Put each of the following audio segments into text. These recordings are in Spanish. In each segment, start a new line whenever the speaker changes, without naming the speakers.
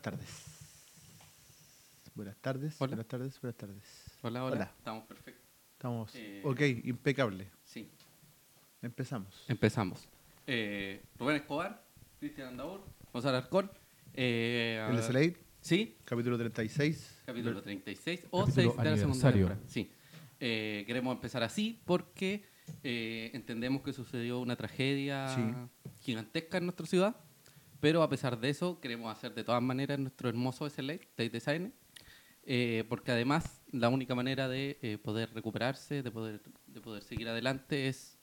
tardes. Buenas tardes,
Hola.
buenas tardes, buenas tardes.
Hola, hola.
Hola.
Estamos perfectos.
Estamos,
Eh.
ok, impecable.
Sí,
Empezamos.
Em, empezamos. Eh, Rubén Escobar, Cristian Andaur, Gonzalo Arcón. Eh,
El Slate,
Sí,
capítulo 36.
capítulo 36 o
Capítulo
6 de la segunda
aniversario.
temporada. Sí. Eh, queremos empezar así porque eh, entendemos que sucedió una tragedia
Sí.
gigantesca en nuestra ciudad, pero a pesar de eso queremos hacer de todas maneras nuestro hermoso SLA, State Design, eh, porque además la única manera de eh, poder recuperarse, de poder, de poder seguir adelante es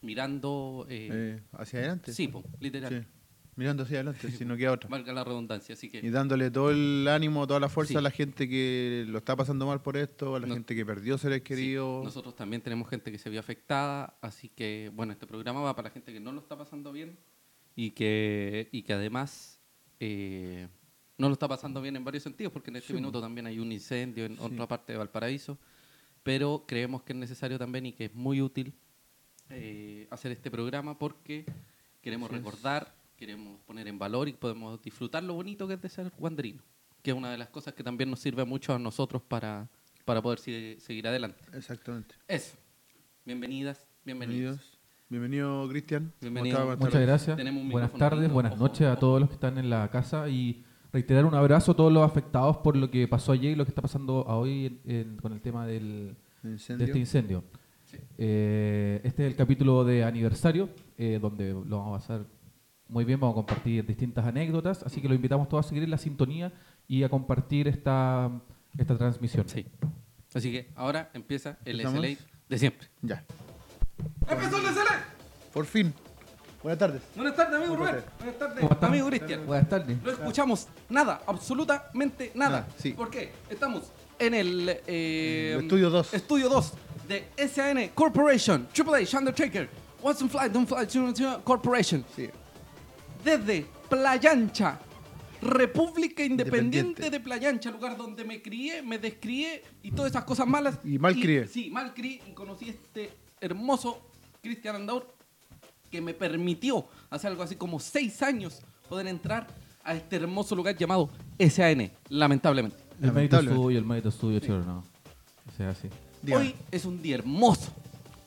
mirando... eh,
Eh, hacia adelante.
sí, po, literal.
Sí. Mirando hacia adelante, si no queda otra.
Valga la redundancia, así que...
Y dándole todo el ánimo, toda la fuerza
Sí.
a la gente que lo está pasando mal por esto, a la
No-
gente que perdió seres
Sí,
queridos.
nosotros también tenemos gente que se vio afectada, así que bueno, este programa va para la gente que no lo está pasando bien y que, y que además eh, no lo está pasando bien en varios sentidos, porque en este
Sí, pues.
minuto también hay un incendio en
Sí.
otra parte de Valparaíso, pero creemos que es necesario también y que es muy útil eh, hacer este programa porque queremos
Así es.
recordar, queremos poner en valor y podemos disfrutar lo bonito que es de ser guanderino, que es una de las cosas que también nos sirve mucho a nosotros para, para poder si- seguir adelante.
Exactamente.
Eso. Bienvenidas, bienvenidos.
Bienvenidos. Bienvenido, Cristian.
Bienvenido.
¿Cómo está?
Muchas gracias.
Tenemos un
Buenas
micrófono
tardes,
lindo.
buenas
Ojo,
noches a
ojo.
todos los que están en la casa y reiterar un abrazo a todos los afectados por lo que pasó ayer y lo que está pasando a hoy en- en- con el tema del,
El
de
incendio.
este incendio.
Sí.
Eh, este es el capítulo de aniversario, eh, donde lo vamos a pasar muy bien, vamos a compartir distintas anécdotas, así que lo invitamos todos a seguir en la sintonía y a compartir esta, esta transmisión.
Sí. Así que ahora empieza el
¿Empezamos?
SLA de siempre.
Ya.
¡Empezó el SLA!
Por fin. Buenas tardes.
Buenas tardes, amigo
Buenas
Rubén. Buenas tardes,
¿Cómo están?
amigo Cristian.
Buenas tardes.
No escuchamos nada, absolutamente nada.
Nada, sí.
¿Por qué? Estamos en el... eh,
El estudio dos.
Estudio 2 de SAN Corporation, Triple H, Undertaker, Once and Fly, Don't Fly, Chun- Chun- Corporation.
Sí.
desde Playancha, República Independiente,
Independiente.
de Playancha, lugar donde me crié, me descrié y todas esas cosas malas.
Y mal crié.
Sí, mal crié y conocí a este hermoso Cristian Andaur que me permitió hace algo así como seis años poder entrar a este hermoso lugar llamado SAN, lamentablemente.
El mérito es
Lamentablemente.
suyo, el mérito es suyo, choro, no. O sea, así.
Diga.
Hoy es un día hermoso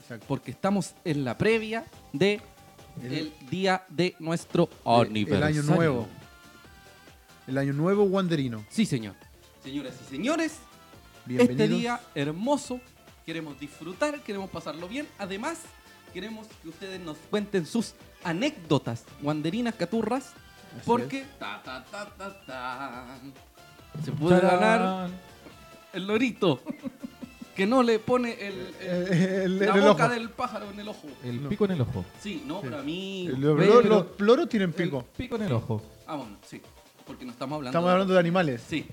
Exacto.
porque estamos en la previa de
El-
el día de nuestro
El- el
aniversario.
año nuevo. El año nuevo Wanderino.
Sí, señor. Señoras y señores,
Bienvenidos.
este día hermoso, queremos disfrutar, queremos pasarlo bien. Además, queremos que ustedes nos cuenten sus anécdotas, guanderinas, caturras,
Así
porque ta, ta, ta, ta, ta, se puede ganar
¡Tarán!
el lorito que no le pone el, el-
Eh, el-
la
el
boca
ojo.
del pájaro en el ojo.
El
No.
pico en el ojo.
Sí, no, pero a mí...
El- los-
Ve,
los-
pero-
los loros tienen pico.
Pico en el ojo.
Ah, bueno, sí, porque no estamos hablando...
Estamos hablando de animales.
Sí.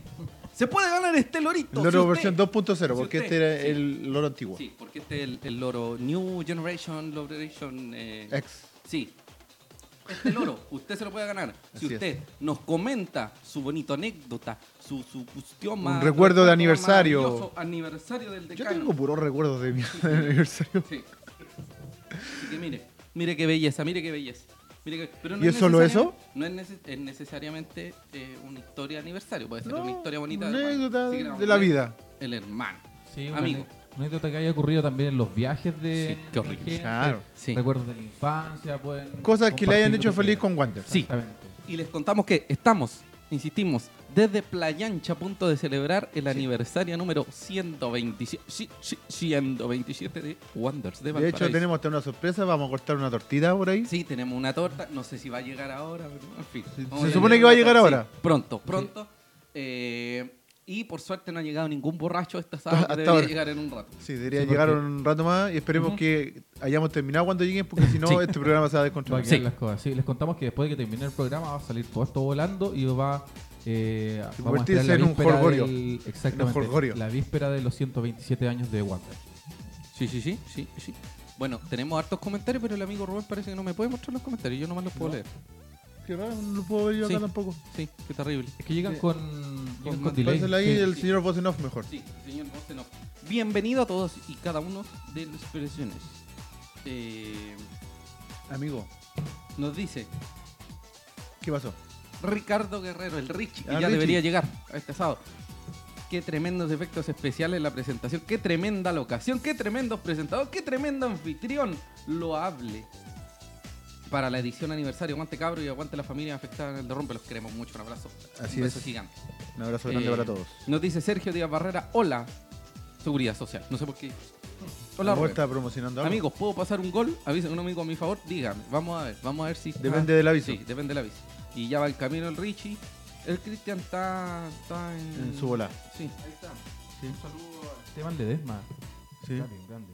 Se puede ganar este lorito.
El
si
loro
usted-
versión 2.0,
si
porque
usted-
este era
sí.
el loro antiguo.
Sí, porque este es el, el loro New Generation, Loro Generation. eh,
Ex.
sí. Este loro, usted se lo puede ganar. Si
Así es.
usted nos comenta su bonito anécdota, su, su cuestión
Un
más.
recuerdo de
más
aniversario.
maravilloso Aniversario del
Yo
decano.
tengo puros recuerdos de mi de mi aniversario.
Sí. Así que mire, mire qué belleza, mire qué belleza. Mire qué- pero
¿Y
es
es solo
necesariamente- No es, neces- es necesariamente eh, una historia de aniversario, puede ser
No,
una historia bonita.
una
del hermano.
anécdota
Así que le vamos
de
a
la
poner
vida.
El hermano.
Sí, una
Amigo.
ane- Una anécdota que haya ocurrido también en los viajes de.
Sí, qué horrible.
gente.
Claro.
Sí.
Recuerdos de la infancia, pueden
Cosas que le hayan
compartir
hecho
lo que
feliz
quieran.
con Wander.
Sí.
Exactamente.
Y les contamos que estamos, insistimos, desde Playancha a punto de celebrar el aniversario número 127, sí, sí, 127 de Wonders de
De
Valparaíso.
hecho, tenemos hasta una sorpresa. Vamos a cortar una tortita por ahí.
Sí, tenemos una torta, no sé si va a llegar ahora, pero en fin.
Se-
Vamos
se
a
supone
tener
que va a
una
llegar
torta,
ahora.
sí, pronto, pronto. Eh, y por suerte no ha llegado ningún borracho a esta sala,
Hasta
que debería
ahora.
llegar en un rato.
Sí, debería
Sí,
llegar
porque-
un rato más y esperemos
Ujú.
que hayamos terminado cuando lleguen, porque si no,
Sí.
este programa se va a
Va a
descontrolar.
quedar
Sí.
las cosas. Sí, les contamos que después de que termine el programa va a salir todo esto volando y va eh, vamos a
convertirse
estar
en
la
un
víspera
jolgorio.
del- exactamente,
jolgorio.
la víspera de los 127 años de Wander.
Sí, sí, sí, sí, sí. Bueno, tenemos hartos comentarios, pero el amigo Rubén parece que no me puede mostrar los comentarios, yo nomás los puedo
No.
leer.
Qué raro, no lo puedo ver yo acá
Sí.
tampoco.
Sí, qué terrible.
Es que llegan
Sí.
con, con,
con-
delay.
Pásale ahí
Sí.
el señor Bosenoff mejor.
Sí, señor Bostenov. Bienvenido a todos y cada uno de las expresiones. Eh,
Amigo,
nos dice,
¿qué pasó?
Ricardo Guerrero, el Richie, que
Ah,
ya
Richie.
debería llegar a este sábado. Qué tremendos efectos especiales la presentación, qué tremenda locación, qué tremendos presentadores, qué tremendo anfitrión. Lo hable. Para la edición aniversario, aguante cabro y aguante la familia afectada en el derrumbe. Los queremos mucho. Un abrazo.
Así
un beso
es.
gigante.
Un abrazo grande
Eh,
para todos.
Nos dice Sergio Díaz Barrera, hola, Seguridad Social. No sé por qué. Hola,
¿Cómo
Robert.
está promocionando algo?
Amigos, ¿puedo pasar un gol? Avisen a un amigo a mi favor, dígame. Vamos a ver, vamos a ver si. está-
Depende del aviso.
Sí, depende del aviso. Y ya va el camino el Richie. El Cristian está, está en.
En su bola.
Sí.
Ahí está. Un saludo a Esteban Ledesma.
Sí.
Grande, grande.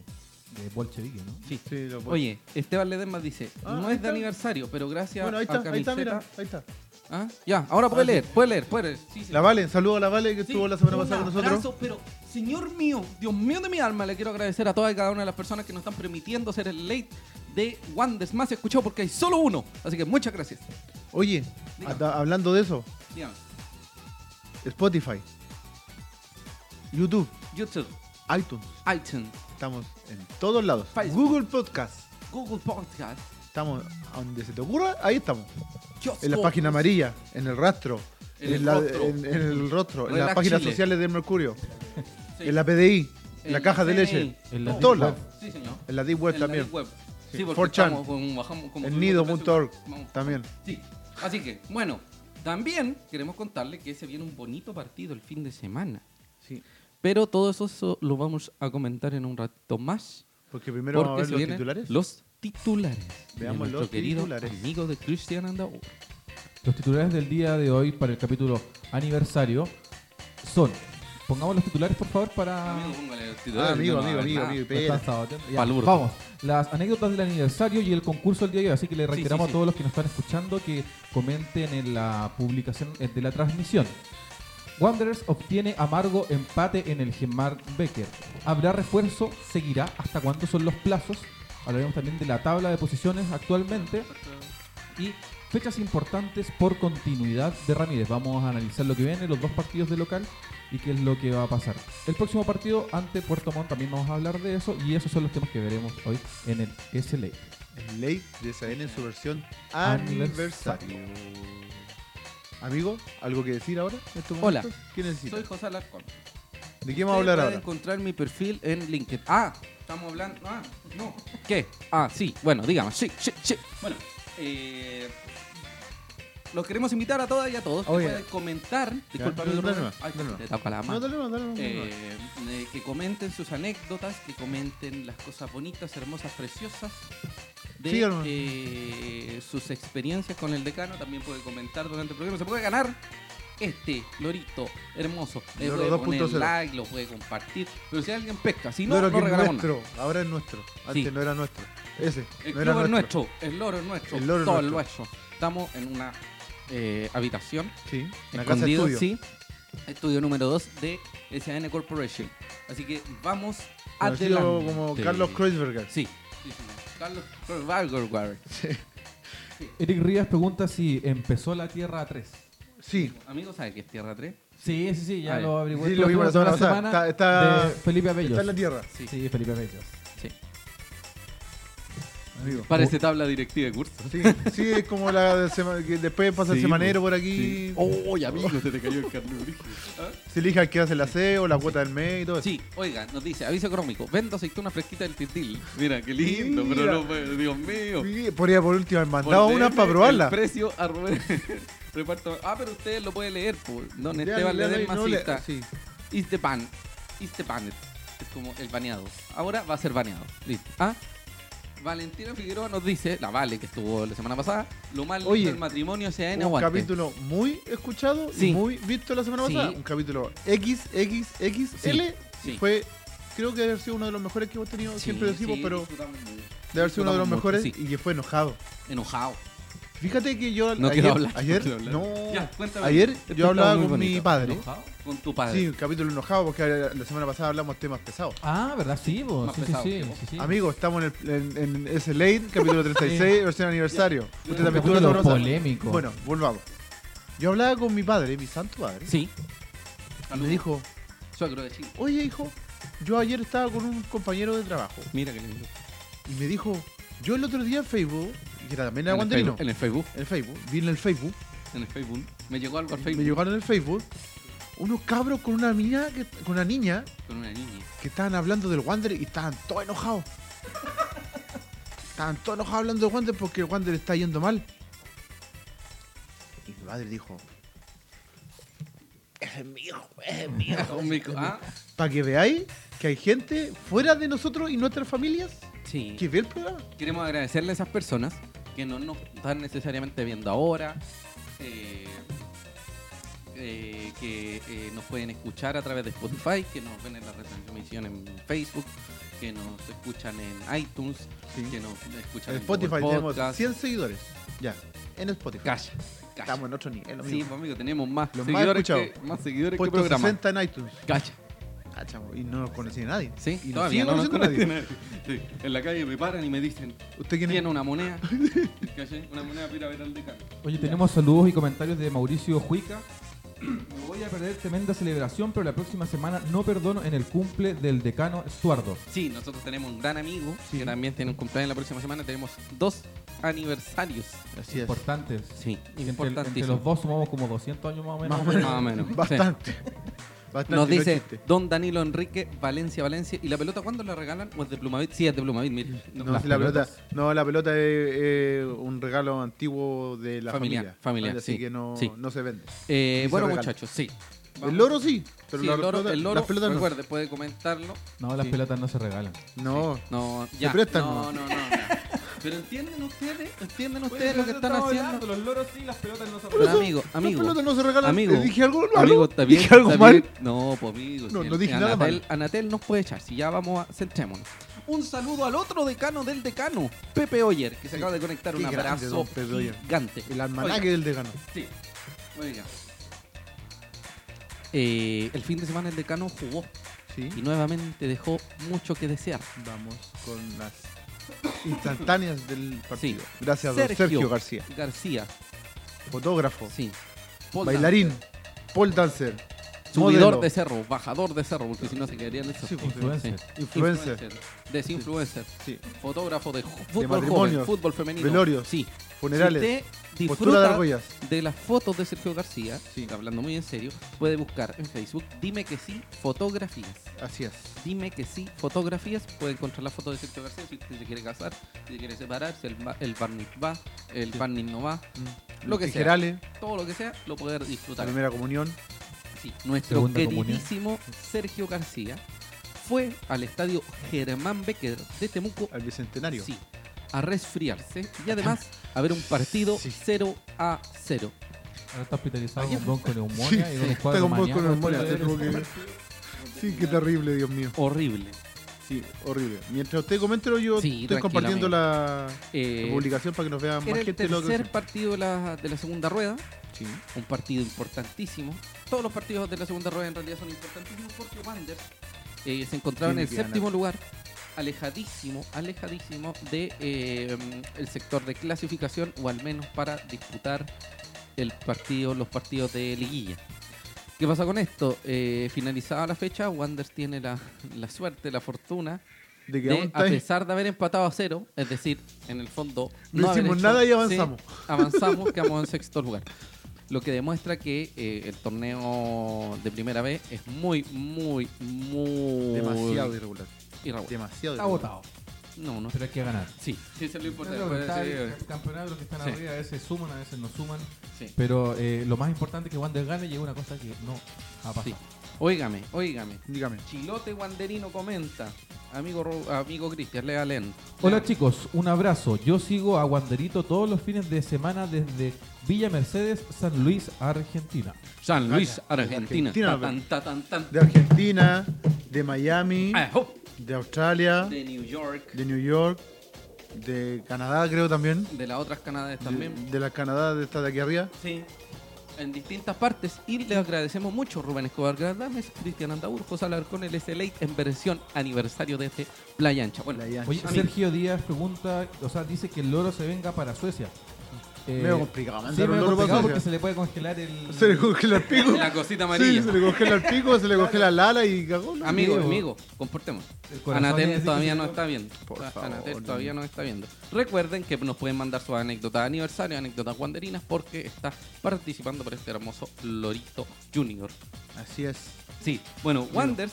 De Bolchevique, ¿no?
Sí.
Sí, lo-
Oye, Esteban Ledesma dice,
Ah,
no
ahí
es de
está.
aniversario, pero gracias
Bueno, ahí
a
está, ahí
camiseta.
está, mira, ahí está.
¿Ah? Ya, ahora puede
Ah, sí.
leer, puede leer, puede leer. Sí, sí.
La Vale, saludo a la Vale que
Sí,
estuvo la semana
un
pasada con nosotros.
abrazo, pero señor mío, Dios mío de mi alma, le quiero agradecer a todas y cada una de las personas que nos están permitiendo ser el late de Wandes más escuchado porque hay solo uno. Así que muchas gracias.
Oye,
Dígame.
hasta- hablando de eso,
Dígame.
Spotify, YouTube,
YouTube,
iTunes,
iTunes,
estamos en todos lados.
Facebook.
Google Podcast,
Google Podcast,
estamos a donde se te ocurra, ahí estamos.
Just
En la
Focus.
página amarilla, en el rastro,
En el
la-
rostro.
en- en el rostro, en
Relax
las páginas
Chile.
sociales del Mercurio,
Sí.
en la PDI, en
En
la caja de
CNI.
leche,
En la
en
Deep
todos
Web.
lados.
Sí, señor.
En la Deep Web
En la
también.
Deep Web.
Sí,
Sí, porque
4chan.
estamos con- bajamos como
En
subimos
nido.org
Vamos.
también.
Sí. Así que, bueno, también queremos contarle que se viene un bonito partido el fin de semana.
Sí.
Pero todo eso, so- lo vamos a comentar en un ratito más.
Porque primero vamos a
porque
ver
se
los
vienen
titulares.
Los titulares. de
Veamos
nuestro
los
querido
titulares.
Amigo de Christian Andau.
Los titulares del día de hoy para el capítulo aniversario son. Pongamos los titulares, por favor,
Ah,
para.
amigo, amigo, amigo, amigo,
No está
espera.
sábado, atento. Ya,
Palurdo.
Vamos, las anécdotas del aniversario y el concurso del día de hoy. Así que le
Sí,
reiteramos
sí, sí.
a todos los que nos están escuchando que comenten en la publicación eh, de la transmisión. Wanderers obtiene amargo empate en el Gemar Becker. ¿Habrá refuerzo? ¿Seguirá? ¿Hasta cuándo son los plazos? Hablaremos también de la tabla de posiciones actualmente y fechas importantes por continuidad de Ramírez. Vamos a analizar lo que viene, los dos partidos de local y qué es lo que va a pasar. El próximo partido ante Puerto Montt también vamos a hablar de eso y esos son los temas que veremos hoy en el SLA.
El late de SAN en su versión
Aniversario.
aniversario. Amigo, ¿algo que decir ahora? en estos
Hola.
momentos? ¿Qué necesita?
Soy José Alarcón.
¿De qué vamos a hablar
Ustedes
ahora?
pueden encontrar mi perfil en LinkedIn. Ah, estamos hablando. Ah, no. ¿Qué? Ah, sí. Bueno, dígame. Sí, sí, sí. Bueno, eh, los queremos invitar a todas y a todos que
Oye.
puedan comentar. Disculpa,
no, dale
amigo Rubén.
nomás,
Ay,
dale nomás.
te tapa la
No,
mano.
dale, más, dale, más, dale más.
Eh, eh, que comenten sus anécdotas, que comenten las cosas bonitas, hermosas, preciosas. De
Sí, hermano.
eh, sus experiencias con el decano también puede comentar durante el programa. Se puede ganar este lorito hermoso. Le
Loro
puede poner
2.0.
like, lo puede compartir. Pero si alguien pesca, si no,
Loro
no
que es
regalamos nada.
nuestro, ahora es nuestro. Antes
Sí.
no era nuestro. Ese, no
El club
era
es
nuestro.
nuestro. el loro es nuestro,
El loro es
todo es
nuestro.
nuestro. Estamos en una eh, habitación
Sí, la casa
escondido,
estudio.
sí. Estudio número 2 de SN Corporation. Así que vamos
Conocido
adelante.
como Carlos Kreuzberger.
Sí. sí, sí. Carlos Kreuzberger.
Eric Rivas pregunta si empezó la Tierra 3.
Sí,
Amigo, ¿sabe qué es Tierra 3?
Sí, sí, sí, ya
Ah,
lo averigué.
sí,
Esto
lo vimos la
fue
semana pasada. Está- está-
de Felipe Abellos.
está en la tierra,
Sí.
Sí, Felipe Abellos.
Sí.
amigo.
Parece tabla directiva de curso.
Sí, sí, es como la de sema- que después pasa el
Sí,
semanero
pues,
por aquí.
Sí. ¡Oh, amigo! Se te cayó el carnet. ¿Ah?
Se elige al que hace el aseo, la cuota del mes y todo eso.
Sí, oiga, nos dice, aviso económico, vendo aceituna fresquita del titil. Mira, qué lindo,
Mira.
pero no, puede- Dios mío.
Sí, Podría por último haber mandado
Por
una
DM,
para probarla.
El precio a Rubén. Reparto. Ah, pero ustedes lo pueden leer, po. Don
Ya,
Esteban
ya,
le den
ya, no le- ah,
masita.
sí.
Is the ban. Is the banned. Es como el baneado. Ahora va a ser baneado. Listo. Ah. Valentina Figueroa nos dice, la Vale que estuvo la semana pasada, lo mal
Oye,
del matrimonio se da en
Un
aguante.
capítulo muy escuchado y
Sí.
muy visto la semana
Sí.
pasada. Un capítulo XXXL.
Sí.
Fue, creo que ha sido uno de los mejores que hemos tenido.
Sí,
siempre decimos,
sí,
pero
disfrutamos mucho.
de haber sido uno de los
Disfrutamos
mejores
mucho, sí.
y que fue enojado.
Enojado.
Fíjate que yo
No
ayer,
quiero hablar, no
ayer,
quiero hablar.
no,
Ya, cuéntame.
ayer
Esto
yo hablaba
estaba
con
muy
mi
bonito.
padre.
¿Enojado?
Con tu padre.
Sí, un capítulo enojado porque la semana pasada hablamos temas pesados.
Ah, ¿verdad? Sí, vos.
Más
sí, sí,
pesado
sí,
que
sí,
vos.
sí.
Amigo, estamos en, el, en, en ese late, capítulo 36, versión aniversario. Usted también tuvo la
capítulo
semana pasada.
polémico.
Bueno, volvamos. Yo hablaba con mi padre, mi santo padre.
Sí.
y me dijo,
Suegro de Chile.
oye hijo, yo ayer estaba con un compañero de trabajo.
Mira que lindo.
Y me dijo, yo el otro día en Facebook, que era también era
En el
guanderino,
Facebook- En el Facebook.
en el Facebook, vi en el Facebook
en el Facebook. Me llegó algo al
Me
Facebook
llegaron en el Facebook unos cabros con una niña que, con una niña
con una niña.
que estaban hablando del Wander y estaban todos enojados. estaban todos enojados hablando del Wander porque el Wander está yendo mal. Y mi madre dijo, ese es mi hijo, ese es mi hijo.
Un micro- ah,
Para que veáis que hay gente fuera de nosotros y nuestras familias
sí.
que ve el programa.
Queremos agradecerle a esas personas que no nos están necesariamente viendo ahora, eh, eh, que eh, nos pueden escuchar a través de Spotify, que nos ven en la retransmisión en Facebook, que nos escuchan en iTunes, que nos escuchan
En
en
Spotify
Google
tenemos
Podcast.
100 seguidores. Ya, en Spotify.
Calla, calla.
Estamos en otro nivel.
Sí,
amigo.
pues, amigo, tenemos más
Los más
seguidores, que,
escuchados.
más seguidores que
Puesto
programas.
60 en iTunes.
Calla.
Ah, chamo, y no nos conocía nadie.
Sí,
y
todavía
sigue
no nos
conociendo
conocen nadie. Sí, En la calle me paran y me dicen,
¿Usted quién es?
tiene una moneda, ¿Cachai? una moneda piramidal de cambio.
Oye, tenemos saludos y comentarios de Mauricio Juica. Me voy a perder tremenda celebración, pero la próxima semana no perdono en el cumple del decano Estuardo.
Sí, nosotros tenemos un gran amigo que también tiene un cumpleaños la próxima semana. Tenemos dos aniversarios.
Así es.
Importantes.
Sí,
Y entre- Entre, los dos sumamos como 200 años más o menos.
Más o
Más o menos. sí.
Bastante. Bastante.
Nos
no
dice
chiste.
Don Danilo Enrique, Valencia, Valencia. ¿Y la pelota cuándo la regalan? ¿O es de Plumavit? Sí, es de Plumavit, mire.
No,
Las
si la pelota,
pelotas.
no, la pelota es eh, un regalo antiguo de la
Familiar,
familia.
familiar,
Así
sí,
que no,
sí.
no se vende.
Eh,
Sí, se
bueno,
regala.
muchachos, sí. Vamos.
El loro sí, pero
Sí,
la
el loro,
pelota-
el loro,
las pelotas no.
recuerde, puede comentarlo.
No, las
Sí.
pelotas no se regalan.
No,
No, ya.
prestan
no,
nomás.
no, no, no. Pero entienden ustedes, entienden ustedes lo que están haciendo.
Los loros sí, las pelotas no se
Pero amigo,
Las
amigo.
pelotas no se regalan.
amigo,
¿Le dije algo malo?
Amigo, está bien.
¿Dije algo
está
mal?
bien. No, pues amigo.
No,
si
no dije
Anatel,
nada mal.
Anatel nos puede echar. Si ya vamos a. Centrémonos. Un saludo al otro decano del decano, Pepe Oyer, que se acaba de conectar.
qué
Un
grande,
abrazo
don Pepe Oyer.
gigante.
El almanaque del decano.
Oiga, sí. Oiga. Eh, el fin de semana el decano jugó
Sí.
y nuevamente dejó mucho que desear.
Vamos con las instantáneas del partido.
Sí.
Gracias a don Sergio, García,
García,
fotógrafo,
sí. Paul
bailarín, pole dancer,
Dan- subidor
modelo,
de cerro, bajador de cerro, porque si no se quedarían esos.
Sí, pues,
Influencer.
influencer,
Desinfluencer.
sí,
fotógrafo de ju- fútbol
matrimonios,
joven, fútbol femenino.
velorios,
sí.
funerales,
Si usted
postura de
disfruta de,
argollas.
las fotos de Sergio García,
Sí.
hablando muy en serio, puede buscar en Facebook Dime que sí, fotografías.
Así es.
Dime que sí, fotografías. Puede encontrar las fotos de Sergio García si usted se quiere casar, si se quiere separarse, el, ba- el bar va, el
Sí.
bar no va,
Mm.
Lo que sea.
Tijerales,
todo lo que sea, lo puede
la
disfrutar.
primera comunión.
Sí, nuestro
Segunda
queridísimo Sergio García fue al estadio Germán Becker de Temuco
al bicentenario.
Sí, a resfriarse y además a ver un partido
Sí.
0 a 0.
Ahora está hospitalizado con bronconeumonía
Sí,
y con
sí.
un
Está
cuadro
con vos con
maníaco.
memoria, te tengo que- Sí, qué terrible, Dios mío.
Horrible.
Sí, horrible. Mientras usted comente, yo
Sí,
estoy
tranquilo,
compartiendo
amigo.
la, la
Eh,
publicación para que nos vea más
era el
gente. lo que-
tercer partido de la, de la segunda rueda,
Sí.
un partido importantísimo. Todos los partidos de la segunda rueda en realidad son importantísimos porque Wander eh, se encontraba en
Tiene
el
que ganar.
séptimo lugar, alejadísimo, alejadísimo de eh, el sector de clasificación o al menos para disputar el partido, los partidos de liguilla. ¿Qué pasa con esto? Eh, finalizada la fecha, Wander tiene la, la suerte, la fortuna
De que aún
de,
está
a
ahí.
pesar de haber empatado a cero, es decir, en el fondo
No hicimos nada y avanzamos.
sí, avanzamos, quedamos en sexto lugar. Lo que demuestra que eh, el torneo de primera vez es muy, muy, muy
demasiado irregular.
irregular.
Demasiado
Está
irregular.
votado.
No, no.
Pero hay que ganar.
Sí, sí, eso es lo importante.
el campeonato, los que están
Sí.
arriba, a veces suman, a veces no suman.
Sí.
Pero eh, lo más importante es que Wander gane y es una cosa que no
Ah,
ha pasado.
Sí. Óigame, óigame.
Dígame.
Chilote Wanderino comenta. Amigo Ro- amigo Cristian, lea Len.
Hola chicos, un abrazo. Yo sigo a Wanderito todos los fines de semana desde Villa Mercedes, San Luis, Argentina.
San Luis, Argentina.
Argentina,
Tan, tan, tan, tan.
De Argentina, de Miami,
Ah, oh,
de Australia,
De New York.
de New York, de Canadá creo también.
De las otras canades
De-
también.
De, la Canadá, de esta de aquí arriba.
Sí. En distintas partes. Y les agradecemos mucho Rubén Escobar Gradames, Cristian Andaur, José Alarcón, el SLA en versión aniversario de este Playa Ancha. Bueno,
Playa Ancha.
Oye,
Amigo.
Sergio Díaz pregunta, o sea, dice que el loro se venga para Suecia.
Eh,
Medio complicado
Sí,
mandar un
medio
loro para
complicado
Suecia.
porque se le puede congelar el...
Se le congela el pico.
La cosita amarilla.
Sí, se le congela el pico, se le congela la ala y cagó. ¿no?
Amigo,
Amigo.
amigo, comportemos.
El corazón es
Anatel
así
todavía
que
no
se-
está viendo.
Por
Ah,
favor,
Anatel
no.
todavía no está viendo. Recuerden que nos pueden mandar sus anécdotas de aniversario, anécdotas guanderinas, porque está participando por este hermoso Lorito Junior.
Así es.
Sí, bueno, Wanders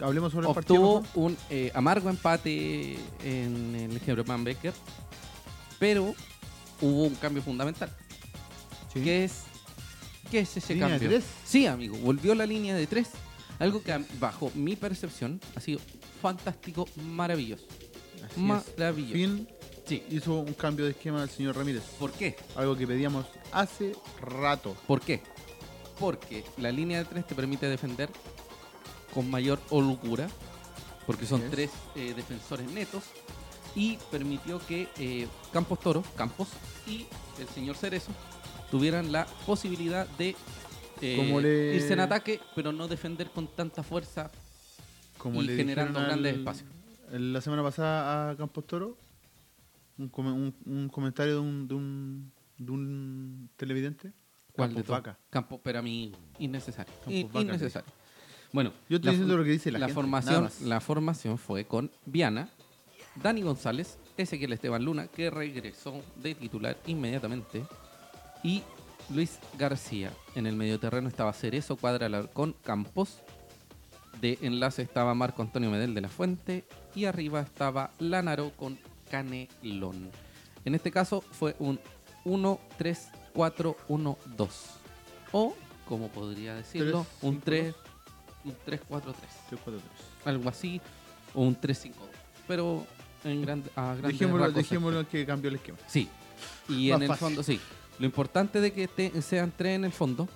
Hablemos sobre el partido.
obtuvo un eh, amargo empate en el Hebron Becker, pero hubo un cambio fundamental.
Sí.
¿Qué es, qué es ese
¿Línea de
cambio?
tres?
Sí, amigo, volvió la línea de tres. Algo que, bajo mi percepción, ha sido fantástico, maravilloso.
Así es.
Maravilloso.
Fin
Sí.
hizo un cambio de esquema el señor Ramírez.
¿Por qué?
Algo que pedíamos hace rato.
¿Por qué? Porque la línea de tres te permite defender con mayor holgura, porque son
Así es.
tres eh, defensores netos, y permitió que eh, Campos Toro, Campos y el señor Cerezo tuvieran la posibilidad de eh,
Como le-
irse en ataque, pero no defender con tanta fuerza.
Como
Y
le
generando
dijeron
grandes espacios.
el- La semana pasada a Campos Toro, un, come- un- un comentario de un, de un, de un televidente.
¿Cuál
Campos
de todos?
Vaca.
Campo, pero a mí, innecesario.
Campos
In-
Vaca,
innecesario. Bueno,
Yo estoy
la
diciendo
for-
lo que dice la,
la
gente, nada
formación
más.
la formación fue con Viana Dani González Ezequiel Esteban Luna que regresó de titular inmediatamente y Luis García en el medioterreno estaba Cerezo Cuadra Alarcón Campos de enlace estaba Marco Antonio Medel de la Fuente y arriba estaba Lánaro con Canelón en este caso fue un 1-3-4-1-2 o como podría decirlo
Tres,
un
cinco,
3 un 3-4-3
Tres, cuatro, tres.
algo así, o un 3-5. Pero en grande a grandes este.
Dejémoslo,
rasgos,
dejémoslo que cambió el esquema.
Sí. Y
Más
en el
fácil.
fondo, sí. Lo importante de que te- sean tres en el fondo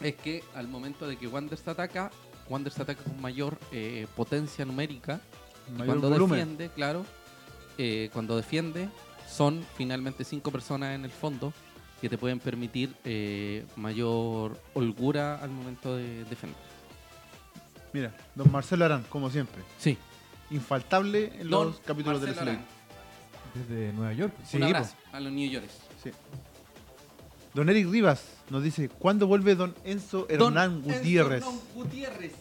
es que al momento de que Wanderers ataca, Wanderers ataca con mayor eh, potencia numérica. Y
Mayor
cuando
volumen.
defiende, claro, eh, cuando defiende, son finalmente cinco personas en el fondo que te pueden permitir eh, mayor holgura al momento de defender.
Mira, don Marcelo Arán, como siempre.
Sí.
Infaltable en
Don
los capítulos
Marcelo
de la
Arán.
Desde Nueva York.
Sí,
un
po.
abrazo a los New Yorkers.
Sí. Don Eric Rivas nos dice, ¿cuándo vuelve don Enzo Hernán
Don Enzo
Gutiérrez?
Hernán Gutiérrez.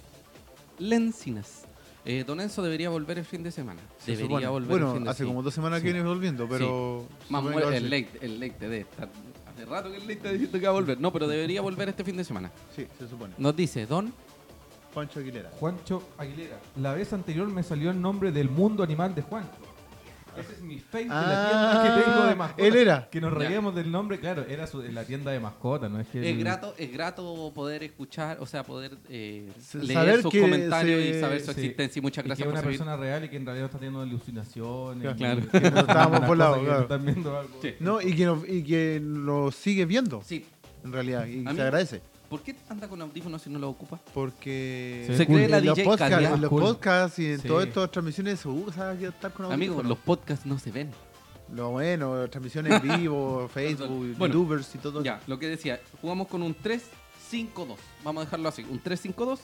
Lencinas. Eh, don Enzo debería volver el fin de semana.
Se
debería
supone.
volver
bueno,
el fin de
hace
semana.
como dos semanas que
Sí.
viene volviendo, pero...
Más
supone que
muere-
ahora
el
sí.
late, el late debe estar- Hace rato que el late está diciendo que va a volver. No, pero debería volver este fin de semana.
Sí, se supone.
Nos dice Don.
Pancho Aguilera.
Juancho Aguilera. La vez anterior me salió el nombre del mundo animal de Juancho. Ese es mi face de la tienda que tengo de mascotas.
Ah, él era.
Que nos reíamos del nombre, claro, era su- la tienda de mascotas, ¿no? Es que
Es
el-
grato, es grato poder escuchar, o sea, poder eh,
S-
leer
saber
sus
que
comentarios
se-
y saber su
sí.
existencia. Y muchas
y que
gracias
es una
por seguir.
persona real y que en realidad está teniendo alucinaciones.
Claro.
y que no-
Estábamos
una
volados,
cosa que
claro.
están viendo algo. Ah,
Sí.
No, y que, nos- y que lo sigue viendo,
Sí.
en realidad, y
A mí-
se agradece.
¿Por qué anda con audífonos si no los ocupa?
Porque
Se
Se
cool.
cree la
en, los
DJ
podcasts,
Cadia.
en los
Cool.
podcasts y en
Sí.
todas estas transmisiones se usa que estar con
Amigos,
audífonos.
los podcasts no se ven.
Lo bueno, transmisiones en vivo, Facebook,
Bueno,
YouTubers y todo.
Ya, lo que decía, jugamos con un 3-5-2. Vamos a dejarlo así, un 3-5-2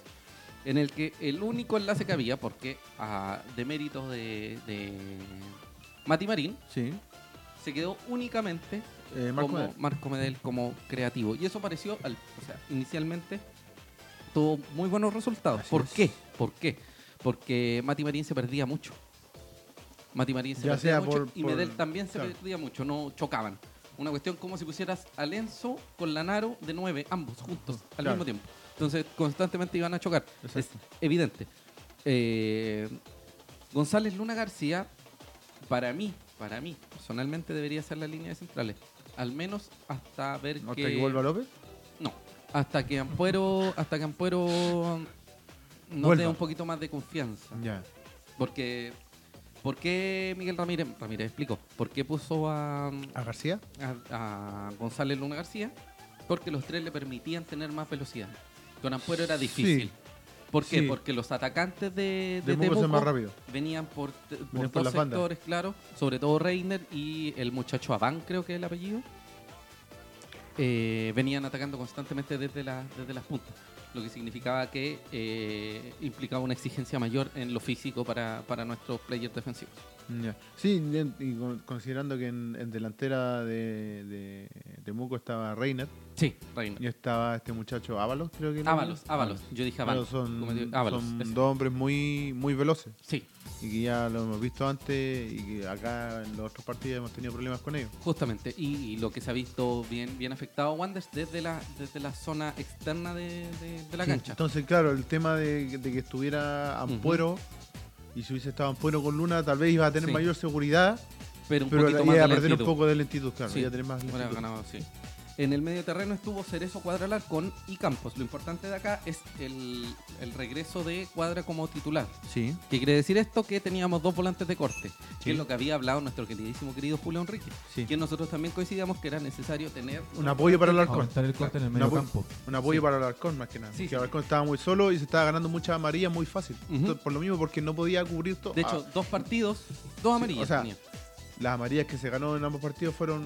en el que el único enlace que había, porque ah, de méritos de, de Mati Marín,
Sí.
se quedó únicamente
Eh, Marco
como
Medel.
Marco Medel como creativo. Y eso pareció, al, o sea, inicialmente tuvo muy buenos resultados.
Así
¿Por
es.
qué? ¿Por qué? Porque Mati Marín se perdía mucho. Mati Marín se
Ya
perdía
sea
mucho
por-
y
por-
Medel también se
claro.
perdía mucho, no chocaban. Una cuestión como si pusieras a Lenzo con Lanaro de 9, ambos juntos, al
Claro.
mismo tiempo. Entonces constantemente iban a chocar. Es
Exacto.
evidente. Eh, González Luna García, para mí, para mí, personalmente debería ser la línea de centrales. Al menos hasta ver
¿Hasta
que...
que vuelva López?
No, hasta que Ampuero, hasta que Ampuero nos
Vuelva.
dé un poquito más de confianza.
Ya.
Porque, ¿por qué Miguel Ramírez, Ramírez explicó, por qué puso a,
¿A García?
a- a González Luna García? Porque los tres le permitían tener más velocidad. Con Ampuero era
Sí.
difícil. ¿Por qué?
Sí.
Porque los atacantes de,
De
de
Temuco son
Temuco
más rápido.
venían por, t- por
Venían por
dos
las bandas.
sectores, claro, sobre todo Reiner y el muchacho Aván, creo que es el apellido, eh, venían atacando constantemente desde, la- desde las puntas. lo que significaba que eh, implicaba una exigencia mayor en lo físico para, para nuestros players defensivos.
Ya. Sí, y- y con- considerando que en, en delantera de, de Temuco estaba Reiner
Sí, Reina.
y estaba este muchacho Ábalos, creo que era.
Ábalos, Ábalos. Yo dije
Ábalos
Ábalos.
son,
como digo, Ábalos,
son
eso.
dos hombres muy, muy veloces
Sí,
y que ya lo hemos visto antes y que acá en los otros partidos hemos tenido problemas con ellos.
justamente. Y, y lo que se ha visto bien, bien afectado a Wanders desde la, desde la zona externa de, de- de la
Sí,
cancha.
Entonces, claro, el tema de, de que estuviera Ampuero y si hubiese estado Ampuero con Luna, tal vez iba a tener
Sí.
mayor seguridad,
Pero un
pero
poquito
iba
más de
a perder un
lentitud.
poco de lentitud, claro.
Sí,
iba a tener más
Hubiera
lentitud.
ganado, sí. En el medio terreno estuvo Cerezo Cuadralar con y Campos. Lo importante de acá es el, el regreso de Cuadra como titular.
Sí,
¿Qué quiere decir esto? Que teníamos dos volantes de corte,
Sí.
que es lo que había hablado nuestro queridísimo querido Julio Enrique.
sí.
Que nosotros también coincidíamos que era necesario tener
Un apoyo para el arco.
Aumentar el corte en el medio
apoyo-
campo.
Un apoyo
Sí.
para Alarcón, más que nada.
Sí,
que
sí.
Alarcón estaba muy solo y se estaba ganando muchas amarillas muy fácil.
Ujú.
Entonces, por lo mismo, porque no podía cubrir todo.
De hecho,
Ah,
dos partidos, dos amarillas.
o sea,
tenía.
las amarillas que se ganó en ambos partidos fueron.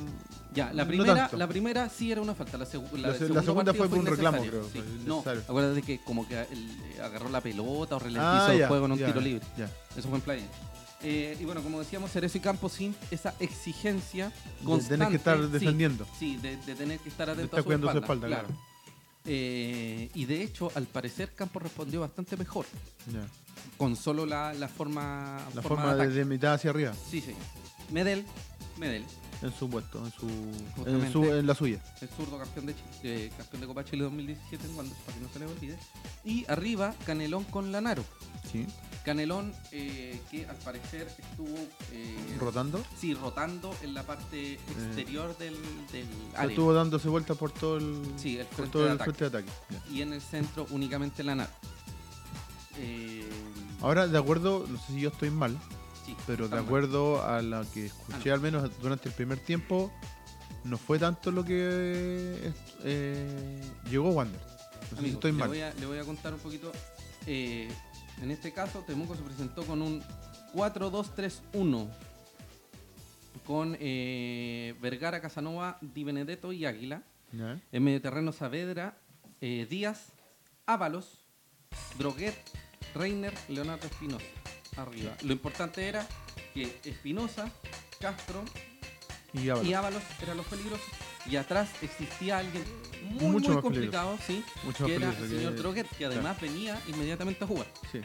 Ya, la
no
primera,
tanto.
la primera sí era una falta. La, segu-
La
del
se- la
segundo
segunda fue
partido
por un reclamo,
innecesario,
creo,
sí.
fue
No,
innecesario.
acuérdate que como que él agarró la pelota
Ah,
o ralentizó el
ya,
juego en un
ya,
tiro libre.
ya.
Eso fue en playa. Eh, y bueno, como decíamos, Cerezo y Campos sin esa exigencia
De
constante.
tener que estar
sí,
defendiendo.
Sí, de, de tener que estar
De
atento
estar
a su
cuidando
espalda.
su espalda, claro.
Eh, y de hecho, al parecer, Campos respondió bastante mejor.
ya.
Con solo la, la forma.
La
forma
forma
de
de,
ataque.
de mitad hacia arriba,
Sí, sí. Medel, Medel,
en su puesto, en, su, en,
Justamente.
su- en la suya.
el zurdo campeón de, Chi- eh, campeón de Copa Chile 2017 en Wander, para que no se le olvide. Y arriba, Canelón con Lanaro.
Sí.
Canelón, eh, que al parecer estuvo. eh,
Rotando.
Sí, rotando en la parte exterior del, del
O sea,
área.
estuvo dándose vueltas por todo el,
Sí, el
por
frente
todo
de
el
ataque.
frente de ataque. Ya.
Y en el centro únicamente la nave. Eh,
Ahora, de acuerdo, no sé si yo estoy mal,
sí,
Ah, pero de
estamos-
acuerdo a lo que
Ah,
escuché al menos durante el primer tiempo, no fue tanto lo que eh, llegó Wander. No sé si
Amigos,
pues estoy
le
mal.
voy, a, le voy a contar un poquito. Eh, en este caso, Temuco se presentó con un 4-2-3-1. Con eh, Vergara, Casanova, Di Benedetto y Águila.
Ya, ¿eh?
En medio terreno Saavedra, eh, Díaz, Ábalos, Droguet, Reiner, Leonardo Espinosa. Arriba. Lo importante era que Espinosa, Castro
Y ya,
y Ábalos eran los peligrosos. Y atrás existía alguien muy,
Mucho
muy
más
complicado, sí,
Mucho más
que era el
peligroso que-
señor Droguet, que además venía inmediatamente a jugar.
sí.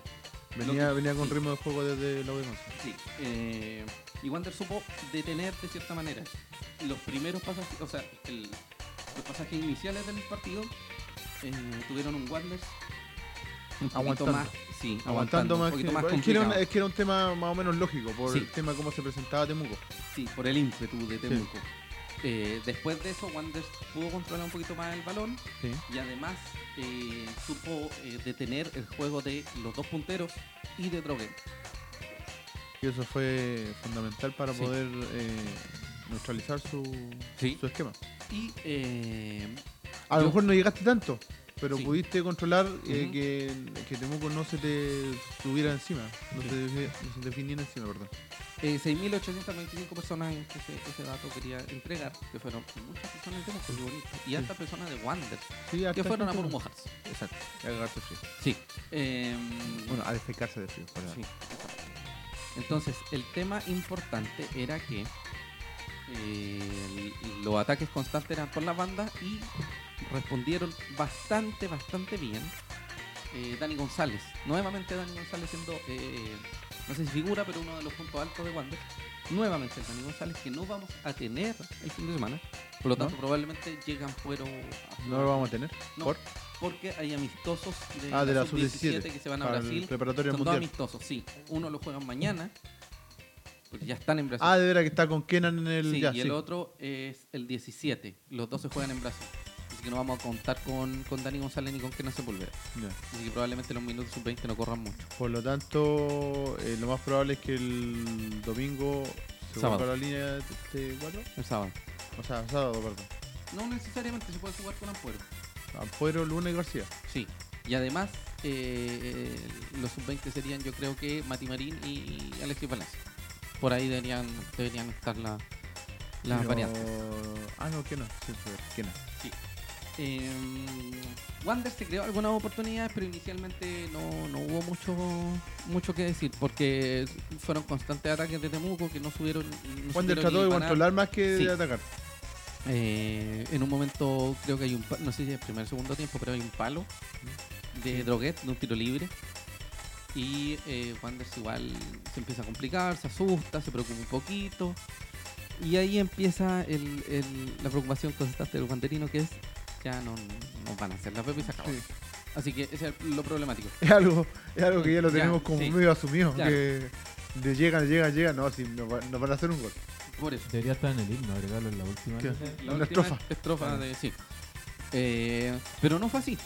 Venía,
Lo que-
venía con
sí.
ritmo de juego desde la b
Sí. eh, y Wander supo detener de cierta manera los primeros pasajes, o sea, el- los pasajes iniciales del partido eh, tuvieron un Wander un poquito
Aguantando.
más, sí,
Aguantando más,
un
que,
poquito más
es, que era un,
complicado.
es que era un tema más o menos lógico por
Sí.
el tema de cómo se presentaba Temuco.
Sí, por el ímpetu de Temuco. Eh, después de eso, Wander pudo controlar un poquito más el balón
Sí.
y además eh, supo eh, detener el juego de los dos punteros y de Droguet.
Y eso fue fundamental para
Sí.
poder eh, neutralizar su,
Sí.
su esquema.
Y eh,
A lo
Yo-
mejor no llegaste tanto, pero
Sí.
pudiste controlar eh,
Ujú.
que, que Temuco no se te subiera encima, no,
Sí.
se, defi- no se te viniera encima, perdón.
Eh, 6.825 personas en que ese, ese dato quería entregar, que fueron muchas personas de Moscú, qué bonito, y hartas personas de Wander,
Sí, harta
que fueron a
gente,
por
¿no?
mojarse.
Exacto, a cagarse frío.
Sí. Em,
Bueno, a defecarse de frío, perdón.
sí. Entonces, el tema importante era que eh, el- los ataques constantes eran por la banda y respondieron bastante, bastante bien. eh, Dani González, nuevamente Dani González siendo, eh, no sé si figura, pero uno de los puntos altos de Wander. Nuevamente el Dani González que no vamos a tener el fin de semana. Por lo
¿No?
tanto, probablemente llegan fuero a-
No lo vamos a tener.
No,
¿Por?
porque hay amistosos de
Ah, de la
sub-17
sub-17
que se van a
para el
Brasil.
preparatorio
Son dos
mundial.
amistosos, sí. Uno lo juegan mañana, porque ya están en Brasil.
Ah, de veras que está con Kenan en el...
sí,
ya, sí.
y el otro es el 17. Los dos se juegan en Brasil. Así que no vamos a contar con, con Dani González ni con Kenan Sepúlveda.
Ya.
Así que probablemente los minutos sub-20 no corran mucho.
Por lo tanto, eh, lo más probable es que el domingo se
Sábado.
vuelva a la línea de de cuatro.
El sábado.
O sea, sábado, perdón.
No necesariamente se puede jugar con Ampuero.
Ampuero, Luna y García.
Sí. Y además, eh, los sub-20 serían, yo creo que Mati Marín y Alexis Palacio. Por ahí deberían, deberían estar la- las
Pero-
variantes.
Ah, no, Kenan. Sí, fue Kenan.
Sí. Eh, Wander se creó algunas oportunidades, pero inicialmente no, no hubo mucho mucho que decir, porque fueron constantes ataques de Temuco que no subieron. no
Wander
supieron
trató
ni
de
parar.
controlar más que
Sí. Ah,
de atacar.
Eh, en un momento creo que hay un pa- no sé si es el primer o segundo tiempo, pero hay un palo de Droguet, de un tiro libre. Y eh, Wanderers igual se empieza a complicar, se asusta, se preocupa un poquito. Y ahí empieza el- el- la preocupación constante del Wanderino que es ya no, no van a hacer la pepa y se acabó.
Sí.
Así que ese es lo problemático.
Es algo, es algo que ya lo
Ya,
tenemos como
sí.
medio asumido.
Claro.
Que de llegan, llegan, llegan. No, si nos, va- nos van a hacer un gol.
Por eso.
Debería estar en el himno, agregarlo en la última.
¿Qué?
línea.
La
Una
última
estrofa. Ah.
estrofa de sí. Eh, pero no fue así.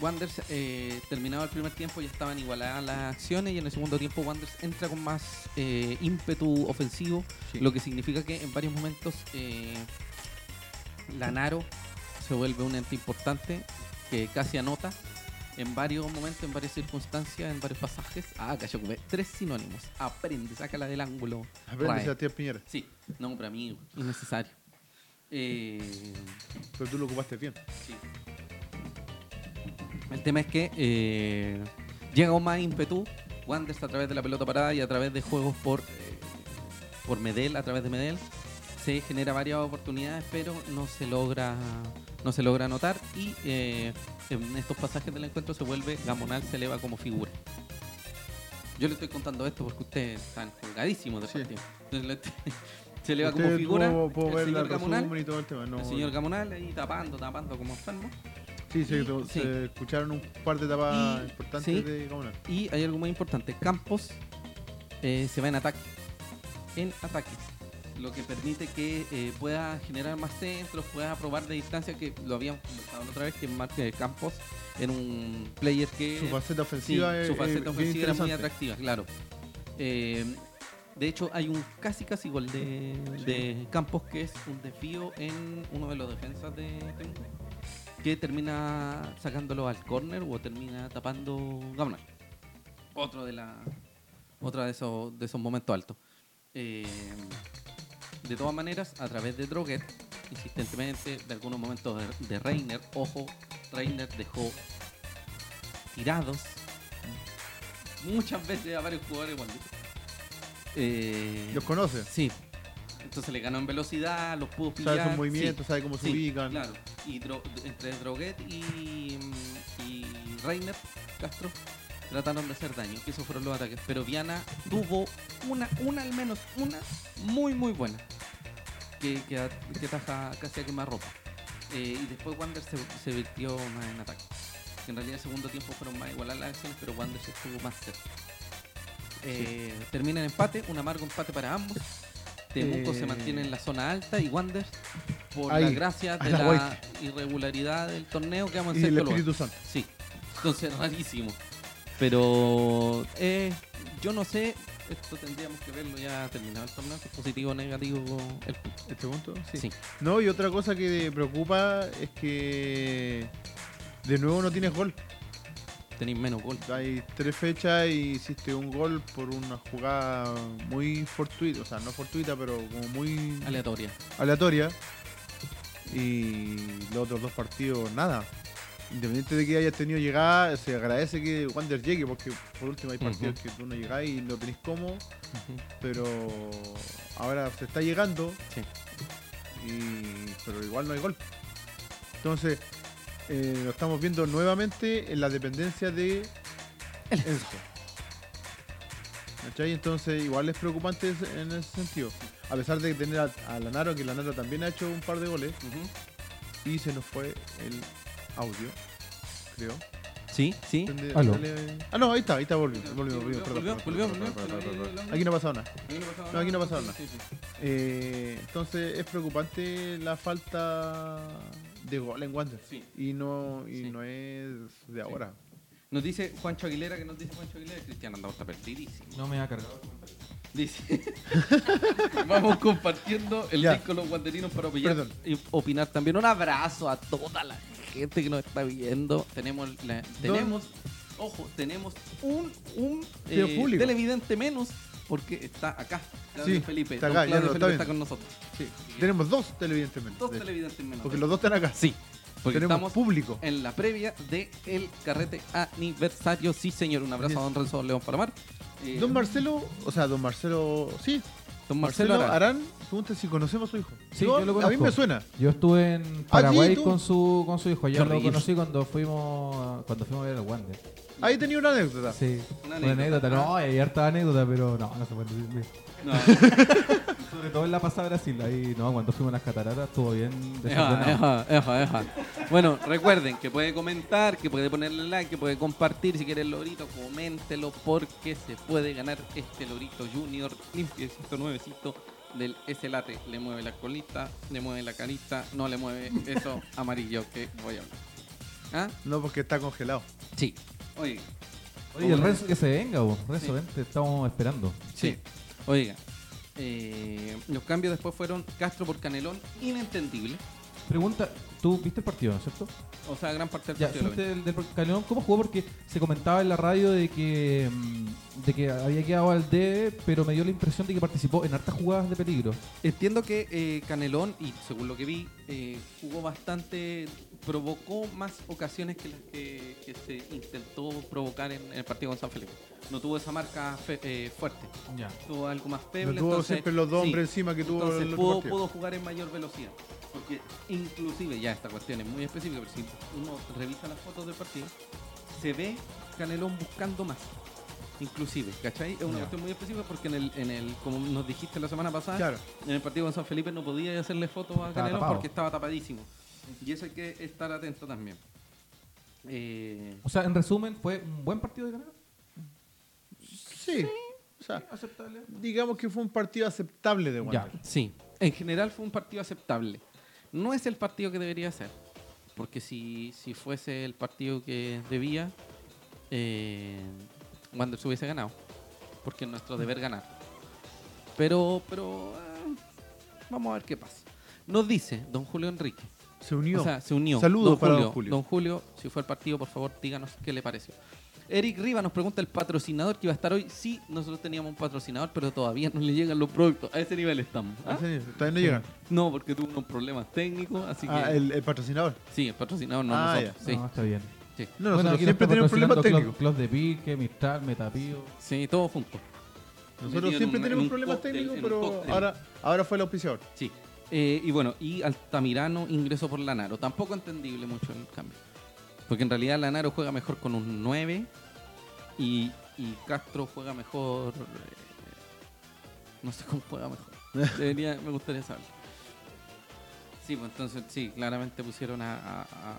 Wanderers eh, terminaba el primer tiempo, ya estaban igualadas las acciones y en el segundo tiempo Wanderers entra con más eh, ímpetu ofensivo, lo que significa que en varios momentos eh, Lanaro se vuelve un ente importante que casi anota en varios momentos, en varias circunstancias, en varios pasajes. Ah, cayó ocupé tres sinónimos. Aprende, sácala del ángulo.
Aprende
Rae.
Sebastián Piñera.
Sí, no, para mí innecesario. Eh,
Pero tú lo ocupaste bien.
sí. El tema es que eh, llega con más ímpetu Wanders a través de la pelota parada y a través de juegos por, eh, por Medel, a través de Medel. Se genera varias oportunidades, pero no se logra no se logra anotar y eh, en estos pasajes del encuentro se vuelve Gamonal se eleva como figura. Yo le estoy contando esto porque ustedes están colgadísimos de
Sí.
partido. Entonces, le estoy- se eleva como
Ustedes
figura
puedo- puedo
el
ver la
señor Gamonal.
resumen y todo el tema. No,
El señor Gamonal ahí tapando, tapando como enfermo.
sí, se,
y-
se
sí.
escucharon un par de tapas
Y-
importantes
sí. Eh,
de Gamonal.
Y hay algo muy importante, Campos eh, se va en ataque. En ataque. Lo que permite que eh, pueda generar más centros, pueda probar de distancia, que lo habíamos conversado la otra vez, que Mar- eh, Campos era un player que...
Su faceta
Sí,
ofensiva es-
su
es
faceta
bien
ofensiva era muy
interesante.
atractiva, claro. Eh, de hecho, hay un casi casi gol de, de Campos que es un desvío en uno de los defensas de Temuco, que termina sacándolo al córner o termina tapando Gamonal. Otro de la otra de esos de esos momentos altos. Eh, de todas maneras, a través de Droguet, insistentemente, de algunos momentos de, de Reiner, ojo, Reiner dejó tirados muchas veces a varios jugadores igual. Eh,
Los conoce.
sí. Entonces le ganó en velocidad, los pudo pillar.
Sabe sus
sí,
movimientos, sabe cómo se
sí,
ubican.
Claro. Y Dro- entre Droguet y, mm, y Reiner Castro trataron de hacer daño, que esos fueron los ataques. Pero Viana tuvo una, una al menos, una muy, muy buena. Que, que, a- que taja casi a quemar ropa. Eh, y después Wander se, se virtió más en ataque. En realidad, el segundo tiempo fueron más igualadas las acciones, pero Wander se estuvo más cerca. Eh, Termina en empate, un amargo empate para ambos. Temuco se
Eh.
mantiene en la zona alta y Wander, por la
Ahí,
gracia
a
de
la
la,
vuelta.
irregularidad del torneo, quedamos en
Y el
sexto lugar.
Espíritu Santo.
Sí, entonces rarísimo. Pero eh, yo no sé, esto tendríamos que verlo ya terminado el torneo, si es positivo o negativo el punto.
¿Este punto? Sí.
Sí.
No, y otra cosa que preocupa es que de nuevo no tienes gol.
Tenéis menos gol.
Hay tres fechas y hiciste un gol por una jugada muy fortuita, o sea, no fortuita, pero como muy
Aleatoria.
aleatoria. Y los otros dos partidos, nada. Independiente de que hayas tenido llegada, se agradece que Wander llegue, porque por último hay partidos que tú no llegás y no tenés cómo, pero ahora se está llegando,
Sí.
y- pero igual no hay gol. Entonces, eh, lo estamos viendo nuevamente en la dependencia de Enzo. ¿Cachai? Entonces, igual es preocupante ese- en ese sentido. A pesar de tener a, a Lanaro, que Lanaro también ha hecho un par de goles,
Ujú.
y se nos fue el audio, creo.
Sí, sí.
Depende-
Aló.
dale- Ah, no, ahí está, ahí está, volvió. volvió,
Volvió,
volvió, perdón,
volvió,
perdón,
volvió,
perdón,
volvió,
perdón,
volvió,
perdón,
volvió,
perdón. Aquí no ha pasado nada.
Aquí no pasaba
No, aquí no
nada.
pasaba nada.
Sí, sí, sí.
Eh, entonces es preocupante la falta de gol en Wander.
Sí.
Y no y
Sí.
no es de ahora.
Nos dice Juancho Aguilera, que nos dice Juancho Aguilera, Cristiano andaba hasta perdidísimo.
No me ha cargado.
Dice, vamos compartiendo el
Ya.
link con los guanderinos para opinar,
Perdón.
y opinar también. Un abrazo a toda la gente que nos está viendo. Tenemos, la- tenemos ojo, tenemos un, un eh,
Tío público.
televidente menos porque está acá. Claudio
Sí,
Felipe,
está
Don
acá, ya
Claudio
lo
Felipe
está
está
viendo.
con nosotros.
Tenemos dos televidentes menos.
Dos
de hecho,
televidentes menos.
porque los dos están acá.
Sí, Porque
Tenemos
estamos
público.
en la previa de el carrete aniversario. Sí, señor. Un abrazo a don Renzo León Palomar. Eh,
Don Marcelo, o sea, don Marcelo, sí,
don
Marcelo,
Arana.
Arán pregunta si conocemos a su hijo.
Sí,
Yo-
yo lo
a mí
conozco.
me suena.
Yo estuve en
Ah, sí,
Paraguay
tú.
con su con su hijo. Yo
Qué
lo
rico.
conocí cuando fuimos a- cuando fuimos a ver al Wander.
Ahí tenía una anécdota.
Sí.
Una
Una
anécdota. Ah.
anécdota. No, hay harta anécdota, pero no, no se puede decir.
No,
Sobre todo en la pasada Brasil, ahí no, cuando fuimos a las cataratas estuvo bien
Eja,
desordenado.
eja, eja, eja. Bueno, recuerden que puede comentar, que puede ponerle like, que puede compartir. Si quiere el lorito, coméntelo porque se puede ganar este lorito junior limpiecito, nuevecito del S late. Le mueve la colita, le mueve la carita, no le mueve eso amarillo que voy a hablar. ¿Ah?
No, porque está congelado.
Sí. Oiga.
Oye, el Renzo que se venga, vos. Renzo, ven, te estamos esperando.
Sí. Oiga. eh, los cambios después fueron Castro por Canelón, inentendible.
Pregunta, tú viste el partido, ¿no es cierto?
O sea, gran parte del
Ya,
partido lo
fuiste del, del Calderón, ¿cómo jugó? Porque se comentaba en la radio de que, mm, de que había quedado al debe, pero me dio la impresión de que participó en hartas jugadas de peligro.
Entiendo que eh, Canelón, y según lo que vi, eh, jugó bastante, provocó más ocasiones que las que, que se intentó provocar en, el partido con San Felipe. No tuvo esa marca fe- eh, fuerte,
Ya.
tuvo algo más
Lo
feble.
tuvo
entonces-
siempre los dos
sí,
hombres encima que tuvo
entonces
el otro
pudo,
partido.
pudo jugar en mayor velocidad. Porque inclusive, ya esta cuestión es muy específica, pero si uno revisa las fotos del partido, se ve Canelón buscando más. Inclusive, ¿cachai? Es una
Ya.
cuestión muy específica porque en el, en el, como nos dijiste la semana pasada,
Claro.
en el partido con San Felipe no podía hacerle fotos a Canelón
tapado.
porque estaba tapadísimo. Y eso hay que estar atento también. Eh,
O sea, en resumen, fue un buen partido de Canelo.
Sí. O sea,
Aceptable.
digamos que fue un partido aceptable de
Ya.
Wander.
Sí, en general fue un partido aceptable. No es el partido que debería ser, porque si, si fuese el partido que debía, eh, Wander se hubiese ganado, porque es nuestro deber ganar. Pero, pero eh, vamos a ver qué pasa. Nos dice don Julio Enrique.
Se unió.
O sea, se unió.
Saludos
don
para
Julio,
don Julio.
Don Julio, si fue al partido, por favor, díganos qué le pareció. Eric Riva nos pregunta el patrocinador que iba a estar hoy. Sí, nosotros teníamos un patrocinador, pero todavía no le llegan los productos. A ese nivel estamos. ¿ah?
¿En serio? Todavía no llegan.
No, porque tuvo unos problemas técnicos, así que...
Ah, el, el patrocinador.
Sí, el patrocinador no
Ah,
nosotros. Sí,
No, está bien.
sí.
No,
Bueno,
nosotros
aquí
siempre
nos está
tenemos problemas
patrocinando
técnicos.
Clos, Clos de Pique, Mistral, Metapío.
Sí, todos juntos.
Nosotros
Metido en
siempre
un- en
tenemos
un
problemas
cóctel,
técnicos,
en un
pero
cóctel.
ahora, ahora fue el auspiciador.
Sí. Eh, y bueno, y Altamirano ingresó por Lanaro. Tampoco entendible mucho el cambio. Porque en realidad Lanaro juega mejor con un 9 y, y Castro juega mejor. eh, no sé cómo juega mejor. Debería- me gustaría saberlo. Sí, pues entonces sí, claramente pusieron a, a- a-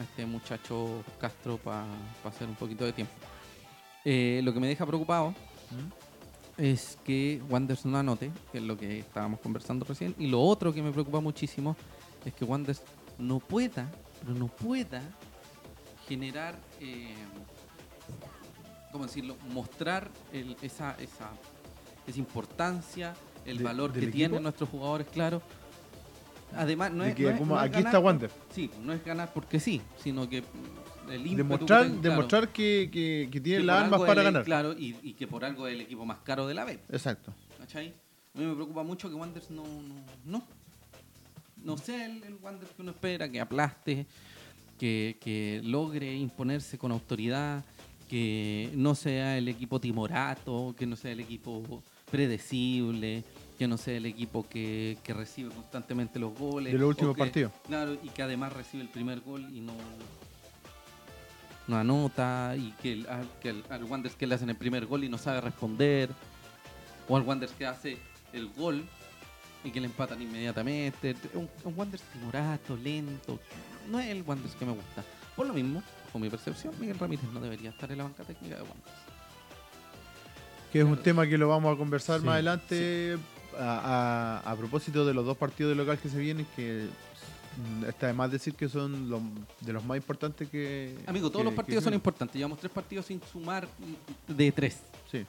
a este muchacho Castro para hacer un poquito de tiempo. Eh, lo que me deja preocupado
¿Mm?
es que Wanderers no anote, que es lo que estábamos conversando recién. Y lo otro que me preocupa muchísimo es que Wanderers no pueda, pero no pueda generar, eh, ¿cómo decirlo? Mostrar el- esa, esa, esa importancia, el
¿De-
valor que
del
tienen
equipo?
nuestros jugadores, claro. Además, no
De
es,
que
no es-
como
no es
aquí está
ganar-
Wander.
Sí, no es ganar porque sí, sino que mm, el ímpetu que
Demostrar,
tenga, claro,
demostrar que, que, que tiene
que
las
por
armas
algo
para
el-
ganar.
Claro, y, y que por algo es el equipo más caro de la B.
Exacto.
¿Cachai? A mí me preocupa mucho que Wanderers no. No, no, no sea el, el Wanderers que uno espera, que aplaste, que, que logre imponerse con autoridad, que no sea el equipo timorato, que no sea el equipo predecible, que no sea el equipo que, que recibe constantemente los goles.
De los
o
últimos
que-
partidos.
Claro, y que además recibe el primer gol y no. No anota, y que, el, al, que el- al Wanderers que le hacen el primer gol y no sabe responder o al Wanderers que hace el gol y que le empatan inmediatamente. Un, un Wanderers timorato, lento. No es el Wanderers que me gusta. Por lo mismo, con mi percepción, Miguel Ramírez no debería estar en la banca técnica de Wanderers.
Que es un
Claro.
tema que lo vamos a conversar
Sí,
más adelante a, a- a propósito de los dos partidos de local que se vienen, que mm, está de más decir que son los- de los más importantes que...
Amigo, todos
que-
los partidos
que
son
vienen.
importantes. Llevamos tres partidos sin sumar mm, de tres.
Sí.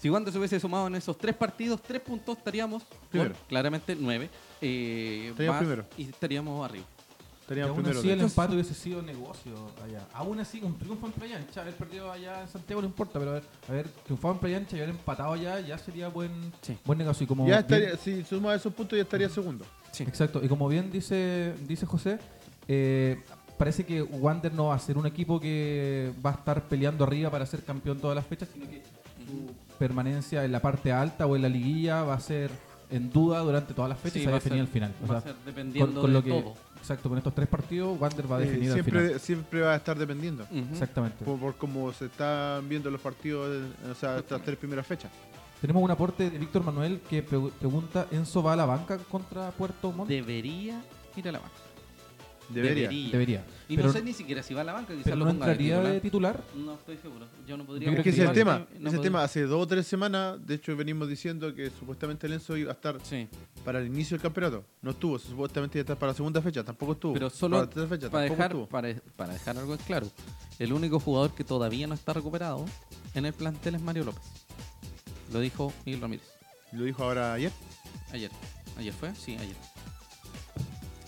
Si Wanderers hubiese sumado en esos tres partidos, tres puntos estaríamos con,
Primero.
claramente nueve. eh,
Estaríamos
más,
primero.
Y estaríamos arriba.
Y
Estaríamos
aún
primero.
así el
de hecho.
empate hubiese sido negocio allá. Aún así, un triunfo en Playancha, haber perdido allá en Santiago no importa, pero haber, haber triunfado en Playancha y haber empatado allá ya sería buen,
Sí.
buen negocio. Y como
Ya
bien-
estaría, si suma esos puntos ya estaría segundo.
Sí.
Exacto, y como bien dice, dice José, eh, parece que Wander no va a ser un equipo que va a estar peleando arriba para ser campeón todas las fechas, sino que su permanencia en la parte alta o en la liguilla va a ser en duda durante todas las fechas
Sí,
y se va a
va a ser-
definir al final. O
va a
sea,
ser dependiendo
con, con
de
lo que,
todo.
Exacto, con estos tres partidos Wander va a
Eh,
definir al final.
siempre, siempre va a estar dependiendo.
Ujú.
Exactamente.
Por, por cómo se están viendo los partidos, eh, o sea, estas tres primeras fechas.
Tenemos un aporte de Víctor Manuel que pre- pregunta, ¿Enzo va a la banca contra Puerto Montt?
Debería ir a la banca.
Debería.
Debería.
Y
pero
no sé ni siquiera si va a la banca, quizás
pero
lo
no
ponga de
entraría de titular.
titular. No estoy seguro. Yo no podría.
Yo
Es
creo
que ese es el tema.
igual,
No
ese
podría.
tema, hace dos o tres semanas, de hecho, venimos diciendo que supuestamente Lenzo iba a estar
Sí.
para el inicio del campeonato. No estuvo, supuestamente iba a estar para la segunda fecha, tampoco estuvo.
Pero solo
para la tercera fecha,
Para
tampoco
dejar,
estuvo.
para, e, para dejar algo en claro, el único jugador que todavía no está recuperado en el plantel es Mario López. Lo dijo Miguel Ramírez.
Lo dijo ahora ayer.
Ayer. ¿Ayer fue? Sí, ayer.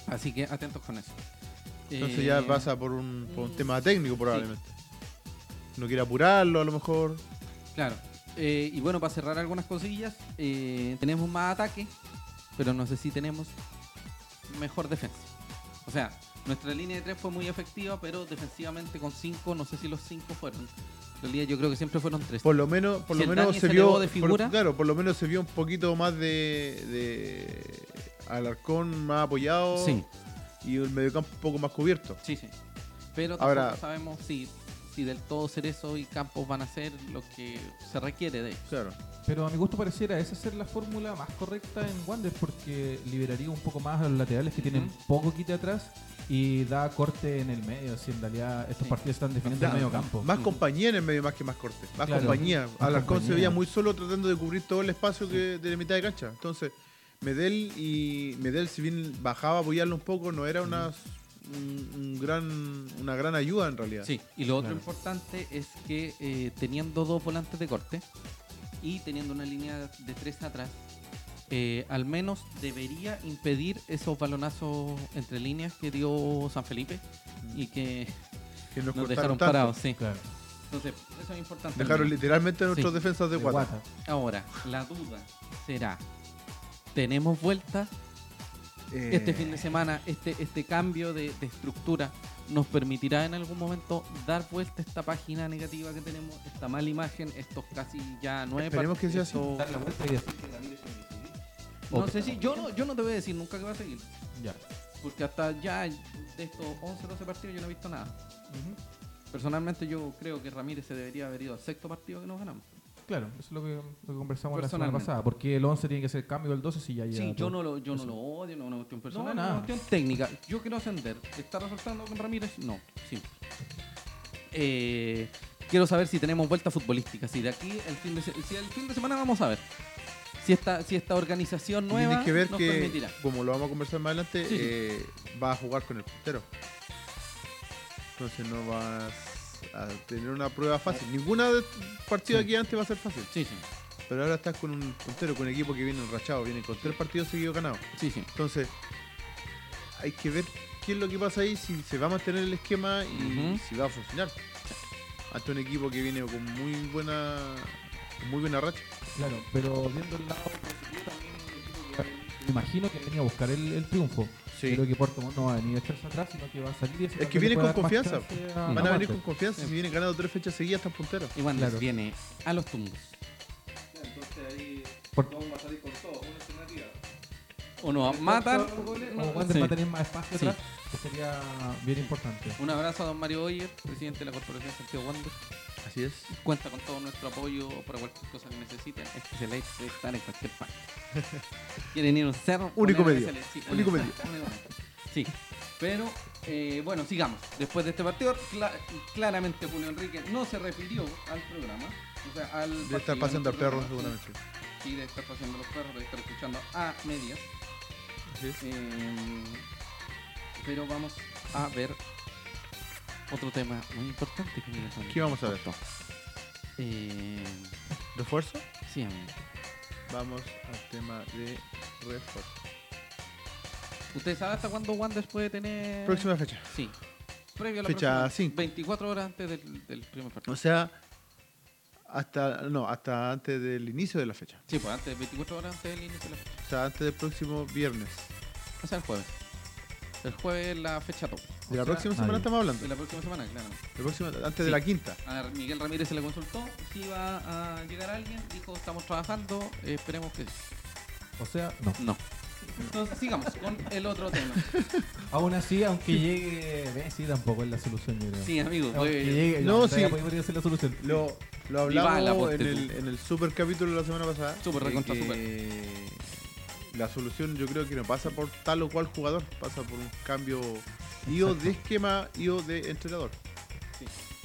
Así que atentos con eso.
Entonces
Eh,
ya pasa por un, por un tema técnico probablemente. No quiere apurarlo a lo mejor.
Claro. Eh, y bueno, para cerrar algunas cosillas, eh, tenemos más ataque, pero no sé si tenemos mejor defensa. O sea, nuestra línea de tres fue muy efectiva, pero defensivamente con cinco, no sé si los cinco fueron. En realidad yo creo que siempre fueron tres.
Por lo menos, por lo
Si el
menos
Dani
se,
se
vio.
elevó de
por-
figura.
claro, por lo menos se vio un poquito más de, de Alarcón más apoyado
Sí,
y el mediocampo un poco más cubierto.
sí, sí. Pero
Ahora-
tampoco sabemos si, si del todo Cerezo y Campos van a ser lo que se requiere de ellos.
Claro.
Pero a mi gusto pareciera esa ser la fórmula más correcta en Wander porque liberaría un poco más a los laterales que tienen
Ujú.
poco quite atrás y da corte en el medio. Si en realidad estos
Sí.
partidos están definiendo en
Ya,
el medio
Pues,
campo.
mm.
Más compañía en el medio más que más corte. Más
Claro,
compañía.
más
Alarcón se
compañía.
veía muy solo tratando de cubrir todo el espacio que, de la mitad de cancha. Entonces, Medel y Medel, si bien bajaba a apoyarlo un poco, no era una, un- un gran, una gran ayuda en realidad.
Sí, y lo otro
Claro.
importante es que eh, teniendo dos volantes de corte y teniendo una línea de tres atrás, eh, al menos debería impedir esos balonazos entre líneas que dio San Felipe y que
Que nos,
nos
cortaron
dejaron
tanto.
parados. Sí.
Claro.
Entonces, eso es importante.
Dejaron
también.
literalmente a nuestros
Sí.
defensas de
De
guata.
guata.
Ahora, la duda será, ¿tenemos vuelta?
Eh,
Este fin de semana, este, este cambio de, de estructura nos permitirá en algún momento dar vuelta a esta página negativa que tenemos, esta mala imagen, estos casi ya nueve
Esperemos
part-
que sea
estos-
Dar la vuelta y decir que Ramírez tiene que seguir.
No
Ok.
sé si, yo no, yo no te voy a decir nunca que va a seguir,
Ya.
porque hasta ya de estos 11, 12 partidos yo no he visto nada. Personalmente yo creo que Ramírez se debería haber ido al sexto partido que nos ganamos.
Claro, eso es lo que, lo que conversamos la semana
Personalmente.
pasada. Porque el 11 tiene que ser cambio el 12 si ya llega.
Sí, yo
todo.
no lo, yo no
eso.
lo odio, no es una cuestión personal,
nada.
es una cuestión técnica. Yo quiero ascender. ¿Está resultando con Ramírez? No, simple. Eh, quiero saber si tenemos vuelta futbolística. Si de aquí, el fin de, se- si el fin de semana vamos a ver. Si esta, si esta organización
y tienes
nueva
que ver
nos
que,
permitirá.
como lo vamos a conversar más adelante,
Sí, sí.
eh, va a jugar con el puntero. Entonces no vas a tener una prueba fácil. Ninguna de- partido
Sí.
aquí antes va a ser fácil.
Sí, sí,
Pero ahora estás con un puntero, con un equipo que viene enrachado, viene con tres partidos seguidos ganados.
sí, sí.
Entonces, hay que ver qué es lo que pasa ahí, si se va a mantener el esquema y
Ujú.
si va a funcionar. Ante un equipo que viene con muy buena, con muy buena racha.
Claro, pero viendo el lado positivo también el equipo que va a venir, me imagino que venía a buscar el, el triunfo.
Sí.
Creo que Puerto Montt no va a venir a echarse atrás, sino que va a salir y eso
que
también
vienen
le puede
con
dar más
confianza.
chance a-
Van
Van a
a
venir con
Puerto.
confianza si vienen ganando tres fechas seguidas están punteros.
Y Wander
Claro.
viene a los tumbos.
Entonces ahí
Por-
vamos a salir con todo, una alternativa.
Ah,
O nos matan.
O Wander
Sí.
va a tener más espacio
Sí.
atrás, que sería bien importante.
Un abrazo a don Mario Oyer, presidente de la Corporación Santiago Wander.
Así es.
Cuenta con todo nuestro apoyo para cualquier cosa que necesiten. Este es el hecho de estar en cualquier parte. Quieren ir a un cerro.
Único
ponerle
medio.
SLX, sí,
Único medio.
único medio. Sí. Pero eh, bueno, sigamos. Después de este partido, cla- claramente Julio Enrique no se refirió al programa. O sea, al
De estar
partido,
pasando a
nuestro
perros
programa,
seguramente.
Sí, de estar pasando a los perros, de estar escuchando a medias.
Así es.
Eh, pero vamos a ver otro tema muy importante que Miguel Ramírez
¿Qué vamos a ver?
aportó. Eh,
¿Refuerzo?
sí, amigo.
Vamos al tema de refuerzo.
¿Usted sabe hasta cuándo Wander puede tener...?
Próxima fecha.
Sí. Previo a la
Fecha
próxima,
cinco.
24 horas antes del, del primer partido.
O sea, hasta no, hasta antes del inicio de la fecha.
Sí, pues antes, 24 horas antes del inicio de la fecha.
O sea, antes del próximo viernes.
O sea, el jueves. El jueves la fecha top.
De la
O sea,
próxima
nadie.
semana estamos hablando.
De la próxima semana, claro.
La próxima- antes de la quinta.
A Miguel Ramírez se le consultó si iba a llegar alguien. Dijo, estamos trabajando, eh, esperemos que sí".
O sea, no.
No. Entonces sigamos con el otro tema.
Aún así, aunque llegue Messi, tampoco es la solución, yo creo.
Sí, amigo.
Aunque
fue-
llegue,
No,
todavía
sí.
podría ser la solución.
Lo, lo
Dybala,
hablamos
ponte
en
tú.
el, en el super capítulo de la semana pasada.
Super,
de
recontra
que La solución yo creo que no pasa por tal o cual jugador, pasa por un cambio y o de esquema y o de entrenador.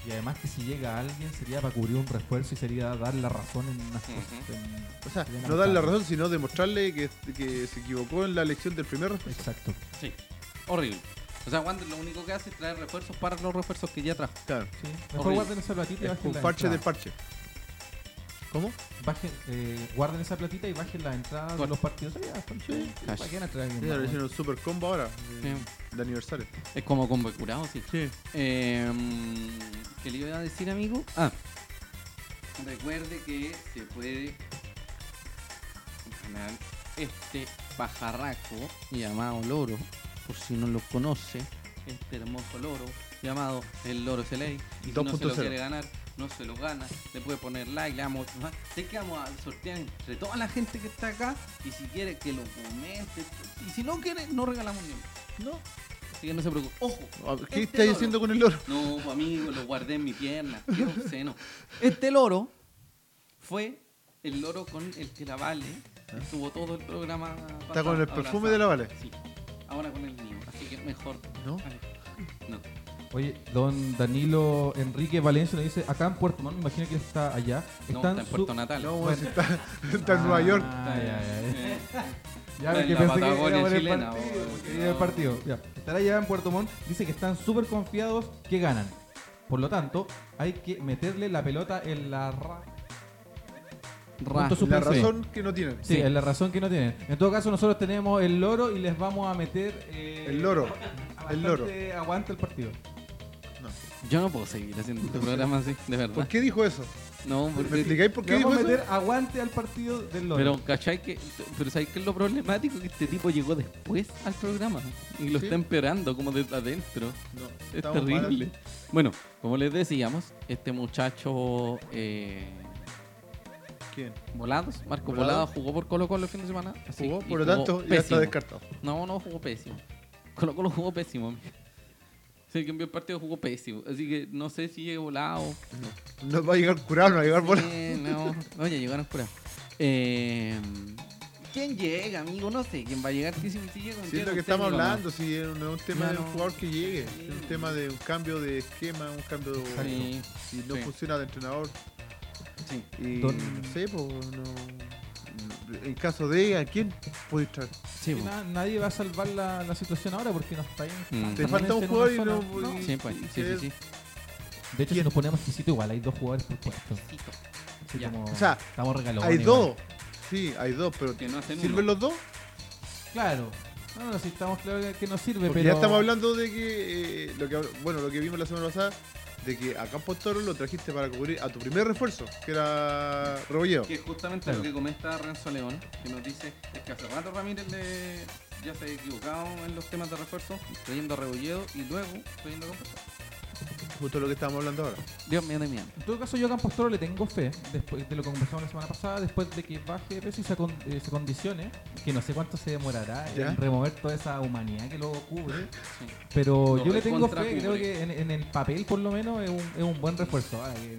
Y además que si llega alguien sería para cubrir un refuerzo y sería dar la razón en unas
Ujú.
cosas.
O
en-
sea,
sería
no darle la
lamentable.
razón, sino demostrarle que, que se equivocó en la elección del primer refuerzo.
Exacto.
Sí. Horrible. O sea, Wander lo único que hace es traer refuerzos para los refuerzos que ya trajo.
Claro,
Sí. Mejor
Horrible.
guarden esa platita y
es
bajen
un
la
parche del
entrada.
parche. ¿Cómo?
Bajen, eh, guarden esa platita y bajen la entrada de
Bueno.
los partidos. Ya, son-
Sí.
¿Para qué van a traer alguien
Sí,
más,
ahora
bueno?
hicieron un super combo ahora, de, de aniversario.
Es como con curado, sí.
Sí.
Eh, ¿Qué le iba a decir, amigo? Ah. Recuerde que se puede ganar este pajarraco llamado loro, por si no lo conoce, este hermoso loro llamado el loro Seley. Y si no se lo
2.0.
quiere ganar, no se lo gana, le puede poner like, le damos más. Sé que vamos a sortear entre toda la gente que está acá y si quiere que lo comente. Y si no quiere, no regalamos ningún.
No.
Así que no se preocupe. Ojo,
Ah, ¿Qué
Este
estás
loro.
diciendo con el loro?
no, pues, amigo, lo guardé en mi pierna. Qué obsceno. Este loro fue el loro con el que la Vale estuvo todo el programa.
¿Ah? Está con el perfume de la Vale.
Sí, ahora con el mío. Así que mejor.
¿No?
Vale. No.
Oye, don Danilo Enrique Valencia nos dice, acá en Puerto Montt, me imagino que está allá.
No,
están
está en Puerto Natal.
No, si está, está en Nueva York.
Ah, ya, ya, ya.
Eh,
Ya
Está
ve
en
que
la
pensé que era
Patagonia
por el
chilena,
partido.
bo,
porque
no.
era el partido. Ya. Estará ya en Puerto Montt. Dice que están súper confiados que ganan. Por lo tanto, hay que meterle la pelota en la ra-
ra-
La
Punto Super C.
razón que no tienen.
Sí,
Sí.
es la razón que no tienen. En todo caso, nosotros tenemos el loro y les vamos a meter. eh,
El loro.
bastante
El loro.
Aguanta el partido.
No.
Yo no puedo seguir haciendo este programa así, de verdad.
¿Por qué dijo eso?
No,
¿Me
porque.
explicáis por
Le
qué dijo
vamos a
eso?
meter aguante al partido del loro.
Pero, ¿cachai? Que, pero ¿sabes qué es lo problemático? Que este tipo llegó después al programa y lo
Sí.
está empeorando como desde adentro.
No,
Es
estamos mal.
terrible. Bueno, como les decíamos, este muchacho eh,
¿Quién?
Volados, Marco
Volados.
Volados, jugó por Colo Colo el fin de semana. así-
Jugó,
y
por lo
jugó
tanto, ya está
pésimo.
descartado.
No, no jugó pésimo. Colo Colo jugó pésimo. amigo. Sí, que en el partido jugó pésimo. Así que no sé si llega volado.
No va a llegar curado, no va a llegar por.
Eh, no, no, ya llegaron curados. Eh, ¿Quién llega, amigo? No sé quién va a llegar. Si, si llega,
Si es
llega
lo
un
que estamos
técnico, ¿no?
hablando, si es un, es un tema de un
No, no.
jugador que llegue,
Sí.
es un tema de un cambio de esquema, un cambio
Sí,
si no
sí.
funciona de entrenador.
sí.
Y
Don-
no sé, pues no. En caso de a quién puede estar.
Sí,
Y
po.
na- nadie va a salvar la, la situación ahora porque nos está
Mm.
Te
También
falta un jugador y no. y-
Sí, pues, sí,
y-
sí, sí.
De hecho, si
¿Quién?
nos ponemos exquisito, igual hay dos jugadores por puesto. Así
Ya.
como
O sea,
estamos regalados.
Hay dos. Sí, hay dos, pero
eh. Que no hacen
¿sirven
uno.
los dos?
Claro. No, no, si estamos claros que- que nos sirve,
Porque
pero.
ya estamos hablando de que, eh, lo que habl- bueno, lo que vimos la semana pasada, de que a Campos Toro lo trajiste para cubrir a tu primer refuerzo, que era Rebolledo.
Que justamente
Claro.
lo que comenta Renzo León, que nos dice es que hace rato Ramírez le- ya se ha equivocado en los temas de refuerzo, trayendo a Rebolledo y luego trayendo a Compostor.
Justo lo que estábamos hablando ahora.
Dios mío, de miedo.
En todo caso, yo a Campostoro le tengo fe, después de lo que conversamos la semana pasada, después de que baje de peso y se, acon- eh, se condicione, que no sé cuánto se demorará
Ya.
en remover toda esa humanidad que luego cubre,
Sí.
pero
Lo
yo le tengo
recontra
fe, creo
cubre.
que en, en el papel por lo menos es un, es un buen refuerzo. Ahora que,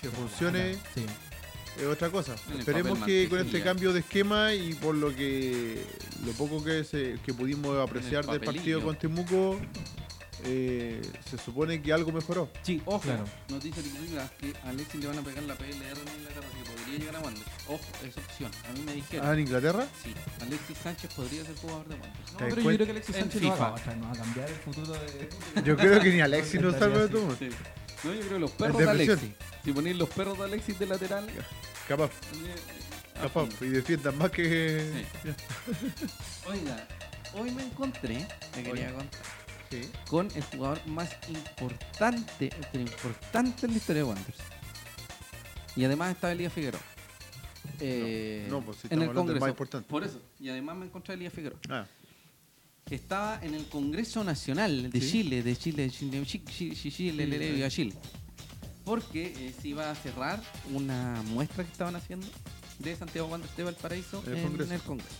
Que funcione.
Sí.
Es otra cosa.
En el
Esperemos
papel
que con
mantequilla.
este cambio de esquema y por lo que lo poco que se, que pudimos apreciar del
papelillo.
partido con Temuco, eh, se supone que algo mejoró.
Sí, ojo,
Claro.
nos dice Ticurrila que a Alexis le van a pegar la PLR en la cara que podría llegar a Wander. Ojo, es opción. A mí me dijeron,
Ah, en Inglaterra.
sí, Alexis Sánchez podría ser jugador de Wander.
No,
¿Te das
pero yo
cuenta?
creo que Alexis
En
Sánchez no va,
FIFA.
a- o sea, no va a cambiar el futuro de...
Yo creo que ni Alexis no
Estaría
salva de
así.
todo.
Sí. No, yo creo que los perros de
depresión.
Alexis. Si ponéis los perros de Alexis de lateral, eh,
Capaz,
eh,
capaz. Y defiendan más que.
Oiga, hoy me encontré, te quería contar,
Sí.
con el jugador más importante, el que importante en la historia de Wanderers. Y además estaba Elías Figueroa. Eh,
No, pues si estamos
en el
hablando del
Congreso.
más importante.
Por eso. Y además me encontré a Elías Figueroa.
Ah,
que estaba en el Congreso Nacional de
Sí.
Chile, de Chile, de Chile, chi- chi- chi- Chile, le- le- a Chile. Porque eh, se iba a cerrar una muestra que estaban haciendo de Santiago Wanderers de Valparaíso
En el
en
Congreso.
el Congreso.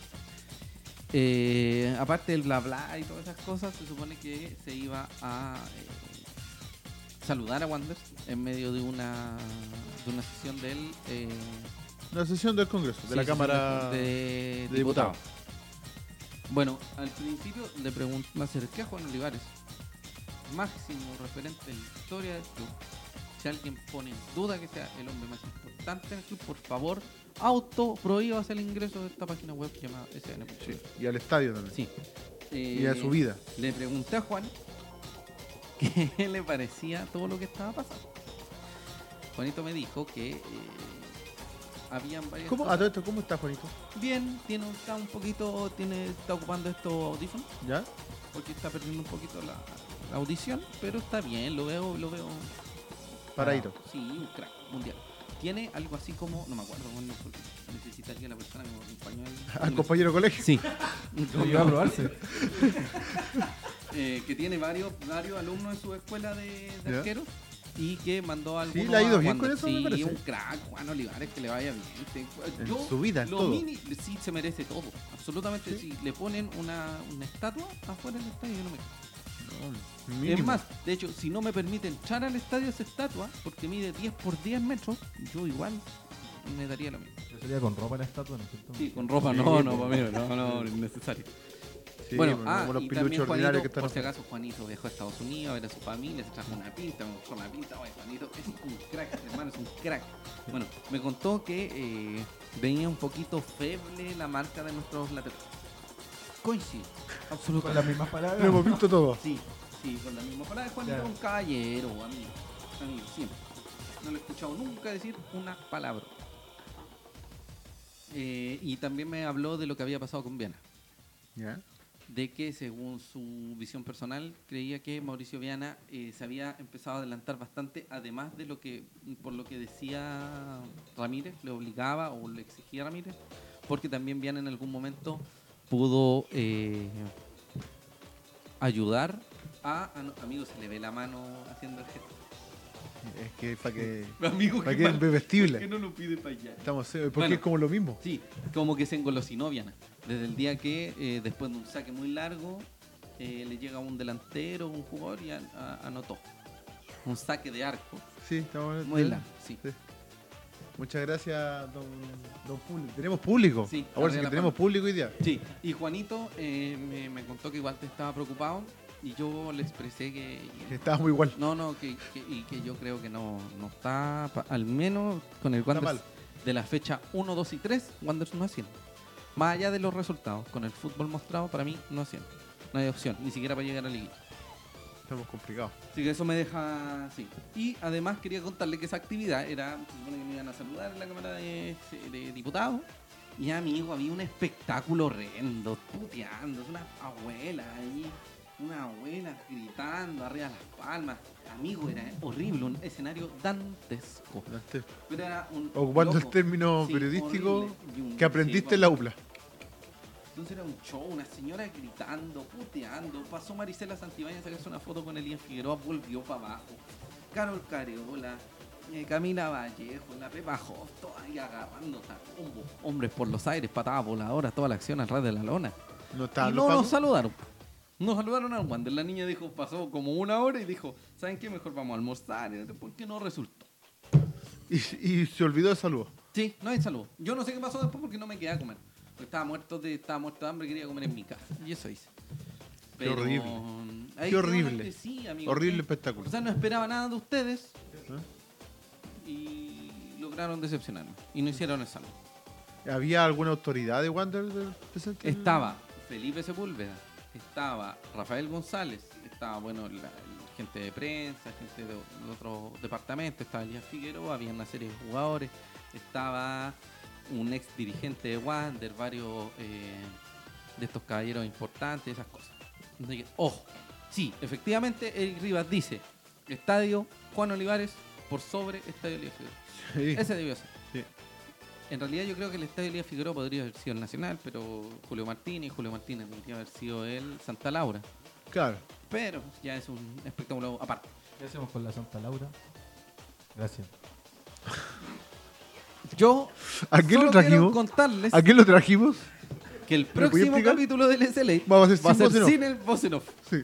Eh, aparte del bla bla y todas esas cosas, se supone que se iba a eh, saludar a Wanderers en medio de una, de una sesión del eh,
Una sesión del Congreso, de
Sí,
la
sí,
Cámara.
sí, de,
de
Diputados.
Diputados.
Bueno, al principio le pregunté, me acerqué a Juan Olivares, máximo referente de la historia del club. Si alguien pone en duda que sea el hombre más importante en el club, por favor, auto prohíbas el ingreso de esta página web llamada SN.
Sí, y al estadio también.
Sí.
Y a
Eh,
su vida.
le pregunté a Juan qué le parecía todo lo que estaba pasando. Juanito me dijo que eh, habían varias
¿Cómo, a
cosas.
todo esto, ¿cómo está, Juanito?
Bien, tiene, está un poquito, tiene, está ocupando estos audífonos
¿Ya?
Ah. porque está perdiendo un poquito la, la audición, pero está bien, lo veo, lo veo. Ah,
Paradito.
Sí, un crack mundial. Tiene algo así como, no me acuerdo, bueno, porque necesitaría la persona que me acompañó. al-
Al compañero de colegio.
Sí.
Lo lleva a probarse.
Eh, que tiene varios, varios alumnos en su escuela de, de
Ya.
arqueros y que mandó algo.
le ha ido bien con eso, me
sí,
parece.
un crack, Juan Olivares, que le vaya bien. Te-
En su vida, en
lo
todo.
mini- sí, se merece todo, absolutamente.
Sí.
Si le ponen una, una estatua afuera del estadio, yo no me
No,
Es
mínimo.
más, de hecho, si no me permite entrar al estadio esa estatua, porque mide 10 por 10 metros, yo igual me daría lo mismo.
Pero sería con ropa la estatua, ¿no es cierto?
Sí, con ropa
Sí,
no,
pues.
no, para mí no, no, no, innecesario.
Sí,
bueno,
bueno,
ah,
como los
y
piluchos
también Juanito,
ordinarios que están.
por si acaso, Juanito viajó a Estados Unidos a ver a su familia, se trajo una pinta, me mostró la pinta, oye, Juanito, es un crack, este hermano, es un crack. Bueno, me contó que eh, venía un poquito feble la marca de nuestros laterales. Coincido,
Con
absolutamente.
las mismas
Lo hemos
palabras.
visto todo.
Sí, sí, con la misma palabra. Juanito
Ya.
es un caballero, amigo, amigo, siempre. No lo he escuchado nunca decir una palabra. Eh, y también me habló de lo que había pasado con Viana
¿Ya?
de que según su visión personal creía que Mauricio Viana eh, se había empezado a adelantar bastante, además de lo que por lo que decía Ramírez, le obligaba o le exigía Ramírez, porque también Viana en algún momento pudo eh, ayudar a, a no- amigo se le ve la mano haciendo el gesto.
Es que para que.
Amigo,
Para
Uh, qué
que es
mal,
bebestible.
que no lo pide para allá.
Estamos eh, porque
Bueno.
es como lo mismo.
Sí, como que se engolosinó Viana. Desde el día que, eh, después de un saque muy largo, eh, le llega un delantero, un jugador y an- a- anotó. Un saque de arco.
Sí, estamos
Muy largo, sí.
Sí. Muchas gracias, don, don público. Tenemos público.
Sí,
Ahora sí
arriba
que
la
tenemos
palma.
público hoy día.
Sí, y Juanito eh, me, me contó que igual te estaba preocupado y yo le expresé que...
Estábamos igual.
No, no, que, que- y que yo creo que no, no está, pa- al menos con el Wanderers
mal.
de la fecha 1, 2 y 3, Wanderers no asciende. Más allá de los resultados, con el fútbol mostrado, para mí no asciende. No hay opción, ni siquiera para llegar a la liguilla.
Estamos complicados.
Así que eso me deja sí. Y además quería contarle que esa actividad era, se supone que me iban a saludar en la Cámara de, de Diputados. Y amigo, había un espectáculo horrendo, puteando, una abuela ahí, una abuela gritando arriba de las palmas. Amigo, era horrible, un escenario dantesco.
Dante,
Pero era un
Ocupando
loco.
el término
Sí,
periodístico
horrible. Y un-
que aprendiste
sí,
en la UPLA.
entonces era un show, una señora gritando, puteando. Pasó Marisela Santibáñez a sacarse una foto con Elías Figueroa, volvió para abajo. Carol Careola, eh, Camila Vallejo, la Pepa Hoff, todas ahí agarrando a combo. Hombres por los aires, patadas voladoras, toda la acción al ras de la lona.
No está
y no nos saludaron. Nos saludaron al Wander. La niña dijo, pasó como una hora y dijo, ¿saben qué? Mejor vamos a almorzar. Porque no resultó.
y, y se olvidó de saludos.
Sí, no hay salud. Yo no sé qué pasó después porque no me quedé a comer. Porque estaba muerto de, estaba muerto de hambre y quería comer en mi casa. Y eso hice.
Qué horrible. Qué
ahí quedó la
horrible.
que sí, amigo.
Horrible
Que-
espectáculo.
O sea, no esperaba nada de ustedes
¿Eh?
y lograron decepcionarme. Y no hicieron el saludo.
¿Había alguna autoridad de Wander del- presente?
Estaba Felipe Sepúlveda, estaba Rafael González, estaba, bueno, la, la gente de prensa, gente de, de otro departamento, estaba Elías Figueroa, había una serie de jugadores, estaba un ex dirigente de Wander, varios eh, de estos caballeros importantes, esas cosas. Así que, ojo, sí, efectivamente, Eric Rivas dice, estadio Juan Olivares por sobre estadio Elías Figueroa.
Sí.
Ese debió ser.
Sí.
En realidad yo creo que el estadio Elías Figueroa podría haber sido el Nacional, pero Julio Martínez, Julio Martínez podría haber sido el Santa Laura.
Claro.
Pero ya es un espectáculo aparte.
¿Qué hacemos con la Santa Laura? Gracias.
Yo
¿A quién
solo
lo trajimos?
quiero contarles
¿A quién lo trajimos?
que el
podía
próximo
explicar?
capítulo del SLA
Vamos a hacer
va a
sin
ser
voz en off.
sin el voz en off.
Sí.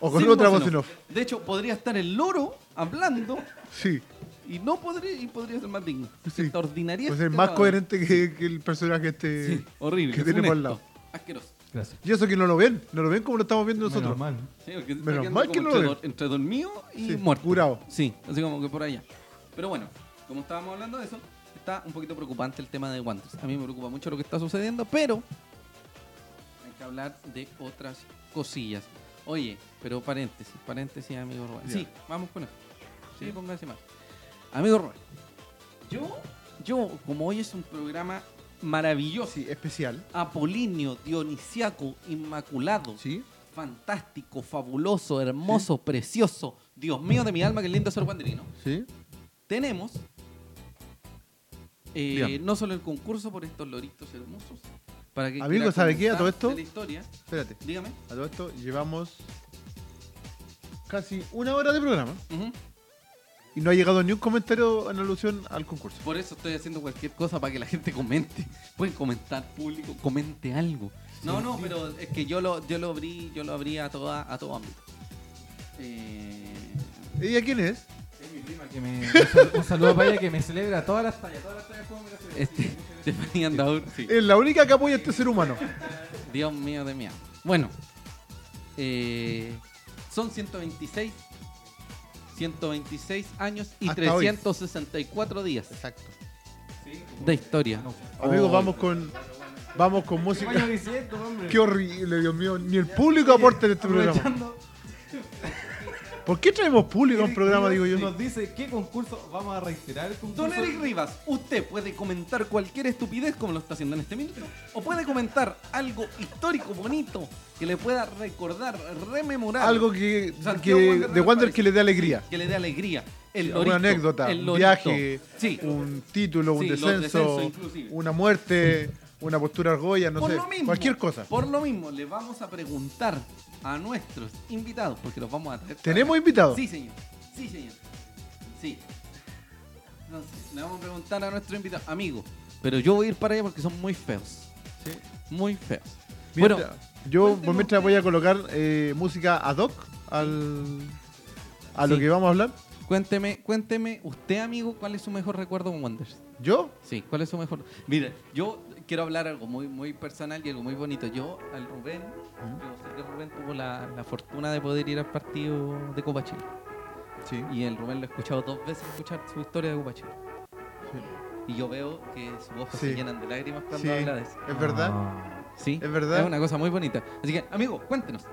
O con
Sin
otra
voz
voz en off.
De hecho, podría estar el loro hablando
Sí.
y no podría, y podría ser más digno.
Sí.
Esta ordinariedad
Pues es
que
más
va-
coherente que, que el personaje este.
Sí, horrible.
que tenemos al
funesto,
lado.
Asqueroso.
Gracias.
Y eso que no lo ven, no lo ven como lo estamos viendo nosotros.
Menos mal.
Sí, porque está
Menos
quedando
mal que no
como
lo
entre,
ven.
dor- entre dormido y
Sí,
muerto.
curado.
Sí, así como que por allá. Pero bueno, como estábamos hablando de eso, está un poquito preocupante el tema de Wanderers. A mí me preocupa mucho lo que está sucediendo, pero hay que hablar de otras cosillas. Oye, pero paréntesis, paréntesis, amigo Rubén.
Ya.
Sí, vamos con eso. Sí, póngase más. Amigo Rubén, yo, yo, como hoy es un programa maravilloso,
Sí, especial.
apolíneo, dionisiaco, inmaculado,
Sí.
fantástico, fabuloso, hermoso, precioso. Dios mío de mi alma, qué lindo ser guanderino.
Sí.
Tenemos eh,
Dígame.
no solo el concurso por estos loritos hermosos. Para que
Amigo,
quiera
¿sabe qué? A todo
comentar
esto-
de la historia,
Espérate.
dígame.
A todo esto llevamos casi una hora de programa
Ujú.
y no ha llegado ni un comentario en alusión al concurso.
Por eso estoy haciendo cualquier cosa para que la gente comente. Pueden comentar público, comente algo. No, no, pero es que yo lo, yo lo abrí, yo lo abrí a toda, a todo ámbito. Eh,
¿Ella quién es?
Que me- un sal- un saludo para ella que me celebra todas las tallas. Todas las tallas como me las celebra.
este, Estefanía Andaur, sí.
Es la única que apoya a este ser humano.
Dios mío de mi alma. Bueno, eh, son 126, 126 años y
Hasta hoy.
364 días
Exacto.
de historia.
Oh.
Amigos, vamos con vamos con música.
diciendo, hombre?
Qué horrible, Dios mío. Ni el público aporta en este programa.
Aprovechando,
¿Por qué traemos público a un
Eric
programa, digo
Ríos
yo?
Nos dice qué concurso vamos a reiterar el concurso.
Oh. Don Eric Rivas, usted puede comentar cualquier estupidez como lo está haciendo en este minuto, o puede comentar algo histórico, bonito, que le pueda recordar, rememorar.
Algo que, que
Santiago Wanderers
de Wander
Valparaíso.
que le dé alegría.
que le dé alegría. El
Una
lorito,
anécdota,
el
un
lorito.
viaje,
Sí.
un título, un
Sí, los
descenso,
descensos inclusive.
una muerte, una postura argolla, no
por
sé,
lo mismo,
cualquier cosa.
Por lo mismo, le vamos a preguntar a nuestros invitados, porque los vamos a traer. para
¿Tenemos
acá.
invitados?
Sí, señor. Sí, señor. Sí. Entonces, le vamos a preguntar a nuestro invitado, amigo. Pero yo voy a ir para allá porque son muy feos.
Sí.
Muy feos.
Mientras-
bueno,
yo
cuéntenos
por mientras voy a colocar eh, música ad hoc al, a lo
Sí.
que vamos a hablar.
cuénteme, cuénteme usted, amigo, cuál es su mejor recuerdo con Wanderers.
¿Yo?
Sí, ¿cuál es su mejor? Mira, yo quiero hablar algo muy, muy personal y algo muy bonito. Yo, al Rubén, yo sé que Rubén tuvo la, la fortuna de poder ir al partido de Copa Chile.
Sí.
Y el Rubén lo he escuchado dos veces escuchar su historia de Copa Chile. Y yo veo que sus ojos
Sí.
se llenan de lágrimas cuando
Sí,
habla de eso.
es verdad.
Ah.
Sí,
es verdad.
Es una cosa muy bonita. Así que, amigo, cuéntenos.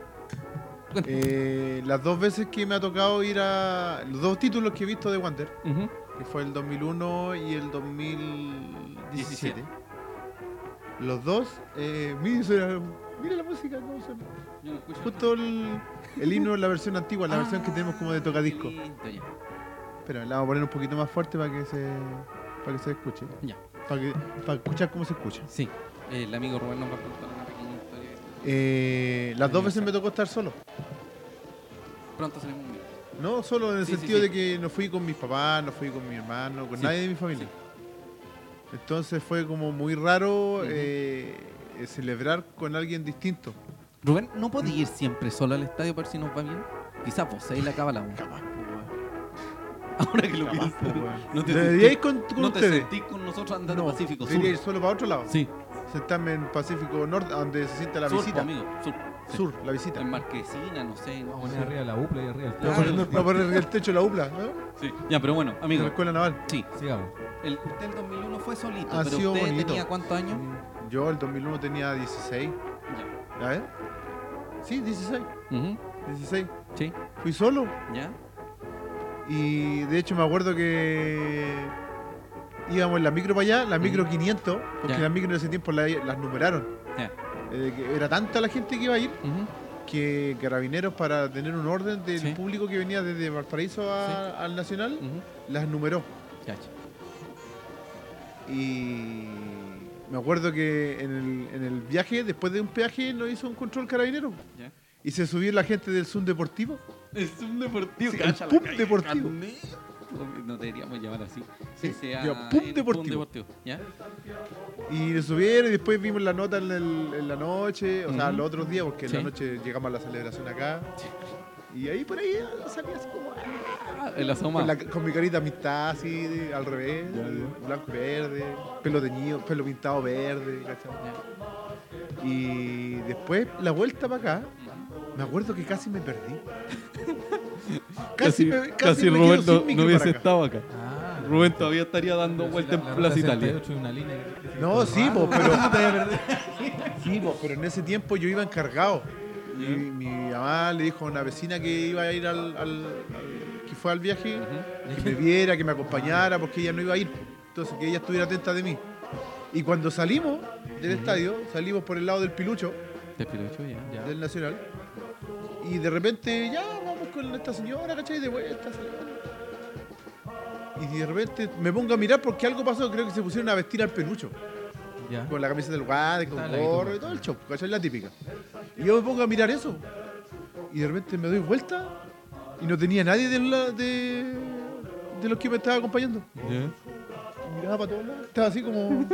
Cuéntenos.
Eh, las dos veces que me ha tocado ir a. Los dos títulos que he visto de Wander,
Ujú.
que fue el 2001 y el 2017. Los dos. Eh, mira, suena- mira la música, cómo suena.
Yo no escucho.
Justo el, el himno, la versión antigua, la
Ah,
versión que tenemos como de tocadisco.
listo, ya.
Espera, la vamos a poner un poquito más fuerte para que se, para que se escuche.
Ya.
Para, que, para escuchar cómo se escucha.
Sí, el amigo Rubén nos va a contar una pequeña historia.
Eh, las dos veces me tocó estar solo.
Pronto seremos un video.
No solo en el
Sí, sí,
sentido
sí.
de que no fui con mis papás, no fui con mi hermano, con
Sí,
nadie de mi familia. Entonces fue como muy raro
Ujú.
eh, eh, celebrar con alguien distinto.
Rubén, ¿no podía ir siempre solo al estadio para ver si nos va bien? Quizás vos ahí la cábala. weón.
Capaz, po, weón.
Ahora que lo pienso.
Capaz, po, weón.
No te
Debería
sentís-
ir con, con
no te
ustedes.
sentís con nosotros andando
No,
Pacífico Sur.
debería ir solo para otro lado.
Sí,
Sentarme en Pacífico Norte, donde se sienta la
sur, po,
visita. Ah,
amigo. Sur. Sí.
Sur, la visita.
En Marquesina, no sé. No,
Vamos a poner arriba la UPLA y arriba el
Voy a
Claro.
poner-
tema.
voy a poner el techo de la UPLA, ¿no?
Sí. Ya, pero bueno,
En la
amigo.
escuela naval.
Sí,
Sigamos.
el, usted en 2001 fue solito,
Ha
pero
sido
usted
bonito.
tenía cuántos años?
Yo el 2001 tenía 16.
Ya.
¿A ver? Sí, 16. Mm.
Ujú.
16.
Sí,
Fui solo.
ya.
Y de hecho me acuerdo que íbamos en la micro para allá, la micro 500, porque
Ya.
las micro en ese tiempo la- las numeraron.
Ya.
Eh, que era tanta la gente que iba a ir
Ujú.
que Carabineros, para tener un orden del
Sí.
público que venía desde
Mm.
Valparaíso a- al Nacional,
Ujú.
las numeró.
Ya, ch-
Y me acuerdo que en el, en el viaje, después de un peaje, nos hizo un control carabinero.
¿Ya?
Y se subió la gente del Zoom Deportivo.
Es un deportivo.
Sí,
cacha
el
la
pub
calle,
deportivo.
carne. No deberíamos llamar así.
Sí,
CCA,
ya, pub
el
deportivo.
¿Ya?
Y lo subieron y después vimos la nota en, el- en la noche, o sea,
Ujú.
los otros días, porque en la
Sí.
noche llegamos a la celebración acá. Y ahí por ahí salía así como...
Ah, el asoma.
Con, la- con mi carita mitad así, de- al revés,
Ya,
blanco y verde, pelo teñido, pelo pintado verde, ¿cachai?
Ya.
Y después la vuelta para acá, me acuerdo que casi me perdí. me- me quedo
Rubén
sin
no,
micro
no hubiese
para acá.
estado acá.
Ah,
Rubén todavía estaría dando
pero
vuelta
si la-
en
la
Plaza
ruta
Italia.
78 es una línea que- que- que-
No,
todo
sí,
el
po,
rato,
pero-
¿cómo te vas a perder?
Sí, pues, pero en ese tiempo yo iba encargado. Y mi mamá le dijo a una vecina que iba a ir al, al- al- que fue al viaje, que me viera, que me acompañara, porque ella no iba a ir. Entonces que ella estuviera atenta de mí. Y cuando salimos del estadio, salimos por el lado del pilucho,
Te pirocho ya.
Ya.
del Nacional. Y de repente, ya vamos con esta señora, ¿cachai? De vuelta, saludando. Y de repente me pongo a mirar porque algo pasó, creo que se pusieron a vestir al pelucho.
Ya.
Con la camisa del guardia, con
Está la
gorro
actitud.
y todo el show, ¿cachai? La típica. Y yo me pongo a mirar eso. Y de repente me doy vuelta y no tenía nadie de, la- de, de los que me estaba acompañando.
¿Eh?
Miraba para todos lados. Estaba así como.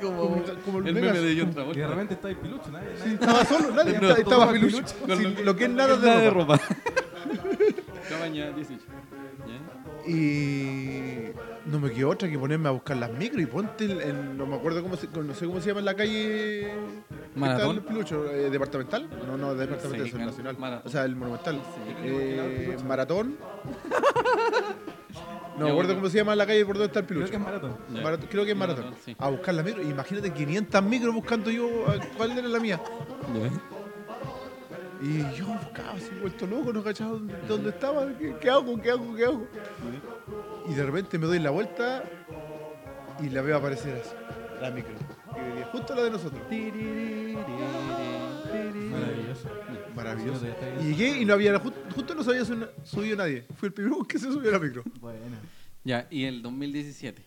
como, como
El
Vegas.
meme de John
Y de
Travolta.
repente está ahí pilucho, nadie-
Sí,
nadie-
estaba solo, nadie.
No,
estaba- estaba
todo
pelucho.
con
sin-
lo que-
lo que es nada de ropa.
Cabaña 18. ¿Ya?
Y no me quedó otra que ponerme a buscar las micro y ponte el- en- no me acuerdo cómo se, no sé cómo se llama en la calle que
Maratón.
está el Pilucho, eh, departamental, no no departamental,
Sí,
es el
cal-
nacional,
Maratón.
o sea el monumental,
Sí.
Eh, maratón, no me
Ya,
acuerdo
bueno.
cómo se llama la calle por donde está el
Creo
Pilucho,
que es maratón.
Ya.
Maratón- creo que es maratón,
Maratón, sí.
a buscar las micro, imagínate 500 micros buscando yo eh, cuál era la mía. Y yo buscaba así, vuelto loco, no cachaba dónde, dónde estaba, ¿qué, qué hago, qué hago, qué hago. Y de repente me doy la vuelta y la veo aparecer así, la micro. Y venía justo la de nosotros.
Maravilloso.
Maravilloso.
Sí, no, todavía está
Y
ahí.
llegué y no había, ju- justo no se había su- subido nadie. Fui el primero que se subió a la micro.
Bueno.
Ya, y el 2017.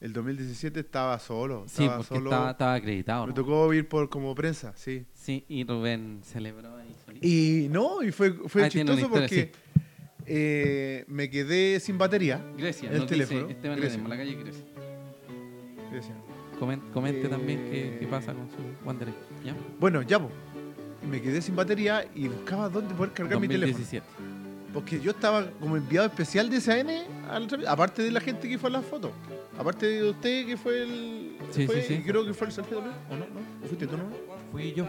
El 2017 estaba solo,
Sí,
estaba
porque
solo.
estaba, estaba acreditado.
Me
¿no?
tocó ir por como prensa, sí.
Sí, y Rubén celebró ahí solito.
Y no, y fue, fue
Ah, tiene una
chistoso
historia,
porque eh, me quedé sin batería.
Grecia,
el
nos
teléfono.
dice Esteban
Grecia.
Ledesma, la calle Grecia.
Decían,
Comen- comente
Eh,
también qué, qué pasa con su Wanderer. ¿Ya?
Bueno, ya, po. Y me quedé sin batería y buscaba dónde poder cargar mi teléfono.
2017.
Porque yo estaba como enviado especial de SAN, a la otra vez, aparte de la gente que fue a las fotos. Aparte de usted que fue el.
Sí,
fue-
sí, sí.
y creo que fue el Sergio también. ¿O no? no? ¿O fuiste tú nomás?
Fui yo.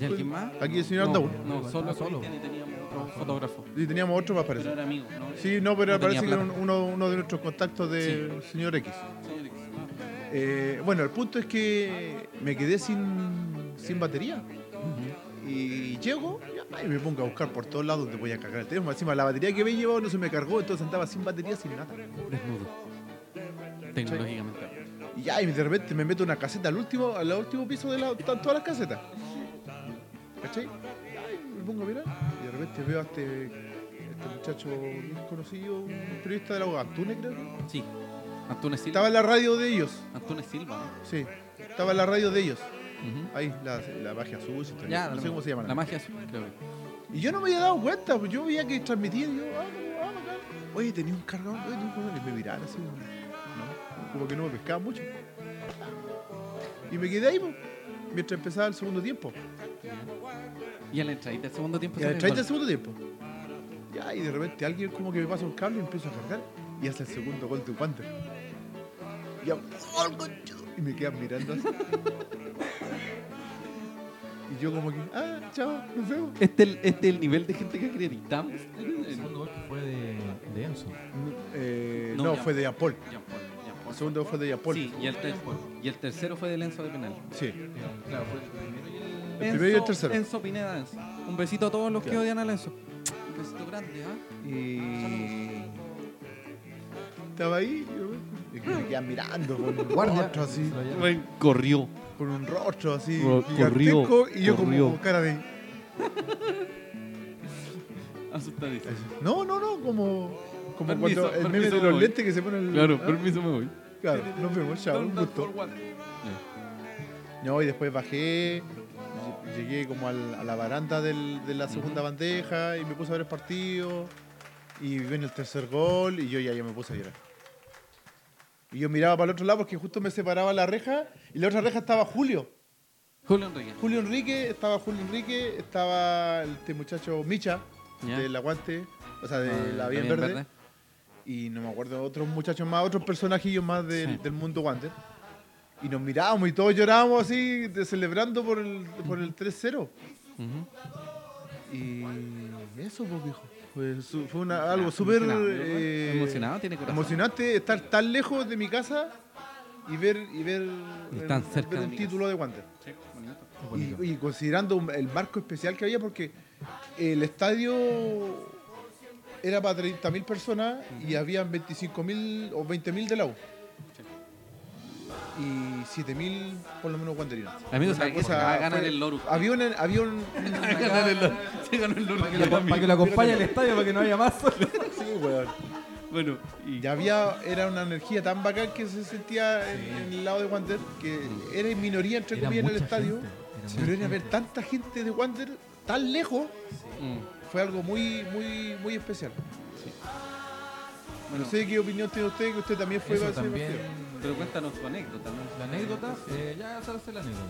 ¿Y alguien más?
Aquí el señor
no,
Andaur.
no, solo
Ah, solo.
Cristian y teníamos otro fotógrafo.
Y teníamos otro más,
Pero
parece.
era amigo, ¿no?
Sí, no, pero
No tenía
parece que era
plata.
un- uno, uno de nuestros contactos del señor X.
Señor X.
Eh, bueno, el punto es que me quedé sin, sin batería. Y llego ya, y me pongo a buscar por todos lados donde voy a cargar el teléfono. Encima la batería que me he llevado no se me cargó, entonces andaba sin batería, sin nada.
Desnudo. Tecnológicamente.
Y ya, y de repente me meto una caseta al último, al último piso de la, están todas las casetas. ¿Cachai? Ya, y me pongo a mirar. Y de repente veo a este, este muchacho bien conocido, un periodista de la abogada, Antunes creo. que.
Sí. Antunes Silva.
Estaba en la radio de ellos.
Antunes Silva,
Sí. Estaba en la radio de ellos.
¿no? Ujú.
Ahí, la, la magia azul, si-
Ya,
no
la-
sé cómo se llama.
La magia azul, creo que.
Y yo no me había dado cuenta, pues yo veía que transmitía y yo, ah, como, ah, bacán. Oye, tenía un cargador, oye, tenía un cargador. Y me miraban así, como, no, como que no me pescaba mucho. Y me quedé ahí, pues, mientras empezaba el segundo tiempo.
Y en la entradita del segundo tiempo
Y al
Pues sale el
30 del
gol.
segundo tiempo. Ya, y de repente alguien como que me pasa un cable y empiezo a cargar. Y hace el segundo gol de Wander. Y, yo, "Oh, el conchudo", y me quedan mirando así. y yo como que, ah, chao, nos vemos.
Este es el- este es el nivel de gente que acreditamos.
El segundo gol fue de, de Enzo.
Eh,
No,
no,
ya.
fue de Jean Paul.
Jean Paul, Jean Paul.
El segundo fue de Jean Paul.
Sí, y el, ter- y el tercero fue de Lenzo de penal.
Sí.
Claro, fue el primero y el-
El primero y el tercero.
Enzo Pineda, Enzo. Un besito a todos los que
Claro.
odian a Lenzo. Un besito grande, ¿ah?
Y... Estaba ahí y me quedan mirando con un
Guardia.
rostro así.
Se lo lleva.
Rubén corrió.
Con un rostro así.
Ro-
gigantesco,
corrió,
y yo
corrió.
como con cara de...
Asustadísimo.
No, no, no, como... Como
Permiso,
cuando el meme
permiso,
de los
voy.
lentes que se pone el...
Claro,
¿ah?
permiso, me voy.
Claro, nos vemos, chao, un
Don't run
gusto.
for one.
No, y después bajé, lle- llegué como al- a la baranda del- de la segunda bandeja y me puse a ver el partido. Y viene el tercer gol y yo ya, ya me puse a llorar. Y yo miraba para el otro lado porque justo me separaba la reja y la otra reja estaba Julio.
Julio Enrique.
Julio Enrique, estaba Julio Enrique, estaba este muchacho Micha
Ya.
del Aguante, o sea, de
Ah,
la Bien Verde. Y no me acuerdo, otros muchachos más, otros personajillos más del,
Sí.
del mundo Wander. Y nos mirábamos y todos llorábamos así, de- celebrando por el, por el 3-0.
Ujú.
Y eso, pues, viejo. Fue, su- fue una-
Ah,
algo súper
emocionado,
eh,
emocionado, tiene corazón.
emocionante estar tan lejos de mi casa y ver, y ver,
Y tan
ver
cerca de
un
mi
título de Wander.
Sí, bonito.
Qué bonito.
Y, y considerando un- el marco especial que había, porque el estadio era para 30.000 personas y habían 25.000 o 20.000 de la U. Y 7.000 por lo menos guanderinos.
Amigo,
Una
¿sabes qué?
cosa
Se acaba de ganar
fue-
el Loru.
Había un... Había un una
Ganar el Loru. Se ganó el Loru.
Para que lo- para que lo acompañe al estadio para que no haya más.
sí, weón.
Bueno, y
Ya había... Era una energía tan bacán que se sentía en, en el lado de Wander, que era en minoría, entre
Era
comillas, en el
mucha
estadio.
gente, era
pero
mucha
era ver
gente.
tanta gente de Wander tan lejos...
Mm.
fue algo muy, muy, muy especial.
Bueno,
No sé qué opinión tiene usted, que usted también fue
Eso
a ese
también.
partido.
pero cuéntanos tu anécdota, ¿no?
La anécdota, eh, ya esa va a ser la anécdota.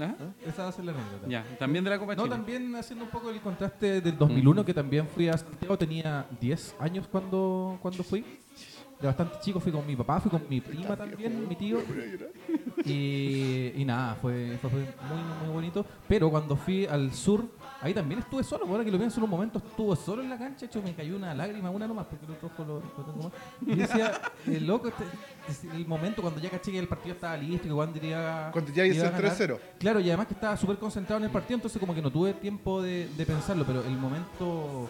¿Ah?
Esa va a ser la anécdota.
Ya, también de la Copa
No,
Chile.
también haciendo un poco el contraste del 2001, que también fui a Santiago, tenía 10 años cuando, cuando fui. De bastante chico fui con mi papá, fui con mi prima también, mi tío. Y, y nada, fue, fue, fue muy, muy bonito. Pero cuando fui al sur, ahí también estuve solo. Ahora que lo pienso en un momento, estuve solo en la cancha. hecho, me cayó una lágrima, una nomás, porque el otro ojo lo, lo tengo más. Y decía, eh, loco, este- este- el momento cuando ya caché que el partido estaba listo, que Wander iba
Cuando ya
iba
hice
a
el
ganar.
3-0.
Claro, y además que estaba súper concentrado en el partido, entonces como que no tuve tiempo de, de pensarlo, pero el momento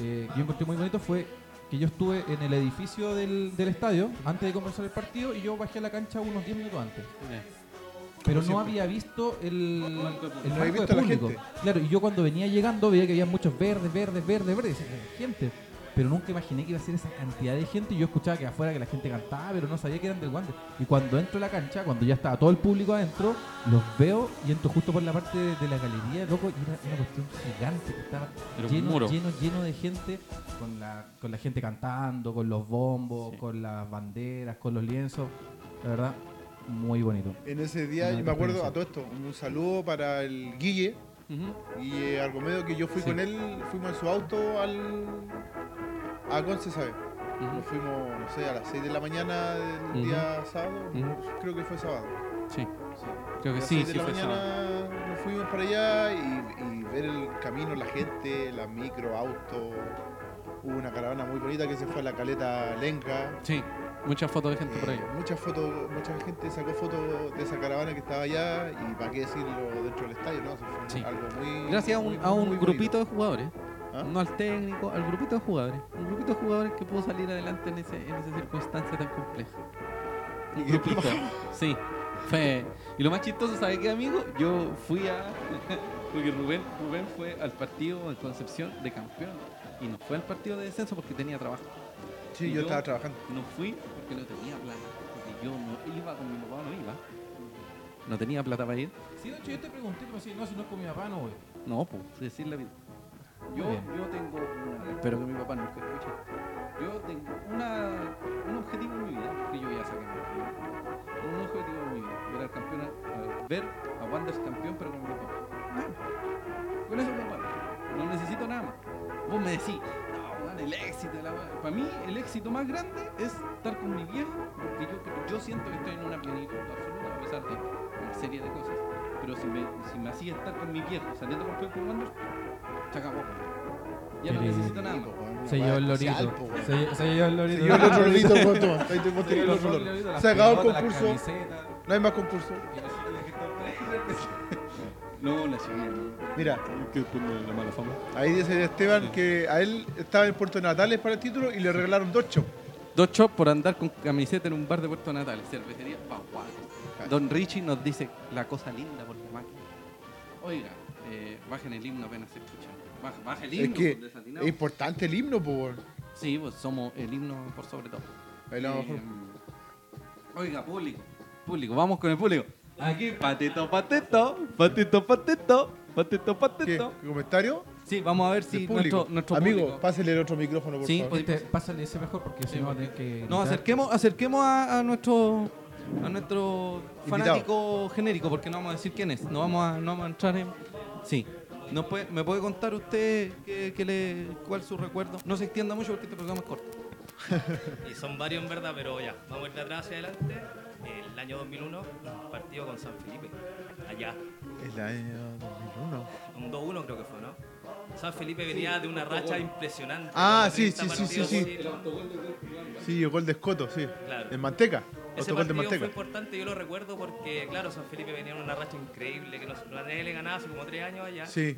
eh, que yo encontré muy bonito fue que yo estuve en el edificio del, del estadio antes de comenzar el partido y yo bajé a la cancha unos 10 minutos antes.
Ya.
Pero no había visto el, el
Marco de público.
No había
marco de
visto a la
público.
gente.
Claro, y yo cuando venía llegando veía que había muchos verdes, verdes, verdes, verdes, y decía, gente. Pero nunca imaginé que iba a ser esa cantidad de gente. Y yo escuchaba que afuera que la gente cantaba, pero no sabía que eran del Wander. Y cuando entro a la cancha, cuando ya estaba todo el público adentro, los veo y entro justo por la parte de, de la galería, loco, y era una cuestión gigante que estaba
Era un
lleno,
muro.
lleno, lleno de gente, con la, con la gente cantando, con los bombos,
Sí.
con las banderas, con los lienzos. La verdad, muy bonito.
En ese día,
Una
yo me acuerdo
experiencia.
a todo esto, un saludo para el Guille,
Ujú.
Guille Argomedo, que yo fui
Sí.
con él, fuimos en su auto al. a Conce, ¿sabe?
Ujú.
Nos fuimos, no sé, a las 6 de la mañana del
Mm. Ujú.
día sábado,
Ujú.
creo que fue sábado.
Sí,
Sí.
creo
A
que
las
sí,
seis de
sí
la
fue sábado.
mañana nos fuimos para allá y, y ver el camino, la gente, la micro, auto. Hubo una caravana muy bonita que se fue a la caleta Lenca.
Sí, muchas fotos de gente por ahí.
Eh, muchas fotos, mucha gente sacó fotos de esa caravana que estaba allá y para qué decirlo dentro del estadio, ¿no? Eso fue
Sí.
algo muy.
Gracias a un,
muy,
a
muy
un
bonito.
grupito de jugadores,
¿Ah?
no al técnico, al grupito de jugadores. Un grupito de jugadores que pudo salir adelante en, ese, en esa circunstancia tan compleja. Un
Y que
grupito. Sí, fue. Y lo más chistoso, ¿sabe qué, amigo? Yo fui a. Porque Rubén, Rubén fue al partido en Concepción de campeón. Y no fue al partido de descenso porque tenía trabajo.
Sí,
Y
yo
yo-
estaba trabajando.
No fui porque no tenía plata. Porque yo no iba con mi papá, no iba. No tenía plata para ir.
Sí, de hecho yo te pregunté, pero si no, si no es con mi papá no voy.
No, pues, decir la vida. Yo,
Muy bien.
yo tengo una. Espero que mi papá nunca escuche. Yo tengo una, un objetivo en mi vida, que yo ya saqué mi objetivo. Un objetivo en mi vida, ver al campeón, a- a ver a Wanders campeón, pero con mi papá. Nada. Con eso me paro. No necesito nada más. Vos me decís, no, weón, el éxito. de La... Para mí, el éxito más grande es estar con mi viejo, porque yo, yo siento que estoy en una plenitud absoluta, a pesar de una serie de cosas. Pero si me, si me hacía estar con mi viejo saliendo campeón con Wander, se acabó. Ya no
Qué lindo.
necesito nada
Sí,
más.
po, weón,
Se
una weá
llevó el lorito.
especial, po, weón.
Se, lle- se llevó el
Se
lorito.
llevó el otro lorito, po, toma. Ahí te hemos tenido
Se llevó
el
el
otro
lorito,
lorito.
las
Se acabó el
pelotas, las
concurso.
camisetas.
No hay más concurso.
No, la señora.
Mira,
Que con la mala fama.
ahí dice Esteban que a él estaba en Puerto Natales para el título y le regalaron dos shows.
Dos chops por andar con camiseta en un bar de Puerto Natales, cervecería Paguago. Don Richie nos dice la cosa linda por la máquina. Oiga, eh, bajen el himno apenas se escucha. Baja, baja el
Es
himno,
que
pues, desatinado. pues
es importante el himno, po, weón.
Sí, pues somos el himno por sobre todo.
Bailamos
Eh,
mejor.
Oiga, público, público, vamos con el público. Aquí, patito, patito, patito, patito, patito,
¿Qué?
patito.
¿Comentario?
Sí, vamos a ver si
Del público.
nuestro, nuestro
Amigo,
público-
pásele el otro micrófono, por
Sí,
favor.
podéis
Este, pásale ese mejor porque si no va a tener que.
Nos
gritar.
acerquemos, acerquemos a, a nuestro a nuestro
Invitado.
fanático genérico, porque no vamos a decir quién es. No vamos a, no vamos a entrar en. Sí. ¿Nos puede- ¿Me puede contar usted qué, qué le, cuál es su recuerdo? No se extienda mucho porque este programa es corto.
Y son varios en verdad, pero ya, vamos a ir de atrás hacia adelante. El año 2001, un partido con San Felipe, allá,
El año 2001.
un 2-1 creo que fue, ¿no? San Felipe venía de una racha impresionante.
Ah,
como
sí,
30
sí, sí, sí,
partidos
sí.
sin-
Sí, el gol de Escoto, sí.
Claro.
En Manteca.
Ese
Autogol de
partido
Manteca.
fue importante, yo lo recuerdo porque, claro, San Felipe venía en una racha increíble, que no, a nadie le ganaba hace como tres años allá.
Sí.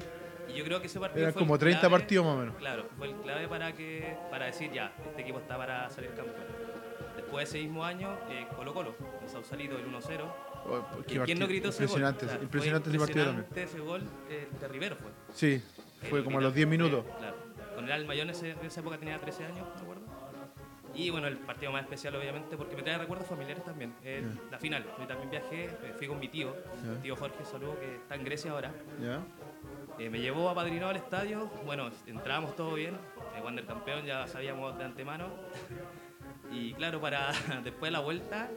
Y yo creo que ese partido
Eran
fue el
como 30
clave-
partidos más o menos.
Claro, fue el clave para que para decir ya, este equipo está para salir campeón. Después de ese mismo año, eh, Colo Colo, en Sausalito, el 1-0.
Oh, qué
¿Y ¿Quién
partido.
no gritó ese gol?
impresionante,
Claro, fue
impresionante ese partido también.
impresionante ese gol eh, de Rivero fue.
Sí,
Que
fue
lo
como a
grita-
los 10 minutos.
eh, claro. Con el Alma, yo en, ese- en esa época tenía 13 años, me acuerdo. Y bueno, el partido más especial obviamente, porque me trae recuerdos familiares también. El- La final, yo también viajé, eh, fui con mi tío, mi
Ya.
tío Jorge, saludo, que está en Grecia ahora.
¿Ya?
Eh, me llevó apadrinado al estadio. Bueno, entrábamos todo bien. El Wander campeón ya sabíamos de antemano. Y claro, para después de la vuelta,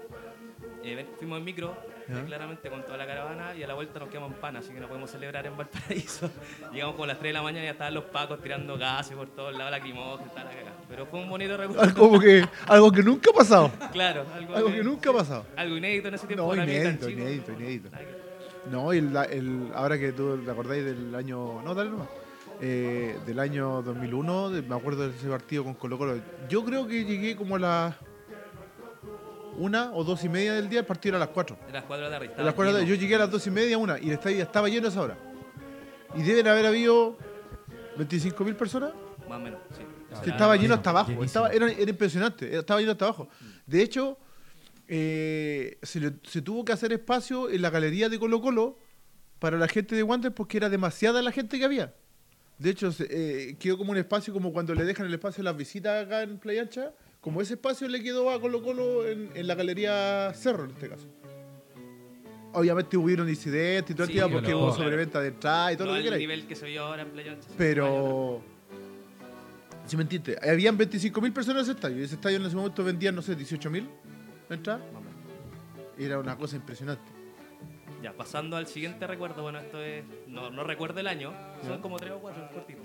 eh, ven- fuimos en micro,
Ya.
eh, claramente con toda la caravana, y a la vuelta nos quedamos en pan, así que no podemos celebrar en Valparaíso. Llegamos como a las 3 de la mañana y ya estaban los pacos tirando gases por todos lados, lacrimógenos, estaba la cagada. Pero fue un bonito recuerdo.
Algo que, algo que nunca ha pasado.
claro, algo,
Algo que nunca ha pasado.
algo inédito en ese tiempo.
No,
para mí, tan
inédito,
chico.
inédito, inédito.
Nada que-
No, y el, el- ahora que tú te acordáis del año. No, dale nomás. Eh, del año 2001, de- me acuerdo de ese partido con Colo Colo. Yo creo que llegué como a las. Una o dos y media del día, el partido era a las cuatro.
De las 4 de la tarde.
A
estaba
las cuatro de la tarde.
lleno.
yo llegué a las dos y media, una, y el estadio ya estaba lleno a esa hora. Y deben haber habido 25.000 personas.
Más o menos, sí.
Sí,
Era-
estaba lleno
lleno,
hasta abajo.
llenísimo.
Estaba, era, era impresionante. era- Estaba lleno hasta abajo. De hecho, eh, se, le- se tuvo que hacer espacio en la galería de Colo Colo para la gente de Wander porque era demasiada la gente que había. De hecho, se- eh, quedó como un espacio como cuando le dejan el espacio a las visitas acá en Playa Ancha. Como ese espacio le quedó a Colo Colo en, en la galería Cerro, en este caso. Obviamente hubieron disidentes y todo el
Sí,
tema porque
claro,
hubo
claro.
sobreventa de entrada y todo
no
lo que
al
queráis.
nivel que se vio ahora en Playa Ancha, sí, hay otro.
Pero. Si me entiendes, habían 25.000 personas en ese estadio. Y ese estadio en ese momento vendían, no sé, 18.000 entradas. Era una cosa impresionante.
Ya, pasando al siguiente recuerdo, bueno, esto es. No, no recuerdo el año, son
Ya.
como tres o cuatro, cortito.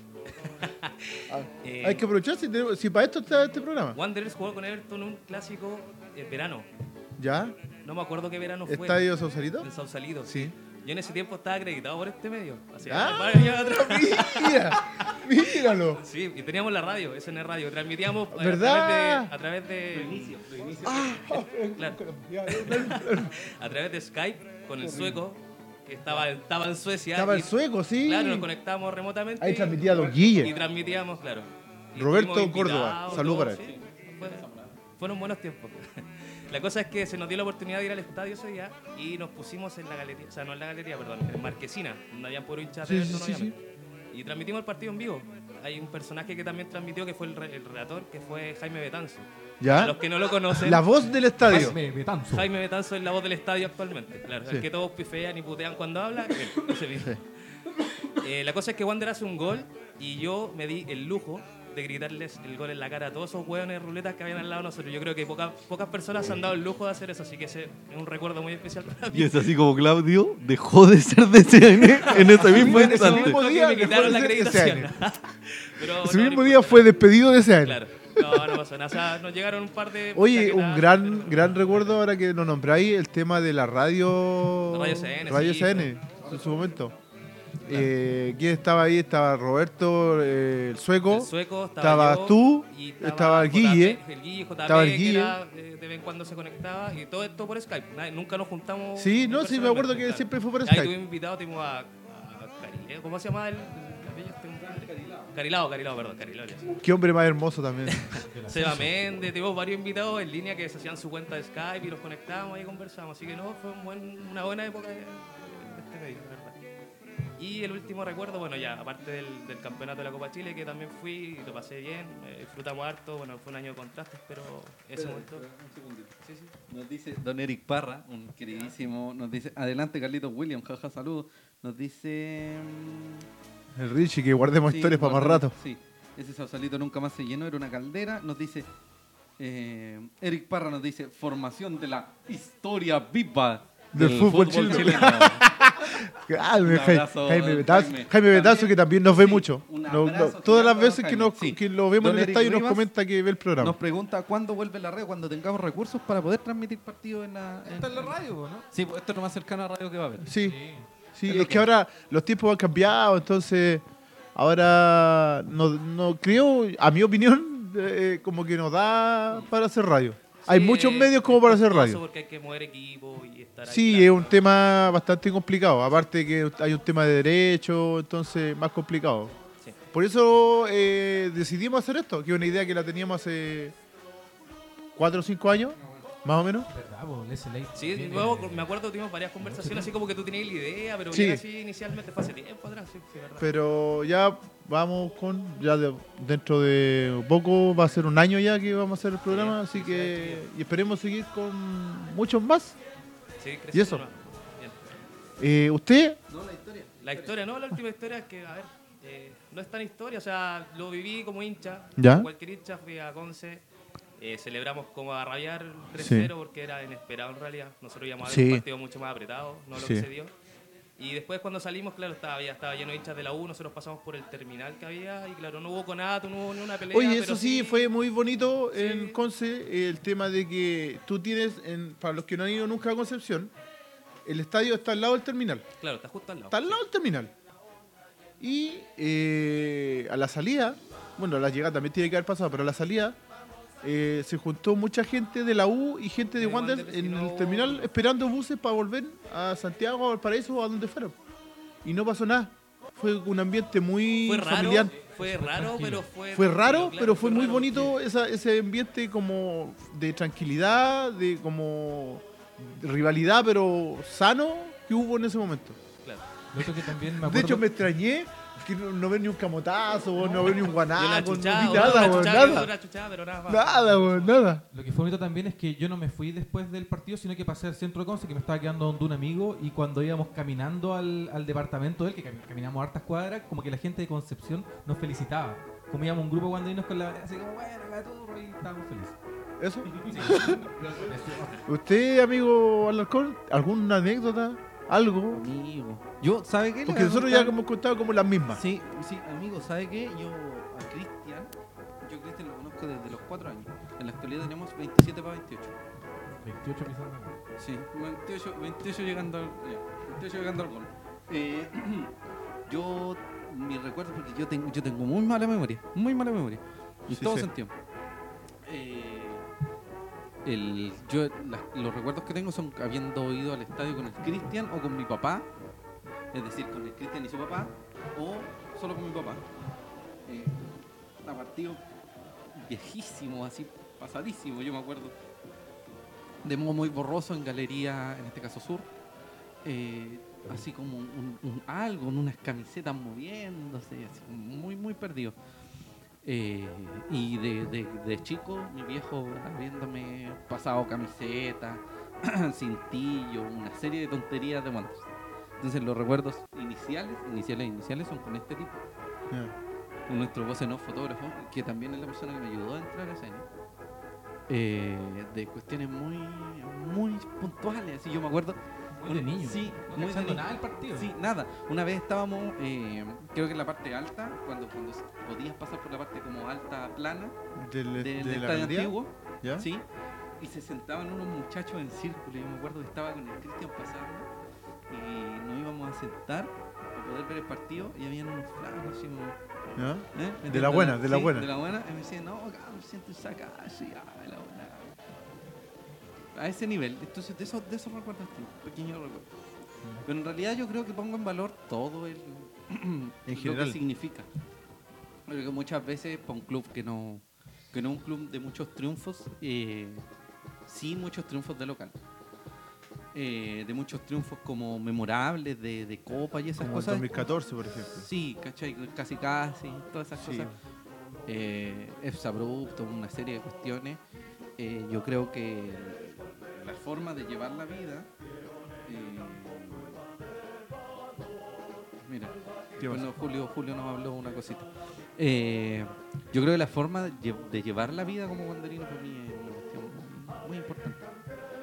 Ah,
Eh,
Hay que aprovechar si, tenemos- si para esto está este programa.
Wanderers jugó con Everton un clásico eh, verano.
¿Ya?
No me acuerdo qué verano fue. Pues,
¿Estadio Sausalito?
En Sausalito.
Sí.
Yo en ese tiempo estaba acreditado por este medio. Así
Ah.
varios años atrás.
¡Mira! ¡Míralo!
Sí, y teníamos la radio, SN Radio, transmitíamos eh,
¿Verdad? Ah.
a través de. A través de, Claro. a través de Skype con el sueco, que estaba, estaba en Suecia.
Estaba el
y-
sueco, sí.
Claro, nos conectábamos remotamente.
Ahí
y-
transmitía Don
Y
Guille.
transmitíamos, claro. Y
Roberto
tuvimos
Córdoba,
invitados,
saludo
todo,
para él.
sí. Fue- fueron buenos tiempos. La cosa es que se nos dio la oportunidad de ir al estadio ese día y nos pusimos en la galería, o sea, no en la galería, perdón, en Marquesina, donde habían puro hinchas
Sí,
de
sí,
Everton,
sí, sí.
obviamente. Y transmitimos el partido en vivo. Hay un personaje que también transmitió, que fue el, re- el relator, que fue Jaime Betanzo. A los
¿Ya?
que no lo conocen,
La voz del estadio.
Hazme betanzo.
Jaime Betanzo es la voz del estadio actualmente. Claro,
Sí.
el que todos pifean y putean cuando habla. él, ese mismo. Eh, la cosa es que Wander hace un gol y yo me di el lujo de gritarles el gol en la cara a todos esos hueones de ruletas que habían al lado de nosotros. Yo creo que pocas pocas personas se han dado el lujo de hacer eso, así que ese es un recuerdo muy especial para mí.
Y es así como Claudio dejó de ser de CN en ese mismo
En ese
instante.
mismo
Creo que
día
me quitaron la
dejó de ser
acreditación.
Ese
Pero no, no
mismo
importa.
día fue despedido de ese año.
Claro. No, no pasó nada. O sea, nos llegaron un par de.
Oye,
chaquetas,
un gran,
pero-
gran recuerdo ahora que nos nombráis el tema de la radio.
Radio CN,
Radio
sí,
CN,
pues.
en su momento. Eh, ¿Quién estaba ahí? Estaba Roberto, eh, el sueco.
El sueco, estaba,
Estabas
yo,
tú,
y
estaba el
JP,
Guille,
el Guille, JP,
estaba el
que
Guille.
era, eh, de vez en cuando se conectaba y todo esto por Skype. Nadie- nunca nos juntamos.
Sí,
ni
no, sí, me acuerdo que
personalmente,
siempre fue por
Ahí
Skype.
tuvimos invitados, tuvimos a, a Carileo, ¿cómo se llama el? el apellido? Este hombre? Carilao, Carilao, perdón, Carilao. ya sé.
Qué hombre más hermoso también.
Seba Méndez, tuvimos varios invitados en línea que se hacían su cuenta de Skype y los conectábamos y conversábamos. Así que no, fue un buen- una buena época de de este medio, la verdad. Y el último recuerdo, bueno, ya, aparte del, del campeonato de la Copa Chile, que también fui, lo pasé bien, eh, disfrutamos harto, bueno, fue un año de contrastes, pero ese momento...
un segundito.
Sí, sí.
Nos dice Don Eric Parra, un queridísimo, nos dice, adelante Carlitos William, jaja, saludos. Nos dice... mm,
El Richie, que guardemos
sí,
historias para más
guarda-
rato.
Sí, ese sausalito nunca más se llenó, era una caldera. Nos dice... eh, Eric Parra nos dice, formación de la historia viva
Del fútbol chileno". Calme,
Un
Jai-
abrazo,
Jaime
don
Betazo,
Jaime.
Jaime Betazo,
También-
que también nos ve
sí,
mucho.
un
No- no-
abrazo
todas las
gigante a don
veces que,
Jaime,
nos,
sí.
que lo vemos
Don
en el
Eric
estadio nos
Rivas
comenta que ve el programa.
Nos pregunta cuándo vuelve la radio, cuando tengamos recursos para poder transmitir partidos en la... en-
radio, ¿no?
Sí, pues esto es lo más cercano a radio que va a haber.
Sí, sí,
Es
es,
lo
que
que-
ahora los tiempos han cambiado, entonces ahora no, no creo, a mi opinión, eh, como que nos da para hacer radio. Hay
Sí,
muchos
es-
medios como para
es
hacer
costoso
radio.
Porque hay que mover equipo y estar ahí,
Sí,
claro.
es un tema bastante complicado, aparte que hay un tema de derecho, entonces más complicado.
Sí.
Por eso eh, decidimos hacer esto, que es una idea que la teníamos hace cuatro o cinco años, más o menos.
¿Verdad, po? Les Late
Sí,
viene-
luego me acuerdo que tuvimos varias conversaciones, así como que tú tenías la idea, pero
Sí.
bien así inicialmente fue hace tiempo atrás, sí, sí, verdad.
Pero ya vamos con, ya de- dentro de poco va a ser un año ya que vamos a hacer el programa, así
Sí, sí,
que y esperemos seguir con muchos más.
Sí,
¿Y eso?
creciendo nomás. Bien.
Eh, ¿Usted?
La historia, no, la última historia es que, a ver, eh, no es tan historia, o sea, lo viví como hincha,
¿Ya?
como cualquier hincha, fui a Conce, eh, celebramos como a rabiar 3-0
Sí.
porque era inesperado en realidad, nosotros íbamos a ver
Sí.
un partido mucho más apretado, no lo que
Sí.
se dio. Y después cuando salimos, claro, estaba, ya estaba lleno de hinchas de la U, nosotros pasamos por el terminal que había y claro, no hubo conato, no hubo ni una pelea.
Oye,
pero
eso sí,
sí
fue muy bonito en Conce el tema de que tú tienes, en- para los que no han ido nunca a Concepción, el estadio está al lado del terminal.
Claro, está justo al lado.
Está al lado del terminal. Y eh, a la salida, bueno, a la llegada también tiene que haber pasado, pero a la salida eh, se juntó mucha gente de la U y gente de
De
Wander
Wander, si
en
no
el
hubo-
terminal esperando buses para volver a Santiago, a Valparaíso o a donde fueron. Y no pasó nada. Fue un ambiente muy
Fue raro,
familiar.
fue raro, pero fue...
Fue raro,
claro,
pero fue muy
raro,
bonito esa- ese ambiente como de tranquilidad, de como rivalidad, pero sano que hubo en ese momento.
claro.
Lo otro que también me acuerdo.
De hecho, me extrañé que no, no ver ni un camotazo, weón, no, ver ni un
Yo la
guanaco, Ah, pues, no vi
chuchaba,
nada,
una
weón,
chuchada,
nada.
una chuchada, pero nada más.
Nada, weón, nada.
Lo que fue bonito también es que yo no me fui después del partido, sino que pasé al centro de Conce, que me estaba quedando donde un amigo, y cuando íbamos caminando al, al departamento de él, que cami- caminamos hartas cuadras, como que la gente de Concepción nos felicitaba. Como íbamos un grupo cuando con la bandera, así como, bueno, Gaturro", y estábamos felices.
Eso. ¿Usted, amigo Alarcón, alguna anécdota? ¿Algo?
Amigo. Yo, ¿sabe qué? Le
Porque
voy a
nosotros ya
contar-
hemos contado como las mismas.
Sí, sí, amigo, ¿sabe qué? Yo a Cristian, yo a Cristian lo conozco desde los 4 años. En la actualidad tenemos 27 para 28.
28 quizás.
Sí, 28, 28 llegando al, ya, 28 llegando al gol. Eh, yo, mi recuerdo, porque yo tengo, yo tengo muy mala memoria, muy mala memoria, en
Sí,
todo
sí.
sentido. Eh, el, yo, la- los recuerdos que tengo son habiendo ido al estadio con el Cristian o con mi papá, es decir, con el Cristian y su papá, o solo con mi papá. Eh, a partido viejísimo, así pasadísimo, yo me acuerdo de modo muy borroso en galería, en este caso sur, eh, así como un, un- un algo, en unas camisetas moviéndose, así como muy, muy perdido. Eh, y de, de- de chico, mi viejo habiéndome pasado camiseta, cintillo, una serie de tonterías de guantes. Entonces los recuerdos iniciales, iniciales, iniciales son con este tipo
Ya.
con nuestro voz en off fotógrafo, que también es la persona que me ayudó a entrar a escena, eh, de cuestiones muy, muy puntuales. Así yo me acuerdo.
Muy de niño.
Sí,
No
muy de
cachando
niño.
nada del partido.
Sí, nada. Una vez estábamos, eh, creo que en la parte alta, cuando, cuando podías pasar por la parte como alta plana
Del,
de-
de
del
la
estadio
Gandía,
antiguo,
¿Ya?
¿sí? Y se sentaban unos muchachos en círculo. Yo me acuerdo que estaba con el Cristian pasando y nos íbamos a sentar para poder ver el partido y habían unos flacos así como
¿Ya?
¿Eh?
De la buena, de la
Sí,
buena.
De la buena. Y me decía, no, cabrón, siento saca, sí, ah, la buena. A ese nivel. Entonces, de esos, de esos recuerdos tengo, pequeños recuerdos. Pero en realidad yo creo que pongo en valor todo el, lo que
general.
significa. Porque muchas veces para un club que no, que no es un club de muchos triunfos, eh, sí muchos triunfos de local. eh, de muchos triunfos como memorables de, de copa y esas
Como el
cosas.
2014, por ejemplo.
Sí, ¿cachai? Casi casi, todas esas
Sí.
cosas. Eh, es abrupto, una serie de cuestiones. Eh, yo creo que la forma de llevar la vida. eh, mira,
¿Qué
bueno, Julio, Julio nos habló una cosita. Eh, yo creo que la forma de lle- de llevar la vida como banderino para mí es una cuestión muy, muy importante.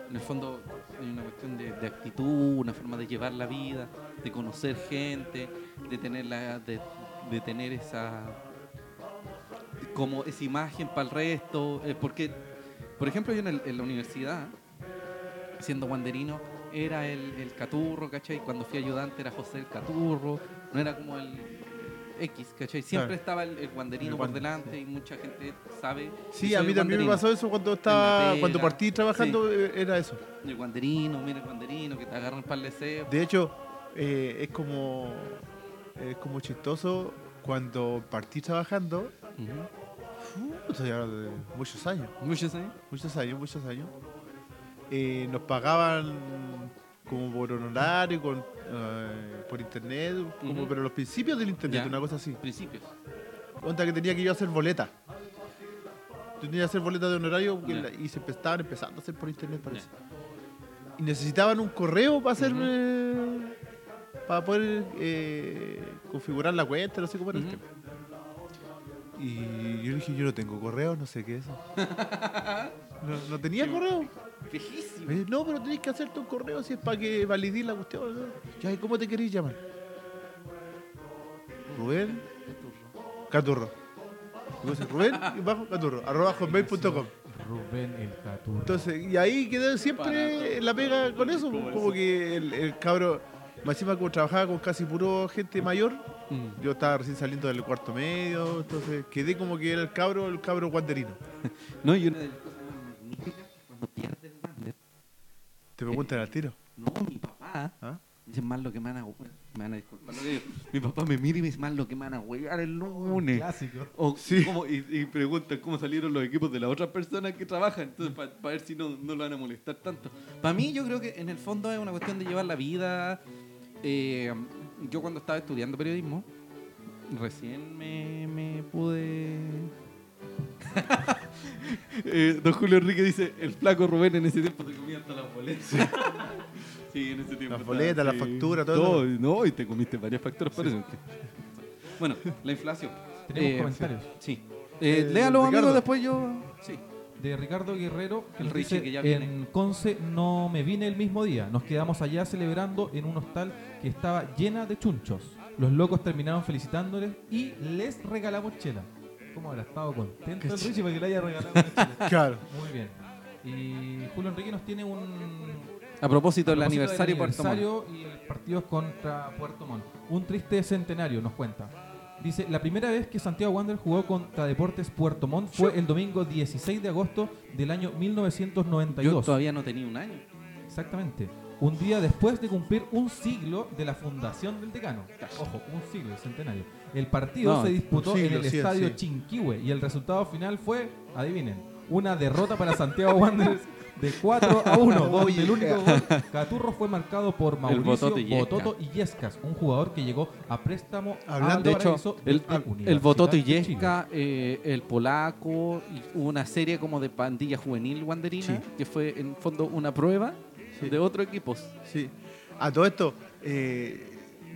En el fondo hay una cuestión de, de actitud, una forma de llevar la vida, de conocer gente, de tener la, de, de tener esa como esa imagen para el resto, eh, porque por ejemplo yo en, el- en la universidad siendo guanderino era el, el caturro, ¿cachai? Cuando fui ayudante era José el caturro, no era como el X, ¿cachai? Siempre
Claro.
estaba el, el guanderino
El
por
guan-
delante y mucha gente sabe.
Sí,
que
a
soy
mí también me
guanderino.
pasó eso cuando estaba
pera.
cuando partí trabajando, eh, era eso.
El guanderino, mira el guanderino, que te agarran para el deseo.
De hecho, eh, es como es como chistoso cuando partí trabajando, puta, ya de muchos años,
Muchos años.
muchos años, muchos años. eh, nos pagaban como por honorario, con, eh, por internet, como,
Ujú.
pero los principios del internet,
Ya.
una cosa así.
Principios.
Onda que tenía que yo hacer boleta. Yo tenía que hacer boleta de honorario porque
Ya.
la- y se empe- estaban empezando a hacer por internet, parece. Y necesitaban un correo para hacerme. para poder eh, configurar la cuenta, no sé cómo era
Ujú.
el tema. Y yo le dije, yo no tengo correo, no sé qué es eso. no, no tenía correo.
Fijísimo.
Me dice, no, pero tenés que hacerte un correo si es para que validís la cuestión. ¿no? Ya, ¿y cómo te querés llamar? Rubén Caturro. Y vos decís, Rubén y bajo Caturro, arroba hotmail.com.
Rubén el Caturro.
Entonces, y ahí quedé siempre la pega con eso. Como que el, el cabro, más encima como trabajaba con casi puro gente mayor,
Mm.
yo estaba recién saliendo del cuarto medio, entonces quedé como que era el cabro, el cabro guanderino.
No, y una de las cosas más magníficas cuando pierdes el guander.
Te preguntan al tiro.
No, mi papá.
¿Ah?
Dice más lo que me van a hue- Me van a disculpar lo que digo. Mi papá me mira y me dice más lo que me van a huear el lunes.
Clásico.
O cómo- y, y preguntan cómo salieron los equipos de las otras personas que trabajan, entonces para ver si no, no lo van a molestar tanto. Para mí yo creo que en el fondo es una cuestión de llevar la vida. Eh, yo cuando estaba estudiando periodismo, recién me, me pude... Eh, don Julio Enrique dice, el flaco Rubén en ese tiempo te comía hasta las boletas. sí, en ese tiempo.
Las
estaba,
boletas, la
sí.
factura, todo
No, no, y te comiste varias facturas, por eso. Bueno, la inflación.
Tenemos
Eh,
comentarios.
Sí.
Eh,
léalo,
Ricardo.
amigos, después yo. Sí.
De Ricardo Guerrero, que
El
nos
Richie
dice,
que ya
en
viene".
Conce no me vine el mismo día. Nos quedamos allá celebrando en un hostal que estaba llena de chunchos. Los locos terminaron felicitándoles y les regalamos chela. ¿Cómo habrá estado contento el Richie para que le haya regalado una chela?
Claro.
Muy bien. Y Julio Enrique nos tiene un
A propósito del
propósito
aniversario,
del
Puerto Montt.
aniversario y el partido contra Puerto Montt. Un triste centenario, nos cuenta. Dice, la primera vez que Santiago Wander jugó contra Deportes Puerto Montt fue el domingo 16 de agosto del año
Yo
1992.
todavía no tenía un año.
Exactamente. Un día después de cumplir un siglo de la fundación del decano. Ojo, un siglo, el centenario. El partido
No,
se disputó
un siglo,
en el
sí,
estadio
sí.
Chinquihue y el resultado final fue, adivinen, una derrota para Santiago Wanderers de 4 a 1. donde el único gol Caturro fue marcado por Mauricio
Bototo Illescas.
Bototo Illescas, un jugador que llegó a préstamo
Ah, Hablando-
al
De
hecho,
Valparaíso
el-
de Universidad
El Bototo
de Chile.
Illesca, eh, el Polaco, y hubo una serie como de pandilla juvenil wanderina, que fue en fondo una prueba
Sí.
de otro equipos.
Sí. A todo esto, eh,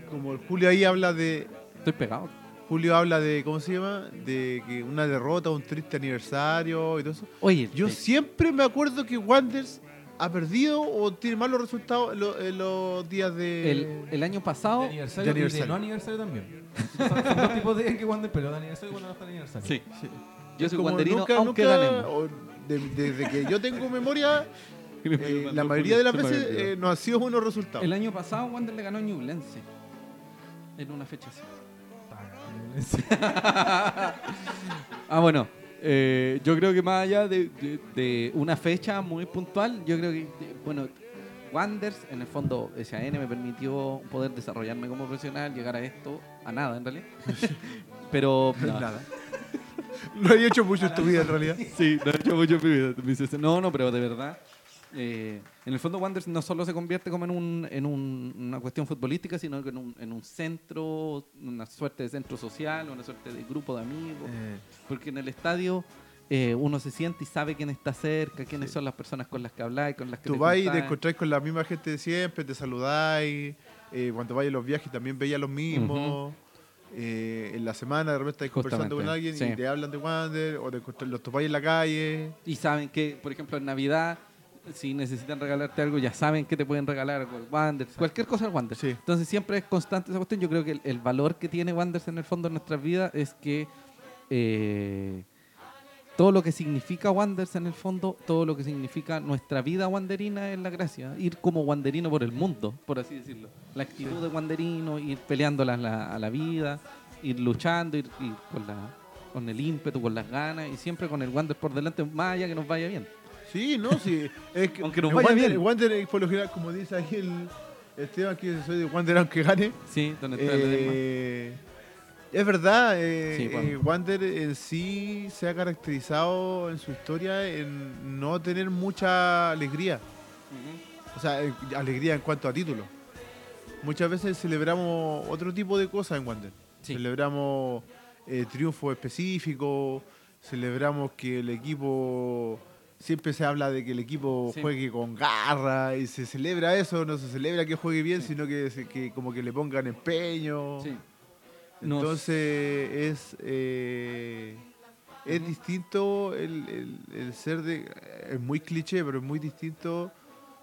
como el Julio ahí habla de.
Estoy pegado.
Julio habla de, ¿cómo se llama? De que una derrota, un triste aniversario y todo eso.
Oye,
Yo
eh,
siempre me acuerdo que Wanders ha perdido o tiene malos resultados en, lo- en los días de.
el, el año pasado.
De aniversario,
De
y de
aniversario.
no aniversario también. Son son dos tipos de días que Wander, pero de aniversario y cuando no está el aniversario.
Sí. Yo soy
como
guanderino,
nunca-
aunque
nunca-
ganemos.
o de- desde que yo tengo memoria, eh, la mayoría de las veces eh, no ha sido buenos resultados.
El año pasado Wander le ganó a Ñublense. En una fecha así. Ah, bueno. eh, yo creo que más allá de, de- de una fecha muy puntual, yo creo que, eh, bueno, Wanders, en el fondo, SAN me permitió poder desarrollarme como profesional, llegar a esto, a nada en realidad. Pero no,
Nada. Lo he hecho mucho en tu vida en realidad.
Sí, no he hecho mucho en mi vida. Me dice, no, no, pero de verdad. Eh, en el fondo, Wanderers no solo se convierte como en, un- en un- una cuestión futbolística, sino que en un, en un centro, una suerte de centro social, una suerte de grupo de amigos.
Eh,
Porque en el estadio eh, uno se siente y sabe quién está cerca, quiénes son las personas con las que habláis, con las que
tú
te
vas y te
juntáis.
encontráis con la misma gente de siempre, te saludáis. eh, cuando vais a los viajes también veías los mismos. eh, en la semana de repente estáis conversando con
Justamente,
alguien
sí.
y te hablan de Wander o te encontráis- los topáis en la calle.
Y saben que, por ejemplo, en Navidad, si necesitan regalarte algo, ya saben que te pueden regalar algo al Wanderers, cualquier cosa al Wanderers.
Sí.
Entonces siempre es constante esa cuestión. Yo creo que el, el valor que tiene Wanderers en el fondo en nuestras vidas es que eh, todo lo que significa Wanderers en el fondo, todo lo que significa nuestra vida wanderina es la gracia. Ir como wanderino por el mundo, por así decirlo. La actitud de wanderino, ir peleando la- la- a la vida, ir luchando, ir, ir con, la, con el ímpetu, con las ganas y siempre con el Wander por delante, más allá que nos vaya bien.
Sí, no, sí. Es que,
Aunque nos
el
vaya
Wander-
bien.
el Wander, eh, por lo general, como dice ahí el Esteban, que soy de Wander aunque gane.
Sí, don Esteban Ledesma.
eh, es verdad, eh,
Sí, pues. bueno.
eh, Wander en sí se ha caracterizado en su historia en no tener mucha alegría. O sea, eh, alegría en cuanto a títulos. Muchas veces celebramos otro tipo de cosas en Wander.
Sí.
Celebramos eh, triunfos específicos, celebramos que el equipo... Siempre se habla de que el equipo
Sí.
juegue con garra y se celebra eso, no se celebra que juegue bien, sino que, se- que como que le pongan empeño.
Sí. Nos-
Entonces es eh, es distinto el, el- el ser de es muy cliché, pero es muy distinto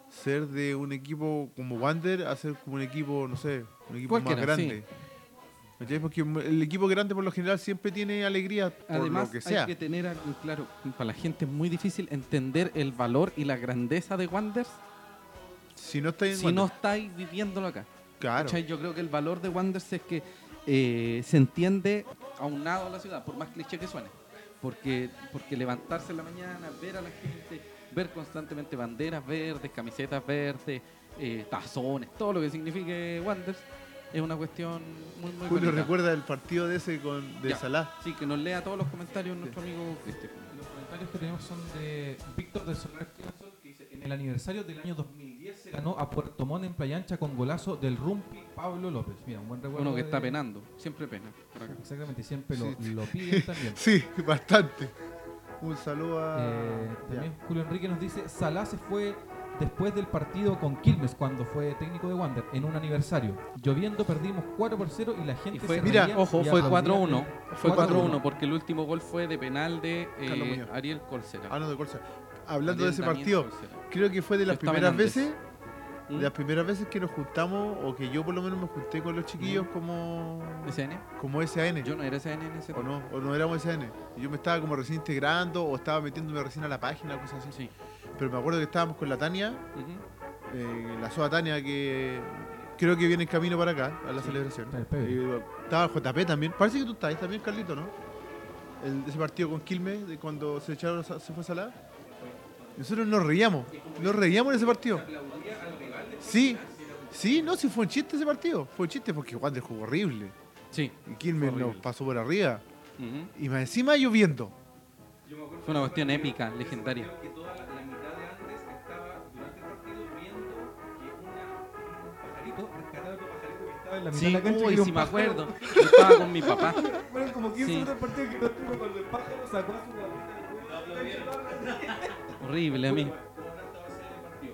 ser de un equipo como Wander a ser como un equipo, no sé, un equipo
Cualquiera,
más grande. ¿Me entiendes? Porque el equipo grande por lo general siempre tiene alegría por
Además,
lo que sea.
hay que tener algo claro. Para la gente es muy difícil entender el valor y la grandeza de Wanderers
Si no está en
si
Wander,
no estáis viviéndolo acá.
claro.
¿Cachai? Yo creo que el valor de Wanderers es que eh, se entiende aunado a la ciudad, por más cliché que suene. Porque, porque levantarse en la mañana, ver a la gente, ver constantemente banderas verdes, camisetas verdes, eh, tazones, todo lo que signifique Wanderers, es una cuestión muy, muy
Julio
bonita.
recuerda el partido de ese con de
Ya.
Salah.
Sí, que nos lea todos los comentarios nuestro amigo Cristian.
Los comentarios que tenemos son de Víctor del Solar Stevenson, que dice, en el aniversario del año 2010 se ganó a Puerto Montt en Playa Ancha con golazo del rumpi Pablo López. Mira, un buen recuerdo.
Uno que
de-
está penando, siempre pena. por acá.
Exactamente, siempre lo,
Sí.
lo piden también.
Sí, bastante. Un saludo a
Eh,
Ah, ya.
también Julio Enrique nos dice, Salah se fue después del partido con Quilmes cuando fue técnico de Wander en un aniversario. Lloviendo perdimos 4 por 0 y la gente
Y fue,
se
mira,
reía
ojo,
y
fue
aplaudía.
4-1. Fue 4-1
4-1.
porque el último gol fue de penal de eh,
Carlos Muñoz.
Ariel Colcera.
Ah, no, de Corsa. Hablando de
Ariel
ese
Damián
partido,
Colsera.
creo que fue de las
pues. Yo estaba en
primeras
Andes.
veces
¿Mm?
de las primeras veces que nos juntamos o que yo por lo menos me junté con los chiquillos como
¿SN?
como SAN
¿Mm? Yo no era SN en ese
o no o no éramos SAN yo me estaba como recién integrando o estaba metiéndome recién a la página cosas así
Sí.
pero me acuerdo que estábamos con la Tania
Ujú.
eh, la soda Tania que creo que viene en camino para acá a la celebración
está el Pepe.
Y, eh, estaba JP también parece que tú estás también Carlito ¿no? El- ese partido con Quilmes de cuando se echaron se fue Salah nosotros nos reíamos nos reíamos en ese partido Sí, sí, no, sí fue un chiste ese partido. Fue un chiste porque Wander jugó horrible.
Sí.
Y Quilmes
Horrible.
nos pasó por arriba.
Ujú.
Y más encima lloviendo.
Fue una cuestión épica, legendaria.
que toda la, la mitad de antes estaba durante el partido viendo que una, un pajarito rescataba otro pajarito que estaba
En la mitad de
Sí,
la cancha
uy,
había un
sí me
pájaro.
acuerdo. Yo estaba con mi papá.
Fueron como 15
Sí.
minutos del partido que no estuvo cuando el pájaro sacó a su guaguita del cuello.
Horrible a mí.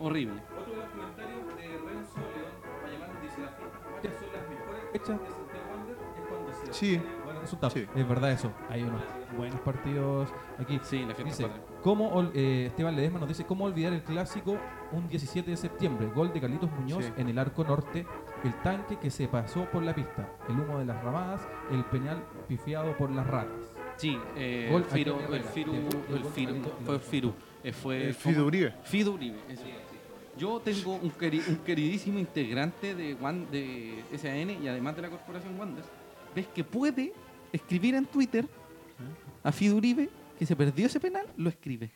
Horrible.
Otro de los comentarios de Renzo León Payamán dice la fiesta son las mejores
Fecha.
de Santiago Wander es cuando se
Sí.
Bueno, resultado.
Sí.
Es verdad eso. Hay unos buenos partidos aquí.
Sí, la fiesta
Dice,
patria.
¿cómo ol- eh, Esteban Ledesma nos dice cómo olvidar el clásico un 17 de septiembre, gol de Carlitos Muñoz
Sí.
en el arco norte, el tanque que se pasó por la pista, el humo de las ramadas, el penal pifiado por las ratas.
Sí, eh,
Gol
el Firu,
Antonio
el
Herrera.
Firu,
Y el gol- y el
el
gol de
Firu,
Marito
fue
López.
Firu, eh, fue
El Fido
¿cómo?
Uribe.
Fido Uribe, eso. Yo tengo un, queri- un queridísimo integrante de Wan- de SAN y además de la corporación Wander, ves que puede escribir en Twitter a Fido Uribe que se perdió ese penal, lo escribe.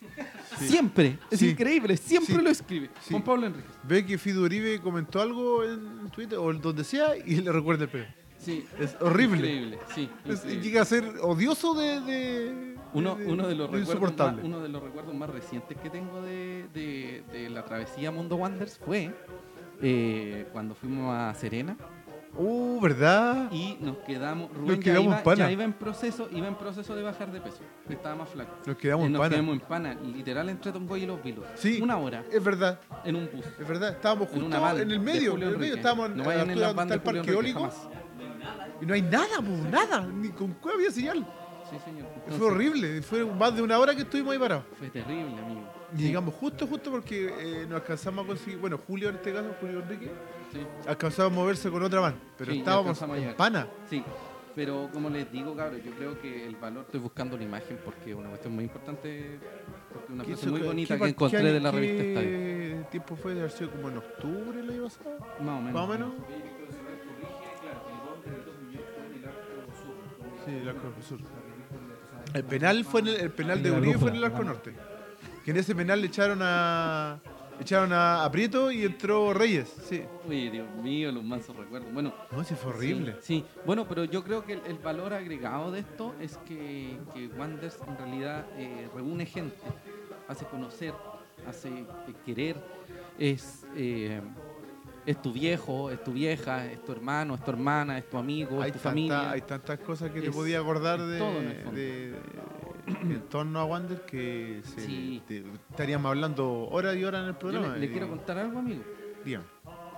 Siempre, es
Sí.
increíble, siempre
Sí.
lo escribe.
Sí.
Juan Pablo Enríquez.
Ve que Fido Uribe comentó algo en Twitter o en donde sea y le recuerda el pelo.
Sí.
Es horrible.
Increíble, sí.
Es-
increíble.
llega a ser odioso de, de-
Uno, uno, de los
Muy
recuerdos más,
insoportable.
uno de los recuerdos más recientes que tengo de, de- de la travesía Mundo Wonders fue eh, cuando fuimos a Serena
Uh, ¿verdad?
y nos quedamos. Rubén ya
quedamos
iba-
en
ya,
pana.
iba, en proceso, iba en proceso de bajar de peso. Estaba más flaco.
Nos
Eh,
quedamos en
nos
pana.
quedamos en pana, literal entre Tongoy y los Vilos.
Sí.
Una hora
Es verdad,
en un bus.
es verdad. Estábamos
En una
justo
van
en, el
de
medio. En
Julio
el medio
Enrique.
estábamos
No
a la
vayan en
altura
la
donde
van
está
de
el
Julio
parque
Enrique,
eólico.
jamás.
Y no hay nada, po, nada. Ni con cuál había señal.
Sí, señor.
fue
Entonces,
horrible. Fue más de una hora que estuvimos ahí parados.
Fue terrible, amigo.
Y llegamos justo, justo porque eh, nos alcanzamos a conseguir. Bueno, Julio en este caso, Julio Enrique,
Sí.
alcanzaba a moverse con otra van. Pero
Sí,
estábamos
alcanzamos a
en
llegar.
pana.
Sí, pero como les digo, cabros, yo creo que el valor, estoy buscando la imagen porque es una cuestión muy importante, porque una
¿Qué
frase
hizo-
muy
qué- qué
bonita que
par-
encontré
qué-
de la
qué
revista Estadio.
tiempo fue de haber sido como en octubre el año pasado?
Más o menos.
Más o menos. Sí, el arco sur. El penal fue en el, el penal de
La
Uribe fue
brújula,
en el arco
la-
norte. Que en ese penal le echaron a echaron a, a Prieto y entró Reyes. Sí.
Uy, Dios mío, los mansos recuerdos. Bueno,
No, sí fue horrible.
Sí, sí. bueno, pero yo creo que el, el valor agregado de esto es que, que Wanders en realidad eh, reúne gente, hace conocer, hace eh, querer. Es, eh, es tu viejo, es tu vieja, es tu hermano, es tu hermana, es tu amigo,
Hay,
es tu
tanta-
familia.
hay tantas cosas que te
Es-
podía acordar
es
de,
todo en el fondo.
de- en torno a Wander que se-
Sí.
te- estaríamos hablando horas y horas en el
Yo le-
programa.
le
eh,
quiero contar algo, amigo.
dígame.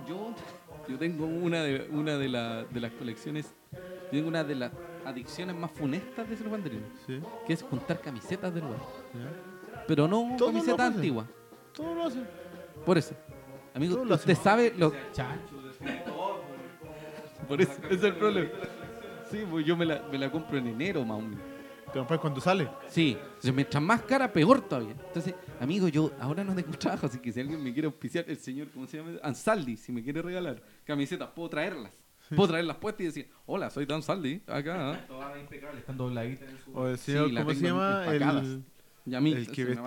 Yo, yo tengo una de una de, la- de las colecciones, yo tengo una de las adicciones más funestas de ser banderino,
Sí,
que es juntar camisetas del lugar.
ya.
Pero no
Todos lo
camiseta
hacen.
antigua.
Todo lo hacen.
Por eso. Amigo,
Todos lo
usted sabe lo. Por eso, ese es el problema. Sí, pues yo me la, me la compro en enero, más o menos.
Te compras cuando sale.
Sí, entonces, mientras más cara, peor todavía. Entonces, amigo, yo ahora no tengo trabajo, así que si alguien me quiere auspiciar, el señor, ¿cómo se llama? Ansaldi, si me quiere regalar camisetas, puedo traerlas. Puedo traerlas puestas y decir, hola, soy Dan Saldi, acá. ¿ah?".
Están dobladitas.
O el
Sí,
señor,
la
¿cómo se
tengo
llama?
empacadas.
El,
Y a mí,
el que
se me va la mano.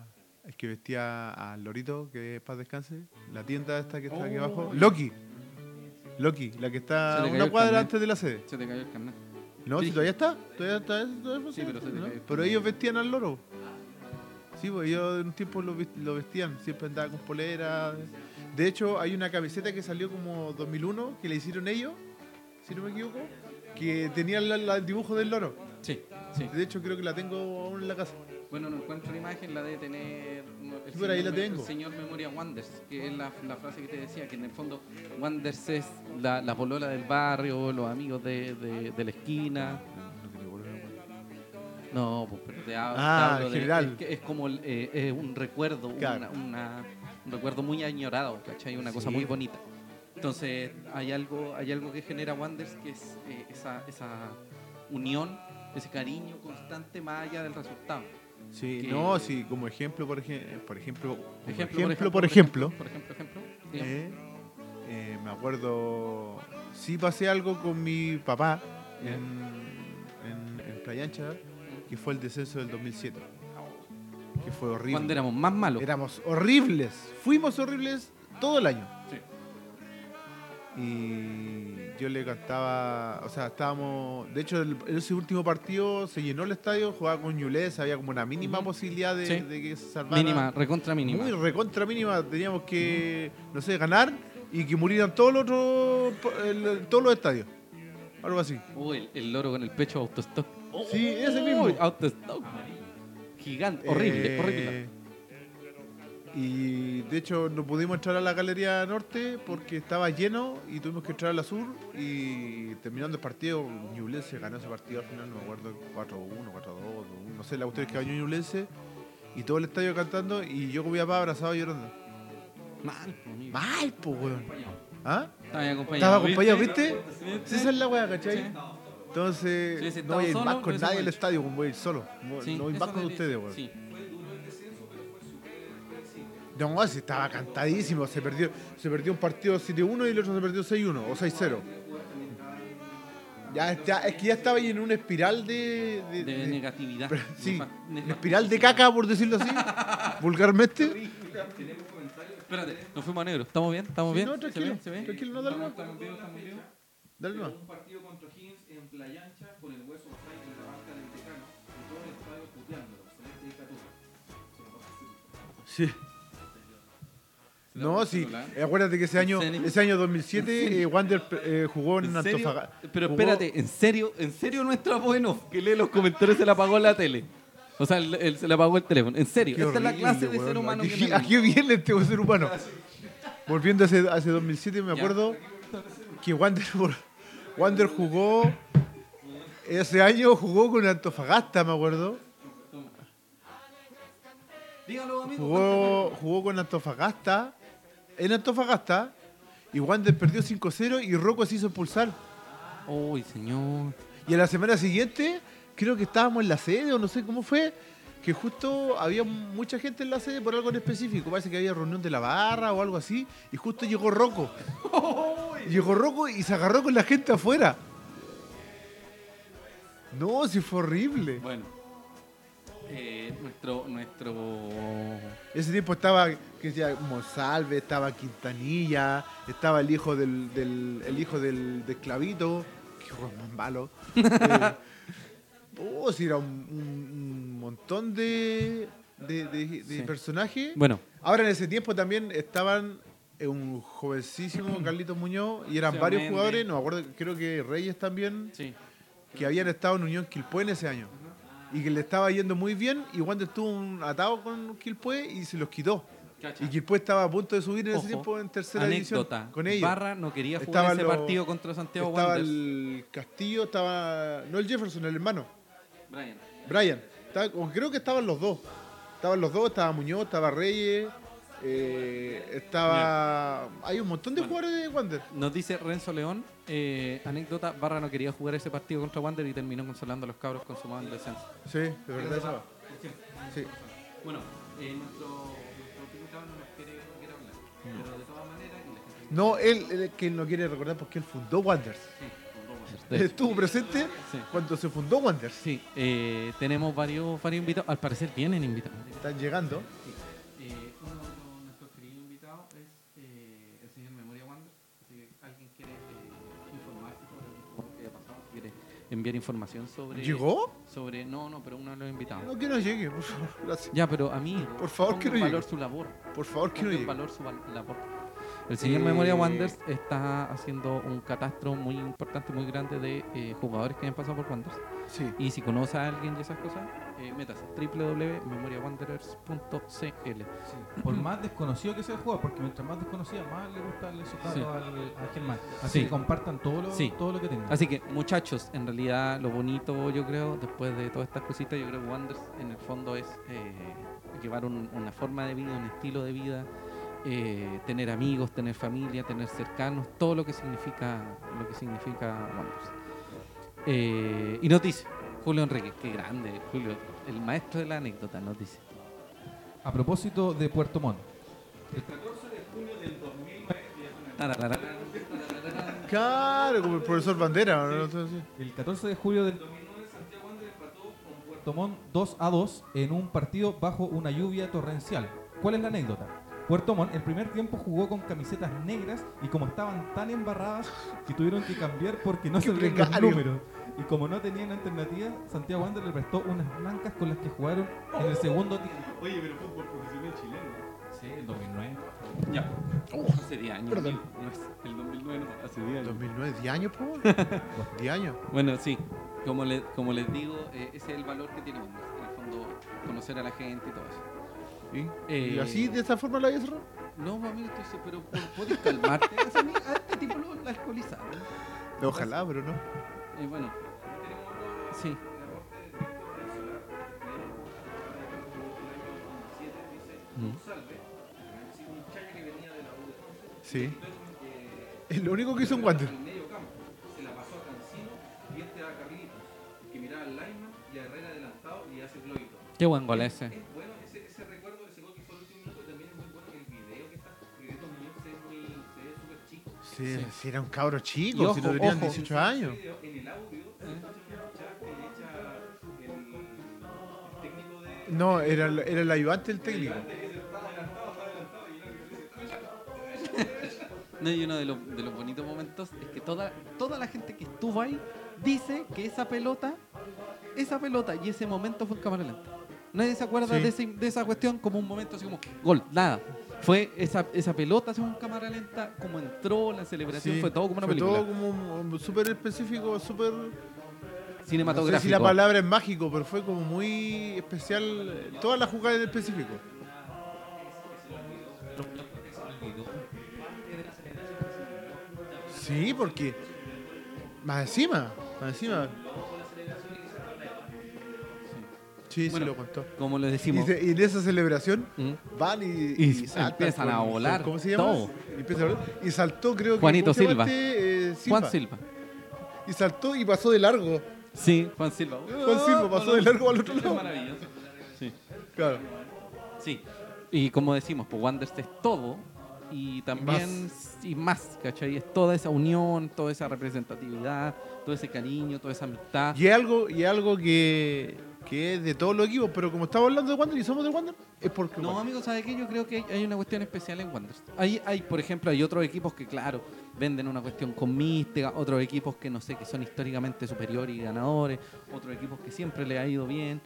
vestía. El que vestía a Lorito, que es paz descanse. La tienda esta que está aquí
Oh.
abajo. Loki. Loki, la que
Se
está
le cayó
una
el
cuadra
carnet.
antes de la sede.
Se te cayó el carnet.
No, si
Sí.
todavía está. Todavía está. todavía
Sí,
funciona,
pero se le
¿no?
cayó.
Pero ellos vestían al loro. Sí, pues ellos en un tiempo lo, ves- lo vestían. Siempre andaba con polera. De hecho, hay una camiseta que salió como 2001 que le hicieron ellos, si no me equivoco, que tenía la- la- el dibujo del loro.
Sí, sí.
De hecho, creo que la tengo aún en la casa.
Bueno, no encuentro la imagen, la debe tener no, el,
Sí, por ahí la
me-
tengo.
el señor Memoria Wanders, que es la, la frase que te decía, que en el fondo Wanders es la, la polola del barrio, los amigos de, de- de la esquina. No, pues, pero te, ha- te
Ah,
hablo
en
de-
general.
es que es, como el, eh, eh, un recuerdo,
Claro.
una- una- un recuerdo muy añorado, ¿cachai? Una cosa muy bonita. Entonces, hay algo, hay algo que genera Wanders que es eh, esa, esa unión, ese cariño constante más allá del resultado.
Sí,
Que-
no, sí, como ejemplo, por, ejem- por ejemplo, como
Ejemplo,
por ejemplo,
Por ejemplo, ejemplo. digamos.
eh, eh, me acuerdo, sí pasé algo con mi papá
Ya.
en, en, en Playa Ancha, que fue el descenso del 2007, que fue horrible.
Cuando éramos más malos.
Éramos horribles, fuimos horribles todo el año.
Sí.
Y yo le cantaba, o sea, estábamos, de hecho, el- ese último partido se llenó el estadio, jugaba con Ñulés, había como una mínima
Ujú.
posibilidad de,
Sí.
de que se salvara.
mínima, recontra mínima.
Muy recontra mínima, teníamos que, no sé, ganar y que murieran todos los otros, el- todos los estadios. Algo así.
Oh, el, el loro con el pecho autostock.
Sí, ese mismo.
Oh, autostock. Gigante, horrible,
Eh,
horrible.
Y de hecho no pudimos entrar a la Galería Norte porque estaba lleno y tuvimos que entrar a la Sur y terminando el partido, Ñublense ganó ese partido al final, no me acuerdo, 4-1, 4-2, no sé, la cuestión es que ganó Ñublense y todo el estadio cantando y yo con mi papá abrazado llorando.
Mal, amigo.
Mal, po, weón. ¿Ah?
Estaba ahí acompañado.
Estaba acompañado, ¿viste?
¿Viste?
Sí, esa es la weá, ¿cachai?
Sí. Si
Entonces,
hubiese
no voy a ir
estado
más
solo,
con
hubiese
nadie al
hecho.
estadio, como voy a ir solo.
Sí,
no voy
eso
más con
debería-
ustedes, weón.
Sí.
No, si estaba cantadísimo. Se perdió, se perdió un partido 7-1 y el otro se perdió 6-1 o 6-0. Ya, ya- es que ya estaba ahí en una espiral de. de-
De
de-
negatividad.
sí,
Nefa-
una
nefa-
espiral de caca, por decirlo así, vulgarmente.
Espérate, nos fuimos a negro. ¿Estamos bien? ¿Estamos
Sí,
bien?
no,
¿Se ve?
tranquilo,
¿Se ve?
tranquilo, no, dale más.
Estamos vivos, estamos vivos.
Dale
Pero
más.
un partido contra Higgins en Playa Ancha con el hueso Fry en la banca del Tecano. Y todo
Sí. No, sí. eh, Acuérdate que ese año,
¿En serio?
ese año 2007, eh, Wander eh, jugó en
¿En serio?
Antofagasta.
Pero espérate, ¿en serio? ¿En serio nuestra bueno que lee los comentarios se la apagó la tele? O sea, el- el- se le apagó el teléfono. ¿En serio?
Qué
Esta es la
horrible,
clase de
weón.
ser humano
¿A
que
qué,
tenemos.
a qué viene este ser humano? Volviendo a ese, a ese 2007, me acuerdo que Wander, vol- Wander jugó. Ese año jugó con Antofagasta, me acuerdo.
Dígalo, amigo.
Jugó, jugó con Antofagasta. En Antofagasta. Y Wander perdió 5-0 y Rocco se hizo expulsar.
Uy, señor.
Y a la semana siguiente, creo que estábamos en la sede o no sé cómo fue, que justo había mucha gente en la sede por algo en específico. Parece que había reunión de la barra o algo así. Y justo llegó Rocco. llegó Rocco y se agarró con la gente afuera. No, si fue horrible.
Bueno. Eh, nuestro, nuestro...
Ese tiempo estaba que decía Monsalve, estaba Quintanilla, estaba el hijo del, del- el hijo del, del clavito, que juego más malo. Eh, oh, sí, era un, un- un montón de, de, de- de
Sí.
personajes.
Bueno,
Ahora en ese tiempo también estaban eh, un jovencísimo Carlitos Muñoz y eran
Sí,
varios
Méndez.
jugadores, no me acuerdo, creo que Reyes también,
sí.
que habían estado en Unión Quilpué en ese año. Y que le estaba yendo muy bien y Wander estuvo un atado con Quilpué y se los quitó. Y Quilpué estaba a punto de subir en
Ojo,
ese tiempo en tercera
Anécdota.
división con ellos.
Barra no quería jugar
Estaban
ese
los-
partido contra Santiago
estaba
Wanderers.
el Castillo, estaba. No el Jefferson, el hermano,
Brian.
Brian. Estaba- o creo que estaban los dos. Estaban los dos, estaba Muñoz, estaba Reyes, eh, estaba. Hay un montón de
Bueno.
jugadores de Wander.
Nos dice Renzo León, eh, anécdota, Barra no quería jugar ese partido contra Wander y terminó consolando a los cabros consumados en el descenso.
Sí, de verdad eso. Sí.
Bueno, eh, nuestro, nuestro último cabrón no nos quiere, no quiere hablar.
Mm.
Pero de todas maneras, y la gente
No, él, él es que él no quiere recordar porque él fundó Wanderers.
Sí,
Estuvo presente
Sí.
cuando se fundó Wanderers.
sí eh, tenemos varios, varios invitados. Al parecer vienen invitados.
Están llegando.
Eh, uno de los- nuestros queridos invitados es eh, el señor Memoria Wander. Así que alguien quiere eh, informarse sobre lo que ha pasado, si quiere enviar información sobre.
¿Llegó?
Sobre, no, no, pero uno de los invitados.
No, que no llegue, por favor. Gracias.
Ya, pero a mí.
Por favor, que no
valor
llegue.
su labor.
Por favor, que no
Ponga en
llegue.
valor su val- labor. El señor
Eh,
Memoria Wanderers está haciendo un catastro muy importante, muy grande de eh, jugadores que han pasado por Wanderers.
Sí.
Y si conoce a alguien de esas cosas, eh, métase www.memoriawanderers.cl.
Por más desconocido que sea el jugador, porque mientras más desconocida, más le gusta darle su
Sí.
al, al Germán. Así
Sí.
que compartan todo lo,
Sí.
todo lo que tengan.
Así que, muchachos, en realidad lo bonito, yo creo, después de todas estas cositas, yo creo que Wanderers en el fondo es eh, llevar un- una forma de vida, un estilo de vida, eh, tener amigos, tener familia, tener cercanos, todo lo que significa lo que significa Wanderers. Eh, y nos dice Julio Enrique, qué grande, Julio, el maestro de la anécdota, nos dice.
A propósito de Puerto Montt,
Tararara.
Claro, como el profesor Bandera. ¿no? Entonces,
el 14 de julio del 2009, Santiago Wander empató con Puerto Montt 2 a 2 en un partido bajo una lluvia torrencial. ¿Cuál es la anécdota? Puerto Montt el primer tiempo jugó con camisetas negras y como estaban tan embarradas que tuvieron que cambiar porque no
¡Qué
se veían los
precario!
números. Y como no tenían alternativa, Santiago Wander le prestó unas blancas con las que jugaron en el segundo tiempo.
Oye, pero fútbol profesional chileno.
Sí, el 2009.
Ya. hace 10 años.
Perdón.
No es- El 2009 no, hace 10 años.
2009, 10 años, por favor. 10 años.
Bueno, sí, como, le- como les digo, eh, ese es el valor que tiene Wander, en el fondo, conocer a la gente y todo eso.
¿Y,
Eh,
y así, de esta forma, la voy a cerrar.
No, mami, entonces, pero ¿po- ¿puedes calmarte? O sea, a, mí- a este tipo lo, lo alcoholizaron.
Ojalá, pero no.
Y Eh, bueno, sí, Mm.
Sí.
Eh,
Es lo único que hizo un guante.
Se la pasó a Cancino y este a Carlitos, que miraba al lineman y a Herrera adelantado y hace el lobito.
qué buen gol ese.
Es bueno, ese, ese recuerdo, ese gol que fue el último minuto, también es muy bueno el video que está, porque Carlitos Muñoz se ve muy, se ve súper chico.
Sí, si era un cabro
Y
chico, si
ojo,
no tenían
ojo.
18 años.
video, en el audio,
Eh,
escuchar que le echa el, el técnico de...
No, era, el- era el ayudante del técnico.
No, y uno de los, de los bonitos momentos es que toda, toda la gente que estuvo ahí dice que esa pelota, esa pelota y ese momento fue en cámara lenta. Nadie se acuerda
Sí.
de, ese- de esa cuestión como un momento así como gol, nada. Fue esa, esa pelota según cámara lenta, como entró, la celebración,
Sí,
fue todo como una
fue
película.
todo como un- un súper específico, súper... No sé
Cinematográfico.
si la palabra es mágico, pero fue como muy especial. eh, Todas las jugadas en específico. Sí, porque... Más encima, más encima. Sí, sí,
Bueno,
lo contó.
Como lo
Y,
decimos.
de- y de esa celebración
¿Mm?
van y,
Y
saltan
empiezan a volar
¿Cómo se llama?
todo.
Y, empieza a volar. Y saltó, creo que.
Juanito
¿cómo se llama
Silva.
este? Eh, Silva.
Juan Silva.
Y saltó y pasó de largo.
Sí, Juan Silva. Oh,
Juan Silva pasó de largo al otro
Es
lado.
maravilloso. Sí.
Claro.
Sí. Y como decimos, pues Wanderers es todo y también y más, ¿cachai? Es toda esa unión, toda esa representatividad, todo ese cariño, toda esa amistad.
Y es algo, y es algo que, que es de todos los equipos, pero como estamos hablando de Wander y somos de Wander, es porque.
No,
Wander.
amigo, ¿sabes qué? Yo creo que hay- hay una cuestión especial en Wanderers. Hay, hay, por ejemplo, hay otros equipos que, claro, venden una cuestión con mística, otros equipos que, no sé, que son históricamente superiores y ganadores, otros equipos que siempre le ha ido bien.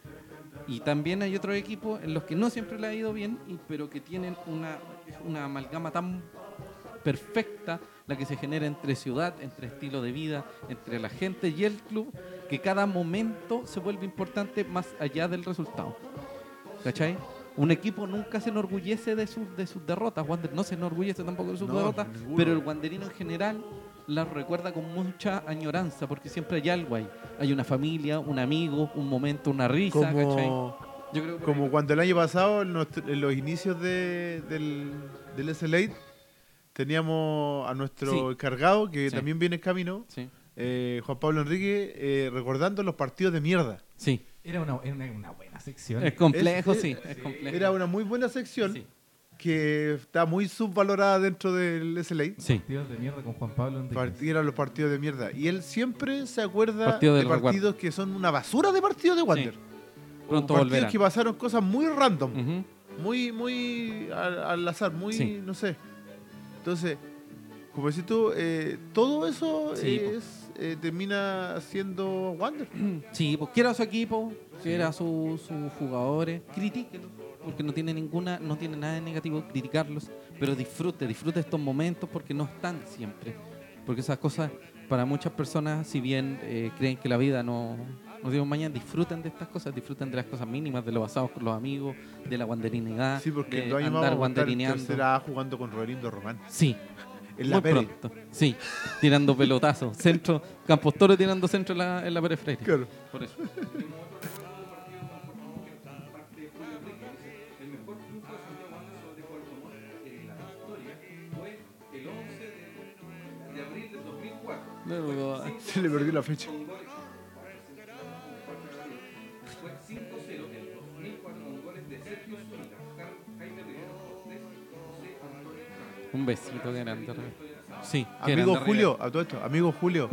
Y también hay otros equipos en los que no siempre le ha ido bien, y- pero que tienen una, una amalgama tan perfecta la que se genera entre ciudad, entre estilo de vida, entre la gente y el club, que cada momento se vuelve importante más allá del resultado. ¿Cachai? Un equipo nunca se enorgullece de sus, de sus derrotas, Wander no se enorgullece tampoco de sus
No,
derrotas,
ninguno.
pero el Wanderino en general las recuerda con mucha añoranza, porque siempre hay algo ahí. Hay una familia, un amigo, un momento, una risa, ¿cachai?
como,
Yo creo que por ahí
como cuando el año pasado, en, nuestro- en los inicios de- del, del SLA, teníamos a nuestro
Sí.
encargado, que
Sí.
también viene en camino,
va. Sí.
eh, Juan Pablo Enrique, eh, recordando los partidos de mierda.
Sí.
Era una, era una- una buena sección.
Es complejo,
Es-
sí.
es-
Es complejo.
Era una muy buena sección
Sí.
que está muy subvalorada dentro del SLA.
Sí.
Partidos de mierda con Juan Pablo Enríquez.
Part- eran los partidos de mierda. Y él siempre se acuerda
Partido
de
del
partidos
recuerdo.
que son una basura de partidos de Wander.
Pronto
partidos
volverá.
que pasaron cosas muy random,
Ujú.
muy, muy al, al azar, muy,
Mm. Sí.
no sé. Entonces, como decís tú, eh, todo eso
Sí, po.
es, eh, termina siendo Wander.
Sí, pues quiera su equipo, quiera su- sus jugadores, critíquenlos, porque no tiene ninguna, no tiene nada de negativo criticarlos, pero disfrute, disfrute estos momentos porque no están siempre. Porque esas cosas, para muchas personas, si bien eh, creen que la vida no, no tiene un mañana, disfrutan de estas cosas, disfrutan de las cosas mínimas, de los basados con los amigos, de la wanderinidad,
Sí, porque
Ah, de
en dos años más
andar
vamos a estar en
wanderineando.
tercera A jugando con Rodrigo Román.
Sí,
En la
muy
Pérez.
pronto. Sí, tirando pelotazos, centro, Campos Toro tirando centro en la, en la Pérez Freire.
Claro.
Por eso.
El mejor triunfo de Santiago Wanderers sobre Puerto Montt en la historia fue el 11 de, de abril del 2004.
Se le perdió la fecha.
Con goles. Fue 5-0 en 2004 con goles de Sergio Zúñiga, Jar- Jaime Rivero Cortés, José Antonio Campos.
Un besito grande. Sí, que
Amigo
grande,
Julio, a todo esto, amigo Julio.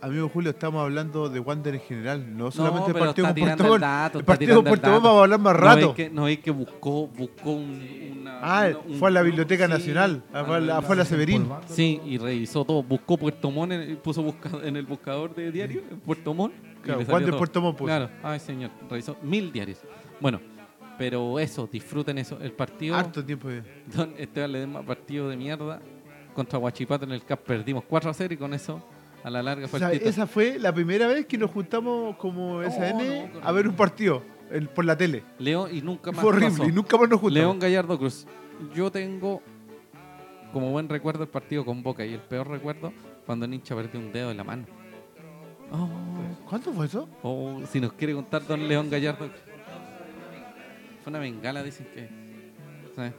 Amigo Julio, estamos hablando de Wander en general, no solamente el
pero
partido
está
con Puerto
tirando
Montt.
el dato,
El
está
partido con
tirando el
Puerto Montt
dato.
vamos a hablar más
No
rato.
es que, no es que buscó, buscó un, una.
Ah,
una- un
fue a la
grupo,
Biblioteca
sí,
Nacional, ah, fue a la, fue a la Severín.
Empolvándolo.
Sí, y revisó todo. Buscó Puerto Montt, en- puso busca- en el buscador de diario, en Puerto Montt. y
Claro,
le salió
Wander
todo.
Puerto Montt. puso.
Claro, ay señor, revisó mil diarios. Bueno, pero eso, disfruten eso. El partido.
Harto tiempo. de-
Don Esteban Ledesma, partido de mierda contra Huachipato en el CAP. Perdimos 4 a 0 y con eso a la larga
O
fue
sea,
el título.
esa fue la primera vez que nos juntamos como SN
no,
a ver un partido el- por la tele.
León y nunca más
Fue horrible
pasó.
y nunca más nos juntamos.
León Gallardo Cruz. Yo tengo como buen recuerdo el partido con Boca y el peor recuerdo cuando Nincha perdió un dedo en la mano. Oh,
¿Cuánto fue eso?
oh, si nos quiere contar Don León Gallardo. Fue una bengala, dicen que. Sí.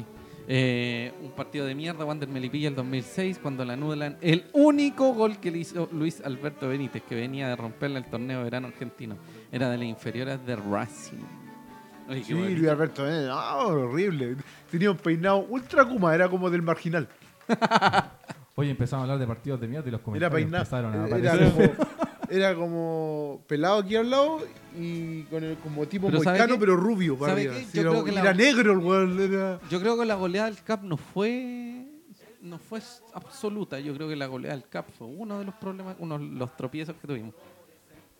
Sí. Eh, un partido de mierda, Wander Melipilla el 2006, cuando le anulan el único gol que le hizo Luis Alberto Benítez, que venía de romperle el torneo de verano argentino. Era de las inferioras de Racing. Oye, qué
Sí,
bueno.
Luis Alberto, eh, ah, horrible. Tenía un peinado ultra kuma, era como del marginal.
Oye, empezamos a hablar de partidos de mierda y los
Era
comentarios empezaron a
peinado. Era
aparecer.
como, era como pelado aquí al lado y con el, como tipo
Pero ¿sabe
moicano,
qué?
pero rubio para
¿Sabe
arriba.
qué?
Sí,
Yo
era,
creo que la-
era negro el weón. Era...
Yo creo que la goleada del CAP no fue no fue s- absoluta. Yo creo que la goleada del CAP fue uno de los problemas, uno de los tropiezos que tuvimos.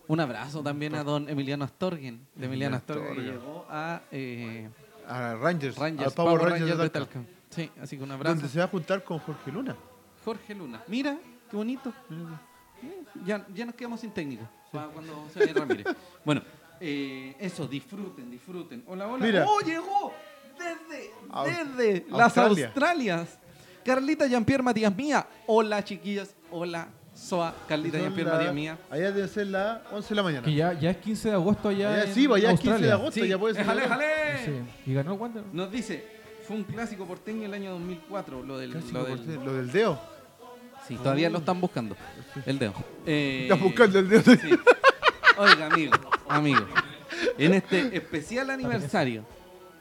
Un abrazo también a don Emiliano Astorgen, de Emiliano
Emiliano
Astorgen, que
Astorgen.
llegó a eh,
A Rangers,
Rangers,
a Power, Rangers,
Rangers
de
de
Talca,
Talca. Sí, así que un
Donde
abrazo.
se va a juntar con Jorge Luna.
Jorge Luna, mira, qué bonito. Eh, Ya, ya nos quedamos sin técnico pa' cuando se vaya Ramírez. bueno, eh, eso, disfruten, disfruten. Hola, hola.
Mira.
¡Oh, llegó! Desde,
Aus-
desde las
Australia.
Australias. Carlita Jean-Pierre Matías Mía. Hola, chiquillas. Hola, Soa. Carlita
Son
Jean-Pierre
la-
Matías Mía.
Allá debe ser las 11 de la mañana.
Que ya, ya es 15 de agosto allá.
Allá
en
sí, pues, ya es 15 de
Australia.
agosto, ya puede ser.
eh, ¡Jale, jale!
Sí. Y ganó el Wander.
Nos dice, fue un clásico porteño el año 2004, lo del...
Casi
Lo
lo
del-
corté, lo del dedo.
sí, todavía lo están buscando, el dedo. Eh,
Estás buscando el dedo.
sí. Oiga, amigo, amigo, en este especial aniversario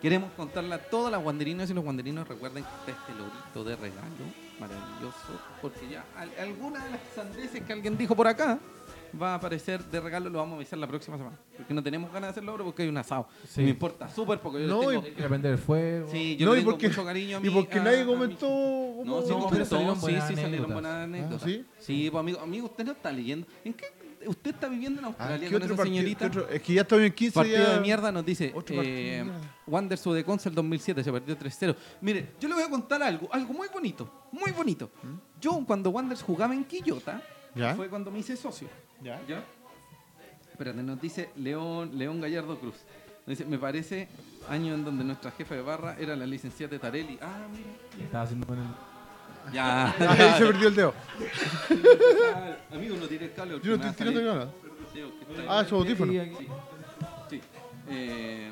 queremos contarle a todas las guanderinas y los guanderinos recuerden que está este lorito de regalo maravilloso, porque ya al- alguna de las sandeces que alguien dijo por acá va a aparecer de regalo, lo vamos a avisar la próxima semana, porque no tenemos ganas de hacerlo ahora porque hay un asado.
Sí.
Me importa súper porque yo le
No,
tengo...
y-
Y a prender fuego.
Sí, yo
No,
le
y
tengo
porque,
mucho cariño a mi-
y porque
a- a
nadie
mi-
comentó.
No,
cómo-
sí
No,
comentó,
pero salieron
sí,
buenas
sí, salieron
anécdotas.
buenas anécdotas.
Ah, ¿sí?
Sí, pues amigo, amigo, usted no está leyendo. ¿En qué? ¿Usted está viviendo en
Ah,
Australia
¿qué
con
otro
esa
partido?
señorita?
¿Qué otro? Es que ya estoy en 15
Partido
ya-
de mierda nos dice
Otro partido de
eh,
mierda.
Wander Sudeconce el 2007 se perdió 3-0. Mire, yo le voy a contar algo, algo muy bonito, muy bonito. Yo cuando Wander jugaba en Quillota,
¿Mm? ¿Ya?
fue cuando me hice socio.
¿Ya?
¿Ya? Espérate, nos dice León, León Gallardo Cruz. Nos dice, me parece año en donde nuestra jefa de barra era la licenciada Tarelli. Ah, mira.
Estaba haciendo con el-
Ya.
Ahí se perdió el dedo.
Amigo, no tiene el cable. porque
Yo
me va
no
a
estoy tirando
salir.
nada.
Sí, porque está ahí.
Ah, su audífono.
Sí, sí. Eh,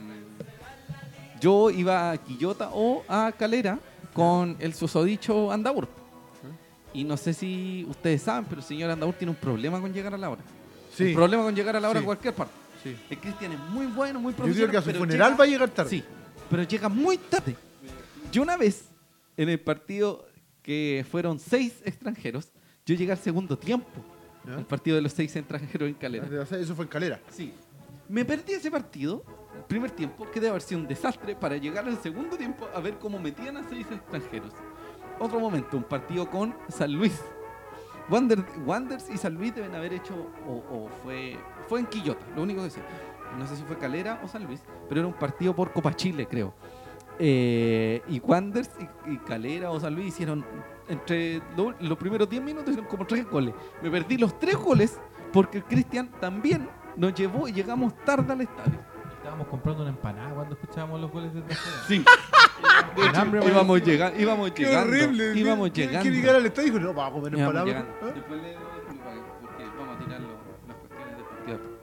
yo iba a Quillota o a Calera con el susodicho Andaur. Y no sé si ustedes saben, pero el señor Andaur tiene un problema con llegar a la hora.
Sí.
Un problema con llegar a la hora
Sí.
a cualquier parte.
Sí.
El Cristian es muy bueno, muy
Yo creo
profesional.
que a su
pero
funeral
llega-
va a llegar tarde.
Sí, pero llega muy tarde. Yo una vez, en el partido que fueron seis extranjeros, yo llegué al segundo tiempo.
¿Ya?
El partido de los seis extranjeros en
Ah,
Calera.
de verdad, Eso fue en calera.
Sí. Me perdí ese partido, el primer tiempo, que debe haber sido un desastre para llegar al segundo tiempo a ver cómo metían a seis extranjeros. Otro momento, un partido con San Luis. Wander, Wanders y San Luis deben haber hecho, o, o fue, fue en Quillota, lo único que sé. No sé si fue Calera o San Luis, pero era un partido por Copa Chile, creo. Eh, y Wanders y, y Calera o San Luis hicieron entre lo- los primeros 10 minutos hicieron como tres goles. Me perdí los tres goles porque el Cristian también nos llevó y llegamos tarde al estadio.
Estábamos comprando una empanada cuando escuchábamos los goles desde afuera.
Sí.
Con hambre, güey.
íbamos llegando, íbamos
Qué
llegando,
horrible.
íbamos
¿Quiere-
llegando.
¿Quiere llegar al estadio? Dijo, No, vamos a comer en
íbamos
palabras.
llegando.
¿eh?
Después le doy el club para- porque vamos a tirar lo- las cuestiones del partido.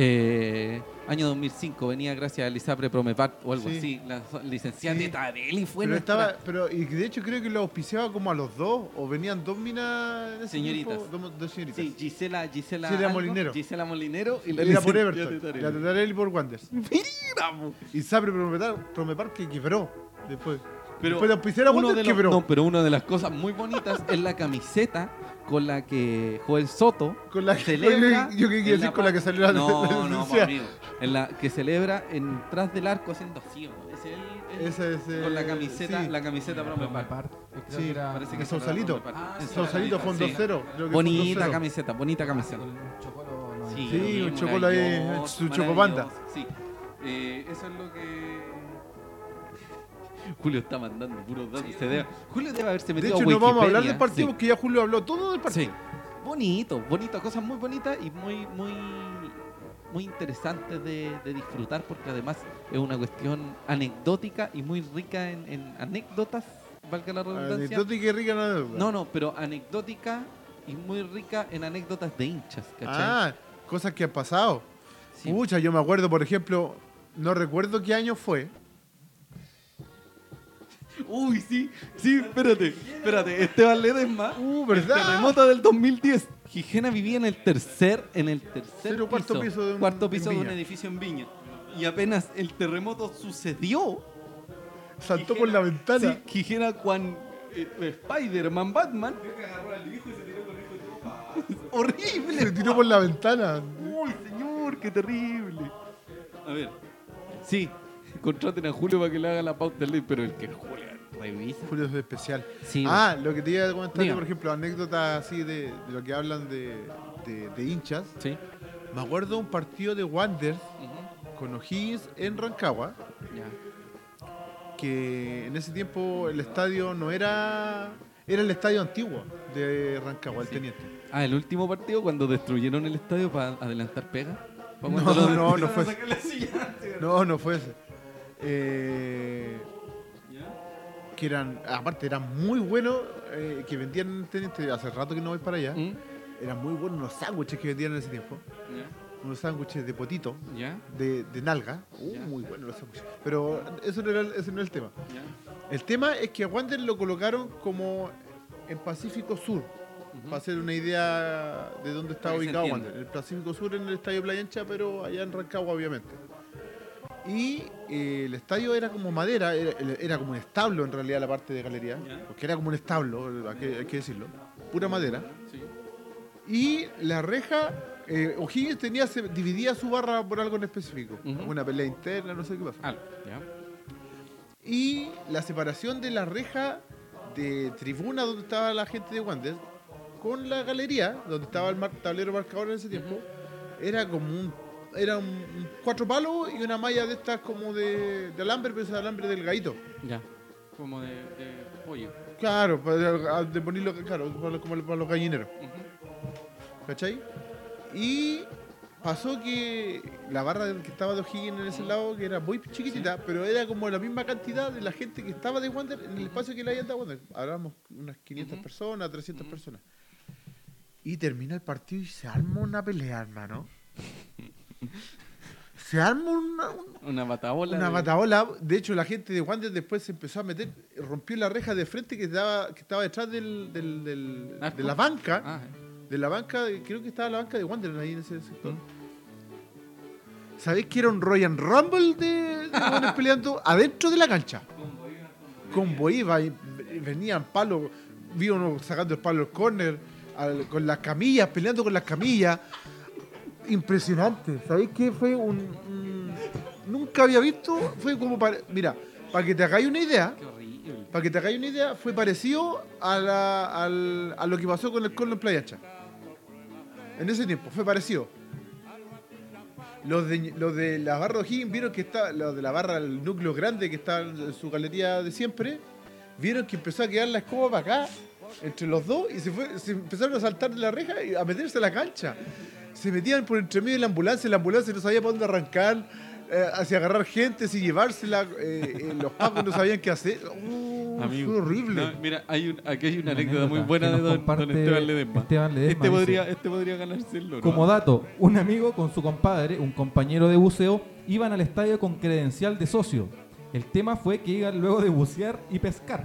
Eh, año 2005 venía gracias a Elisapre Promepart o algo
Sí.
así, la so- licenciada
Sí.
de Tarelli fue
Pero
nuestra-
estaba, pero y de hecho creo que lo auspiciaba como a los dos, o venían dos minas en ese
Señoritas.
tiempo, dos, dos señoritas.
Sí, Gisela, Gisela,
Gisela
algo,
Molinero.
Gisela Molinero y la
Era por
licenciada
Everton,
de Tarelli.
la Tatarelli por Wanderers.
Mira, po.
Y Sapre Promepar, Promepar que quebró después.
Pero
después de auspiciar a
uno de
Wander
los-
quebró.
no, pero una de las cosas muy bonitas es la camiseta con la que Joel Soto
Con la que-
celebra.
yo- yo quería
en
decir con la
pa-
que salió la-
No,
la
no,
licenciada.
pues, amigo. En la que celebra en tras del arco haciendo así. ¿no? Es el- el-
Esa es, eh,
con la camiseta,
sí.
la camiseta
Pero
broma
me par- creo
Sí,
que era-
parece
de
que
Sausalito.
Broma Park. En
Sausalito fondo
sí.
cero. creo que fondo
Bonita
cero.
camiseta, bonita camiseta.
con un chocolo, no,
Sí,
Sí,
lo
un
vi,
chocolate ahí,
maravilloso,
su chocopanda.
maravilloso, Sí, Eh, eso es lo que. Julio está mandando puros datos. se debe- Julio debe haberse
De
metido
hecho,
a
no vamos a hablar
Wikipedia.
del partido
Sí.
porque ya Julio habló todo del partido.
Sí. Bonito, bonito, cosas muy bonitas y muy, muy, muy interesantes de, de disfrutar porque además es una cuestión anecdótica y muy rica en, en anécdotas, valga
Ah,
la redundancia.
Anecdótica y rica no
No, no, pero anecdótica y muy rica en anécdotas de hinchas, ¿cachai?
Ah, cosas que han pasado.
Sí.
Muchas, yo me acuerdo, por ejemplo, no recuerdo qué año fue.
Uy, sí, sí, espérate, espérate, Esteban Ledesma.
Uh,
El
¿verdad?
terremoto del 2010. Gijena vivía en el tercer, en el tercer
Cero,
piso,
cuarto piso de un-
cuarto
en
piso de un
Viña.
edificio en Viña. Y apenas el terremoto sucedió,
Saltó por la ventana.
sí, Gijena Juan eh, Spider-Man Batman. Horrible.
Se tiró por la ventana.
Uy, señor, qué terrible. A ver. Sí, contraten a Julio para que le haga la pauta al ley, pero el que Julio revisa.
Julio es especial.
Sí,
ah, lo que te iba a comentar,
Dígame.
por ejemplo, anécdotas así de, de lo que hablan de, de- de hinchas.
Sí.
Me acuerdo un partido de Wander con O'Higgins en Rancagua,
Ya.
que en ese tiempo el estadio no era. Era el estadio antiguo de Rancagua, el teniente.
Ah, el último partido cuando destruyeron el estadio para adelantar pega. Pa'
No,
cuando lo-
no, no fue ese. No, no fue ese. Eh, que eran, aparte, eran muy buenos, eh, que vendían teniente, hace rato que no voy para allá,
¿Mm?
eran muy buenos los sándwiches que vendían en ese tiempo, unos sándwiches de potito,
¿Ya?
de, de nalga, Uh,
Ya.
muy buenos los sándwiches, pero eso no era, el- ese no era el tema.
¿Ya?
El tema es que a Wander lo colocaron como en Pacífico Sur. Para hacer una idea de dónde
Para
estaba
que se
ubicado
entienda.
Wander. El Pacífico Sur en el estadio Playa Ancha, pero allá en Rancagua, obviamente. Y eh, el estadio era como madera, era, era como un establo en realidad la parte de galería.
Ya.
Porque era como un establo, hay que, hay que decirlo. Pura madera.
Sí.
Y la reja, eh, O'Higgins tenía, se dividía su barra por algo en específico.
Ujú.
Una pelea interna, no sé qué pasa.
Ah, ¿ya?
Y la separación de la reja de tribuna donde estaba la gente de Wander con la galería donde estaba el mar- tablero marcador en ese tiempo era como un era un- un cuatro palos y una malla de estas como de, de alambre pero es alambre delgadito
¿Ya? Como de, de pollo.
claro para, de ponerlo claro para los- como para los gallineros
Ujú.
¿cachai? y pasó que la barra del que estaba de O'Higgins en ese lado que era muy chiquitita pero era como la misma cantidad de la gente que estaba de Wander en el espacio que le habían dado a Wander hablábamos unas 500 personas 300 personas y termina el partido y se arma una pelea hermano se arma una, un-
Una batabola.
una
de-
bataola. De hecho, la gente de Wander después se empezó a meter, rompió la reja de frente que estaba, que estaba detrás del, del- del-
Arco.
de la banca.
Ah,
De la banca, de- creo que estaba la banca de Wander ahí en ese sector. ¿Sabéis que era un Royal Rumble de, de hueones peleando adentro de la cancha? Convoy iba y venían palos, vi uno sacando el palo al corner, al- con las camillas, peleando con las camillas. Impresionante. ¿Sabéis qué? Fue un, un- Nunca había visto. Fue como para. Mira, para que te hagáis una idea.
qué horrible.
Para que te hagáis una idea, fue parecido a, la- al- a lo que pasó con el Corno en Playa Ancha. En ese tiempo, fue parecido. Los de, los de la barra O'Higgins vieron que estaba, los de la barra, el núcleo grande que está en su galería de siempre, vieron que empezó a quedar la escoba para acá, entre los dos, y se, fue, se empezaron a saltar de la reja y a meterse a la cancha. Se metían por entre medio de la ambulancia, la ambulancia no sabía para dónde arrancar, eh, hacia agarrar gente, si llevársela, eh, eh, los pacos no sabían qué hacer. Uh,
Amigo,
fue horrible.
no, mira, hay un, aquí hay una,
Una
anécdota, muy
anécdota
buena
que
de
nos
don, don
comparte
Esteban Ledesma.
Esteban Ledesma,
este,
dice-
podría, este podría ganarse el loro.
Como dato, un amigo con su compadre, un compañero de buceo, iban al estadio con credencial de socio. El tema fue que iban luego de bucear y pescar.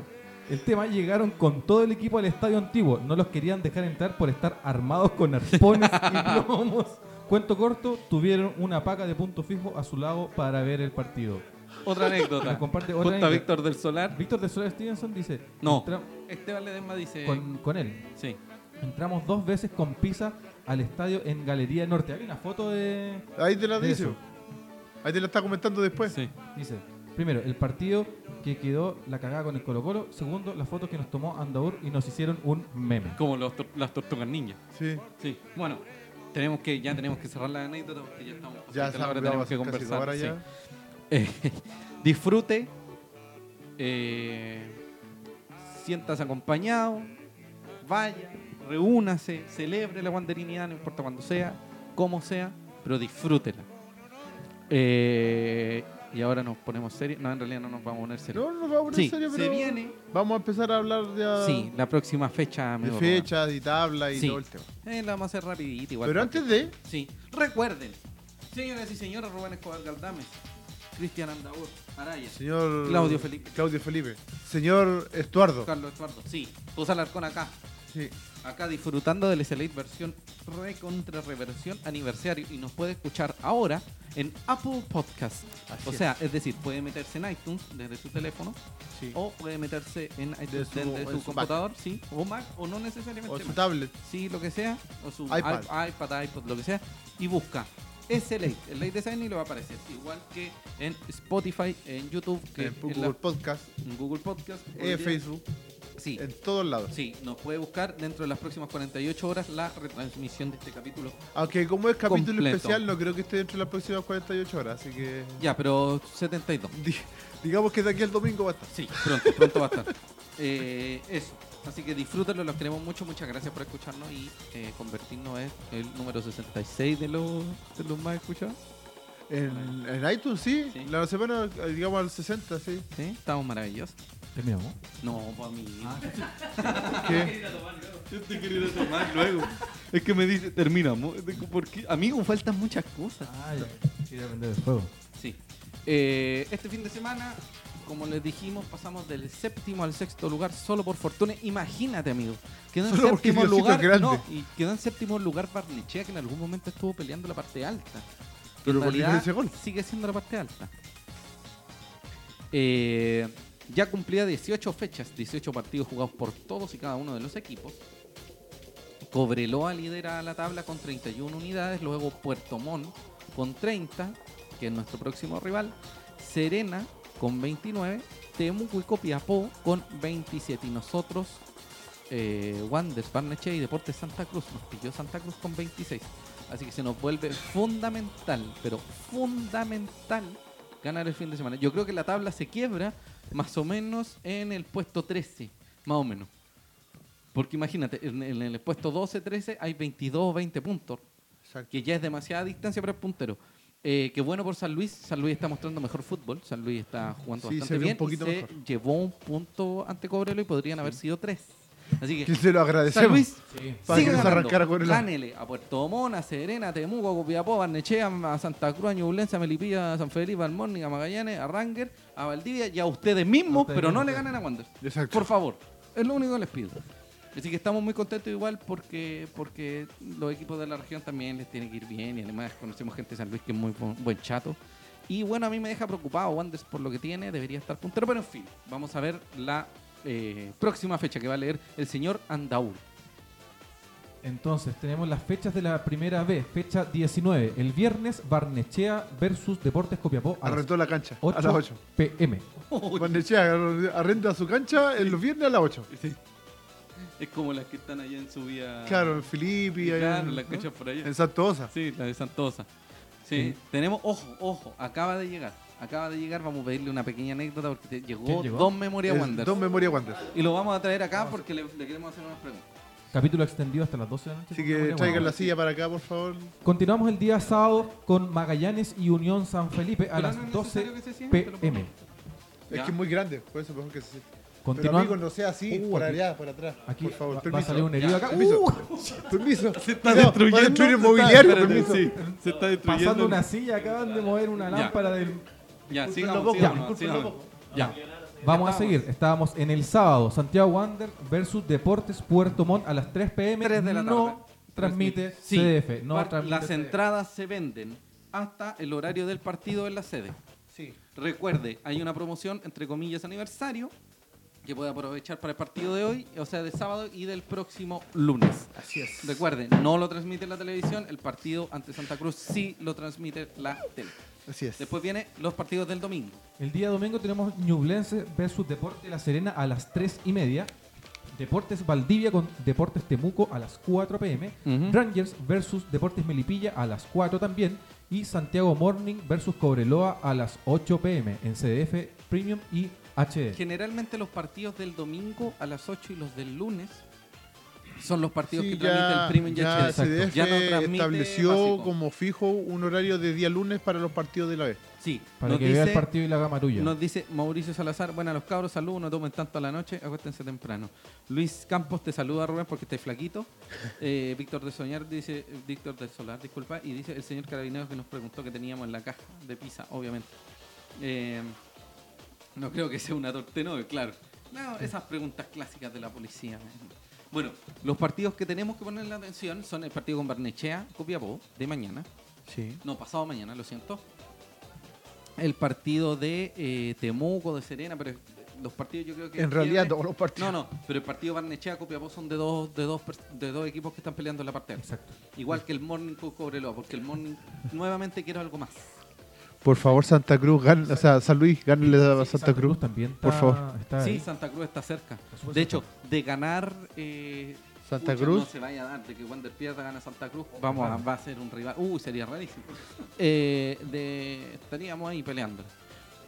El tema llegaron con todo el equipo al estadio antiguo. No los querían dejar entrar por estar armados con arpones y plomos. Cuento corto, tuvieron una paca de punto fijo a su lado para ver el partido.
Otra
Nos
anécdota.
comparte otra
Junta a
anécdota.
Víctor del Solar.
Víctor de Soler Stevenson dice,
No.
"Entra-
Esteban Ledesma dice.
con, con él,
Sí.
entramos dos veces con pizza al estadio en Galería Norte. Hay una foto de,
Ahí te la
de
dice.
eso.
Ahí te la está comentando después.
Sí.
Dice, primero, el partido que quedó la cagada con el Colo Colo. Segundo, las fotos que nos tomó Andaur y nos hicieron un meme.
Como los tor- las tortugas ninja.
Sí.
Sí. Bueno, tenemos que, ya tenemos que cerrar la anécdota porque ya estamos.
Ya
pasando la hora,
sabemos
tenemos que conversar. sí. Eh, disfrute, eh, sientas acompañado, vaya, reúnase, celebre la wanderinidad, no importa cuándo sea, cómo sea, pero disfrútela. Eh, y ahora nos ponemos serios. No, en realidad no nos vamos a poner serios.
No, no vamos a poner
sí,
serio,
se
pero
viene.
vamos a empezar a hablar de,
Sí, la próxima fecha.
de
amigo,
fechas y tabla y
Sí.
todo el tema.
Eh, la vamos a hacer rapidito igual.
Pero antes de,
Sí. Recuerden, señoras y señores, Rubén Escobar Galdames, Cristian Andaur, Araya,
señor
Claudio Felipe.
Claudio Felipe. Señor Estuardo.
Carlos Eduardo, sí. Tú Alarcón acá.
Sí.
Acá disfrutando del Select versión recontra reversión aniversario y nos puede escuchar ahora en Apple Podcast.
Así
o sea, es. decir, puede meterse en iTunes desde su teléfono
Sí.
o puede meterse en iTunes
De su-
desde
en
su
su
computador, sí, o Mac o no
O
necesariamente
su
Mac.
tablet.
sí, lo que sea, o su
iPad.
iP- iPad, iPod, lo que sea, y busca ese late, el late design y le va a aparecer, igual que en Spotify, en YouTube, que
en
en
Google
la-
Podcast.
en Google Podcast,
En
podría-
Facebook.
Sí.
En todos lados.
Sí, nos puede buscar dentro de las próximas 48 horas la retransmisión de este capítulo.
Aunque como es capítulo
Completo.
especial, no creo que esté dentro de las próximas 48 horas, así que...
Ya, pero 72.
di- digamos que de aquí al domingo va a estar.
Sí, pronto, pronto va a estar. Eh, eso. Así que disfrútenlo, los queremos mucho. Muchas gracias por escucharnos y eh, convertirnos en el número 66 de los, de los más escuchados.
En, en iTunes, sí.
Sí.
La semana, eh, digamos, al 60, sí.
¿Sí? Estamos maravillosos.
Terminamos.
No, para mí.
Ah. Que-
Yo te quería ir a tomar luego. Es que me dice, terminamos. Digo, ¿Por qué? Amigo, faltan muchas cosas.
Ah, ya. Sí, depende del juego.
Sí. Eh, este fin de semana, como les dijimos, pasamos del séptimo al sexto lugar solo por fortuna. Imagínate, amigo. Quedó en
Solo porque
séptimo
Diosito es
lugar.
grande.
No, y quedó en séptimo lugar Barnechea, que en algún momento estuvo peleando la parte alta. Que
Pero por
en realidad
diferencia de gol.
Sigue siendo la parte alta. Eh, ya cumplía 18 fechas, 18 partidos jugados por todos y cada uno de los equipos. Cobreloa lidera la tabla con 31 unidades, luego Puerto Montt con 30, que es nuestro próximo rival, Serena con 29, Temuco y Copiapó con 27 y nosotros, eh, Wanders, Barnechea y Deportes Santa Cruz, nos pilló Santa Cruz con 26. Así que se nos vuelve fundamental, pero fundamental ganar el fin de semana. Yo creo que la tabla se quiebra más o menos en el puesto 13, más o menos. Porque imagínate, en, en el puesto 12, 13 hay 22 o 20 puntos,
Exacto.
que ya es demasiada distancia para el puntero. Eh, qué bueno por San Luis, San Luis está mostrando mejor fútbol, San Luis está jugando
Sí, se
bastante
vio un
bien, y
poquito
se
mejor.
llevó un punto ante Cobrelo y podrían haber sido tres. Así
Que
que
se lo agradecemos.
San Luis
Sí.
Para
Sigue
que nos
ganando.
arrancara con el-
Gánele a Puerto Montt, a Serena, a Temuco, a Copiapó, a Barnechea, a Santa Cruz, a Ñublense, a Melipilla, a San Felipe, a Almónica, a Magallanes, a Ranger, a Valdivia y a ustedes mismos,
A ustedes
pero no
mismos,
le
claro.
ganen a Wander.
Exacto.
Por favor, es lo único que les pido. Así que estamos muy contentos igual porque, porque los equipos de la región también les tiene que ir bien y además conocemos gente de San Luis que es muy bu- buen chato. Y bueno, a mí me deja preocupado Wanders por lo que tiene, debería estar puntero, pero en fin, vamos a ver la eh, próxima fecha que va a leer el señor Andaur.
Entonces, tenemos las fechas de la primera B, fecha 19. El viernes, Barnechea versus Deportes Copiapó a las
Arrendó la cancha a
8
las 8.
pm.
Barnechea arrenda su cancha en los viernes a las 8.
Es como las que están allá en su vía.
Claro, en Filipe.
Claro,
en,
las que echan por allá.
en Santosa.
Sí, la de Santosa. Sí, tenemos, ojo, ojo, acaba de llegar. Acaba de llegar, vamos a pedirle una pequeña anécdota porque te- llegó,
¿Quién llegó?
Don Memoria Wander.
Don Memoria Wander.
Y lo vamos a traer acá porque le, le queremos hacer unas preguntas.
Capítulo extendido hasta las 12 de la noche.
Así
Bueno,
que
bueno.
traigan la silla para acá, por favor.
Continuamos el día sábado con Magallanes y Unión San Felipe a
Pero
las
no es necesario
12
que se siente, lo
pm.
Es
Ya.
que es muy grande, por eso mejor que se Pero
Continuamos.
amigo, no sea así,
Uh,
por
aquí-
allá, por atrás.
Aquí
por favor,
va- va,
permiso.
a salir un herido acá.
Permiso.
Uh,
Permiso.
Se está
Cuidado,
destruyendo.
para destruir
se está-
inmobiliario,
espérate,
permiso.
sí, se está destruyendo.
pasando una silla, acaban de mover una lámpara del.
Ya,
Disculpen
sigamos,
los
sigamos,
bocos,
sigamos.
disculpen
Ya. Vamos a seguir. Estábamos en el sábado. Santiago Wander versus Deportes Puerto Montt a las 3 pm.
3 de la tarde.
No transmite
Sí,
CDF. No
par-
transmite
las
CDF.
entradas se venden hasta el horario del partido en la sede.
Sí.
Recuerde, hay una promoción, entre comillas, aniversario, que puede aprovechar para el partido de hoy, o sea, de sábado y del próximo lunes.
Así es.
Recuerde, no lo transmite la televisión, el partido ante Santa Cruz sí lo transmite la tele.
Así es.
Después vienen los partidos del domingo.
El día domingo tenemos Ñublense versus Deporte La Serena a las 3 y media. Deportes Valdivia con Deportes Temuco a las 4 pm. Rangers versus Deportes Melipilla a las 4 también. Y Santiago Morning versus Cobreloa a las 8 pm en CDF Premium y HD.
Generalmente los partidos del domingo a las 8 y los del lunes son los partidos
Sí,
que transmite el Premium
ya,
ya,
CDF
Ya no transmite
estableció
básico.
como fijo un horario de día lunes para los partidos de la B.
Sí,
Para
nos
que vea el
dice-
partido y la haga marulla.
Nos dice Mauricio Salazar, bueno, a los cabros, saludos, no tomen tanto a la noche, acuéstense temprano. Luis Campos te saluda, Rubén, porque estáis flaquito. Eh, Víctor de Soñar dice, eh, Víctor del Solar, disculpa, y dice el señor Carabineros que nos preguntó que teníamos en la caja de pizza, obviamente. Eh, no creo que sea una tortenove, claro. No, esas preguntas clásicas de la policía. Bueno, los partidos que tenemos que poner la atención son el partido con Barnechea, Copiapó, de mañana.
Sí.
No, pasado mañana, lo siento. El partido de eh, Temuco, de Serena, pero los partidos yo creo que.
En realidad,
no.
todos los
No,
partidos.
no, pero el partido Barnechea Copiapó son de dos, de dos pers- de dos equipos que están peleando en la parte alta.
Exacto.
Igual que el Morning con Cobreloa, porque el Morning nuevamente quiero algo más.
Por favor, Santa Cruz, gan- o sea, San Luis, gánenle a Santa Cruz.
también.
por
está-
favor.
está
Sí,
ahí.
Santa Cruz está cerca.
supuesto.
De hecho, de ganar eh,
Santa
pucha, No
Cruz.
se vaya a dar, de que Wander pierda gana Santa Cruz. Vamos, a, va a ser un rival. Uy, sería rarísimo. Eh, de- estaríamos ahí peleando.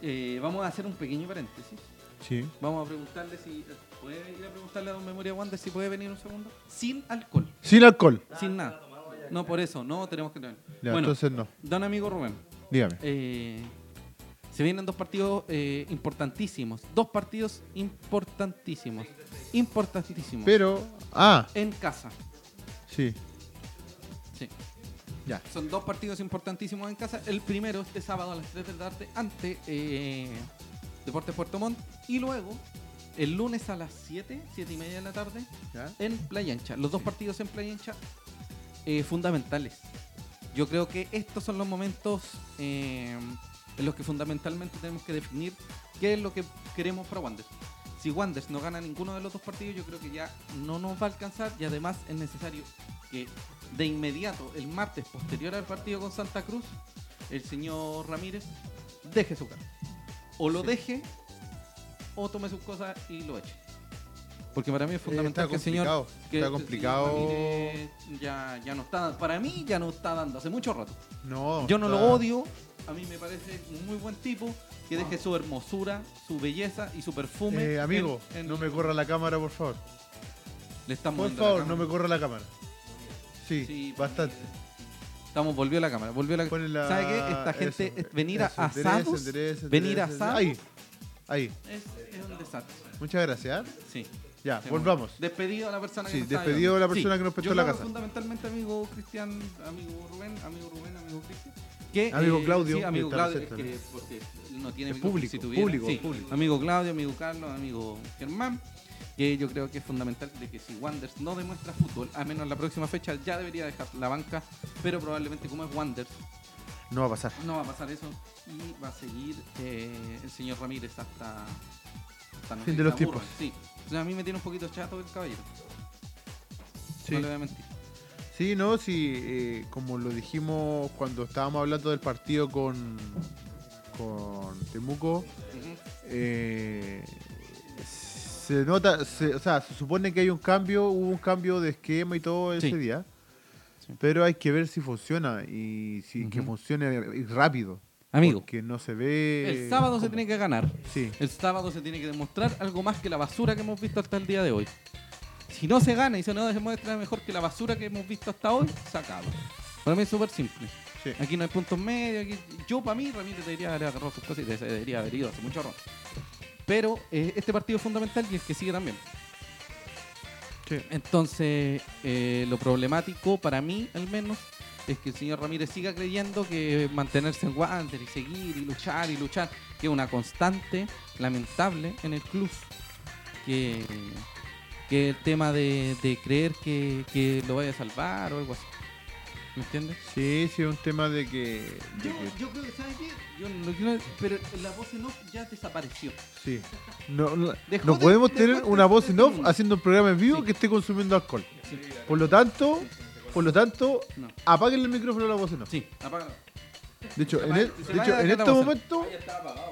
Eh, vamos a hacer un pequeño paréntesis.
Sí.
Vamos a preguntarle si. ¿Puede ir a preguntarle a Don Memoria Wander si puede venir un segundo? Sin alcohol,
Sin alcohol.
sin nada. No, por eso, no tenemos que tener.
Ya,
bueno,
entonces no.
don amigo Rubén,
Dígame.
eh, se vienen dos partidos eh, importantísimos. Dos partidos importantísimos. Importantísimos.
Pero, ah,
en casa.
sí.
Sí.
Ya.
Son dos partidos importantísimos en casa. El primero este sábado a las 3 de la tarde ante eh, Deportes Puerto Montt. Y luego, el lunes a las 7, 7 y media de la tarde,
Ya.
en Playa Ancha. Los dos partidos en Playa Ancha eh, fundamentales. Yo creo que estos son los momentos eh, en los que fundamentalmente tenemos que definir qué es lo que queremos para Wander. Si Wander no gana ninguno de los dos partidos, yo creo que ya no nos va a alcanzar y además es necesario que de inmediato, el martes posterior al partido con Santa Cruz, el señor Ramírez deje su cargo. O lo deje o tome sus cosas y lo eche. Porque para mí es
Eh,
fundamental
está
que el señor
complicado.
que
está
el
complicado.
señor Ramírez ya, ya no está, para mí ya no está dando hace mucho rato.
No.
Yo no
está-
lo odio, a mí me parece un muy buen tipo que deje su hermosura, su belleza y su perfume.
Ah. Eh, amigo,
en- en-
no me corra la cámara, por favor.
le estamos
Por
viendo la
favor, no
cámara.
me corra la cámara. Sí,
Sí,
bastante.
Estamos volvió la cámara, volvió la
Ponle la-
¿Sabe qué? Esta gente
eso, eh,
es- venir a
eso, endereza,
asados,
endereza,
venir a
endereza.
asados
Ahí, ahí.
es, es un desastre.
Muchas gracias. ¿eh?
Sí.
Ya,
Sí,
volvamos.
Despedido a la persona
Sí,
que nos estaba
despedido a la
llamando.
persona que nos prestó
yo
la
creo
casa.
Fundamentalmente, amigo Cristian, amigo Rubén, amigo Rubén, amigo Cristian. que, eh,
Amigo Claudio,
sí, amigo
que
Claudio, es
está
que porque no tiene
Es
micrófono,
público,
si tuviera,
público,
sí.
público.
Amigo Claudio, amigo Carlos, amigo Germán, que yo creo que es fundamental de que si Wanders no demuestra fútbol, a menos la próxima fecha ya debería dejar la banca, pero probablemente como es Wanders,
No va a pasar.
no va a pasar eso y va a seguir eh, el señor Ramírez hasta. hasta no
Fin
sé,
de los
se aburra.
tiempos.
Sí. O sea, a mí me tiene un poquito chato el caballero.
Sí.
No le voy a mentir.
Sí, no, sí, eh, como lo dijimos cuando estábamos hablando del partido con, con Temuco, eh, se nota, se- o sea, se supone que hay un cambio, hubo un cambio de esquema y todo ese
Sí.
día,
Sí.
pero hay que ver si funciona y si que
Ujú.
funcione y rápido.
Amigo,
Que no se ve.
el sábado se tiene que ganar.
Sí,
El sábado se tiene que demostrar algo más que la basura que hemos visto hasta el día de hoy. Si no se gana y si no se muestra mejor que la basura que hemos visto hasta hoy, se acaba. Para mí es súper simple.
sí.
Aquí no hay puntos medios. aquí- Yo, para mí, Ramírez debería haber agarrado sus cosas y se debería haber ido hace mucho rato. Pero eh, este partido es fundamental y el que sigue también.
Sí.
Entonces, eh, lo problemático para mí, al menos, es que el señor Ramírez siga creyendo que mantenerse en Wander y seguir y luchar y luchar, que es una constante lamentable en el club. Que, que el tema de, de creer que, que lo vaya a salvar o algo así. ¿Me entiendes?
Sí, sí, es un tema de que. de
Yo,
que-
yo creo que, ¿sabes qué? Yo no quiero, pero la voz en off ya desapareció.
Sí. No, no,
Dejó
no
de-
podemos
dejó
tener
de
una voz en
tener
off
un-
haciendo un programa en vivo
Sí.
que esté consumiendo alcohol.
Sí.
Por lo tanto, por lo tanto,
No.
apáguenle el micrófono a la voz en off.
Sí, apágalo.
De hecho, en,
Apaga-
el-
se
de hecho,
vaya de
en
acá la
este
voz en-
momento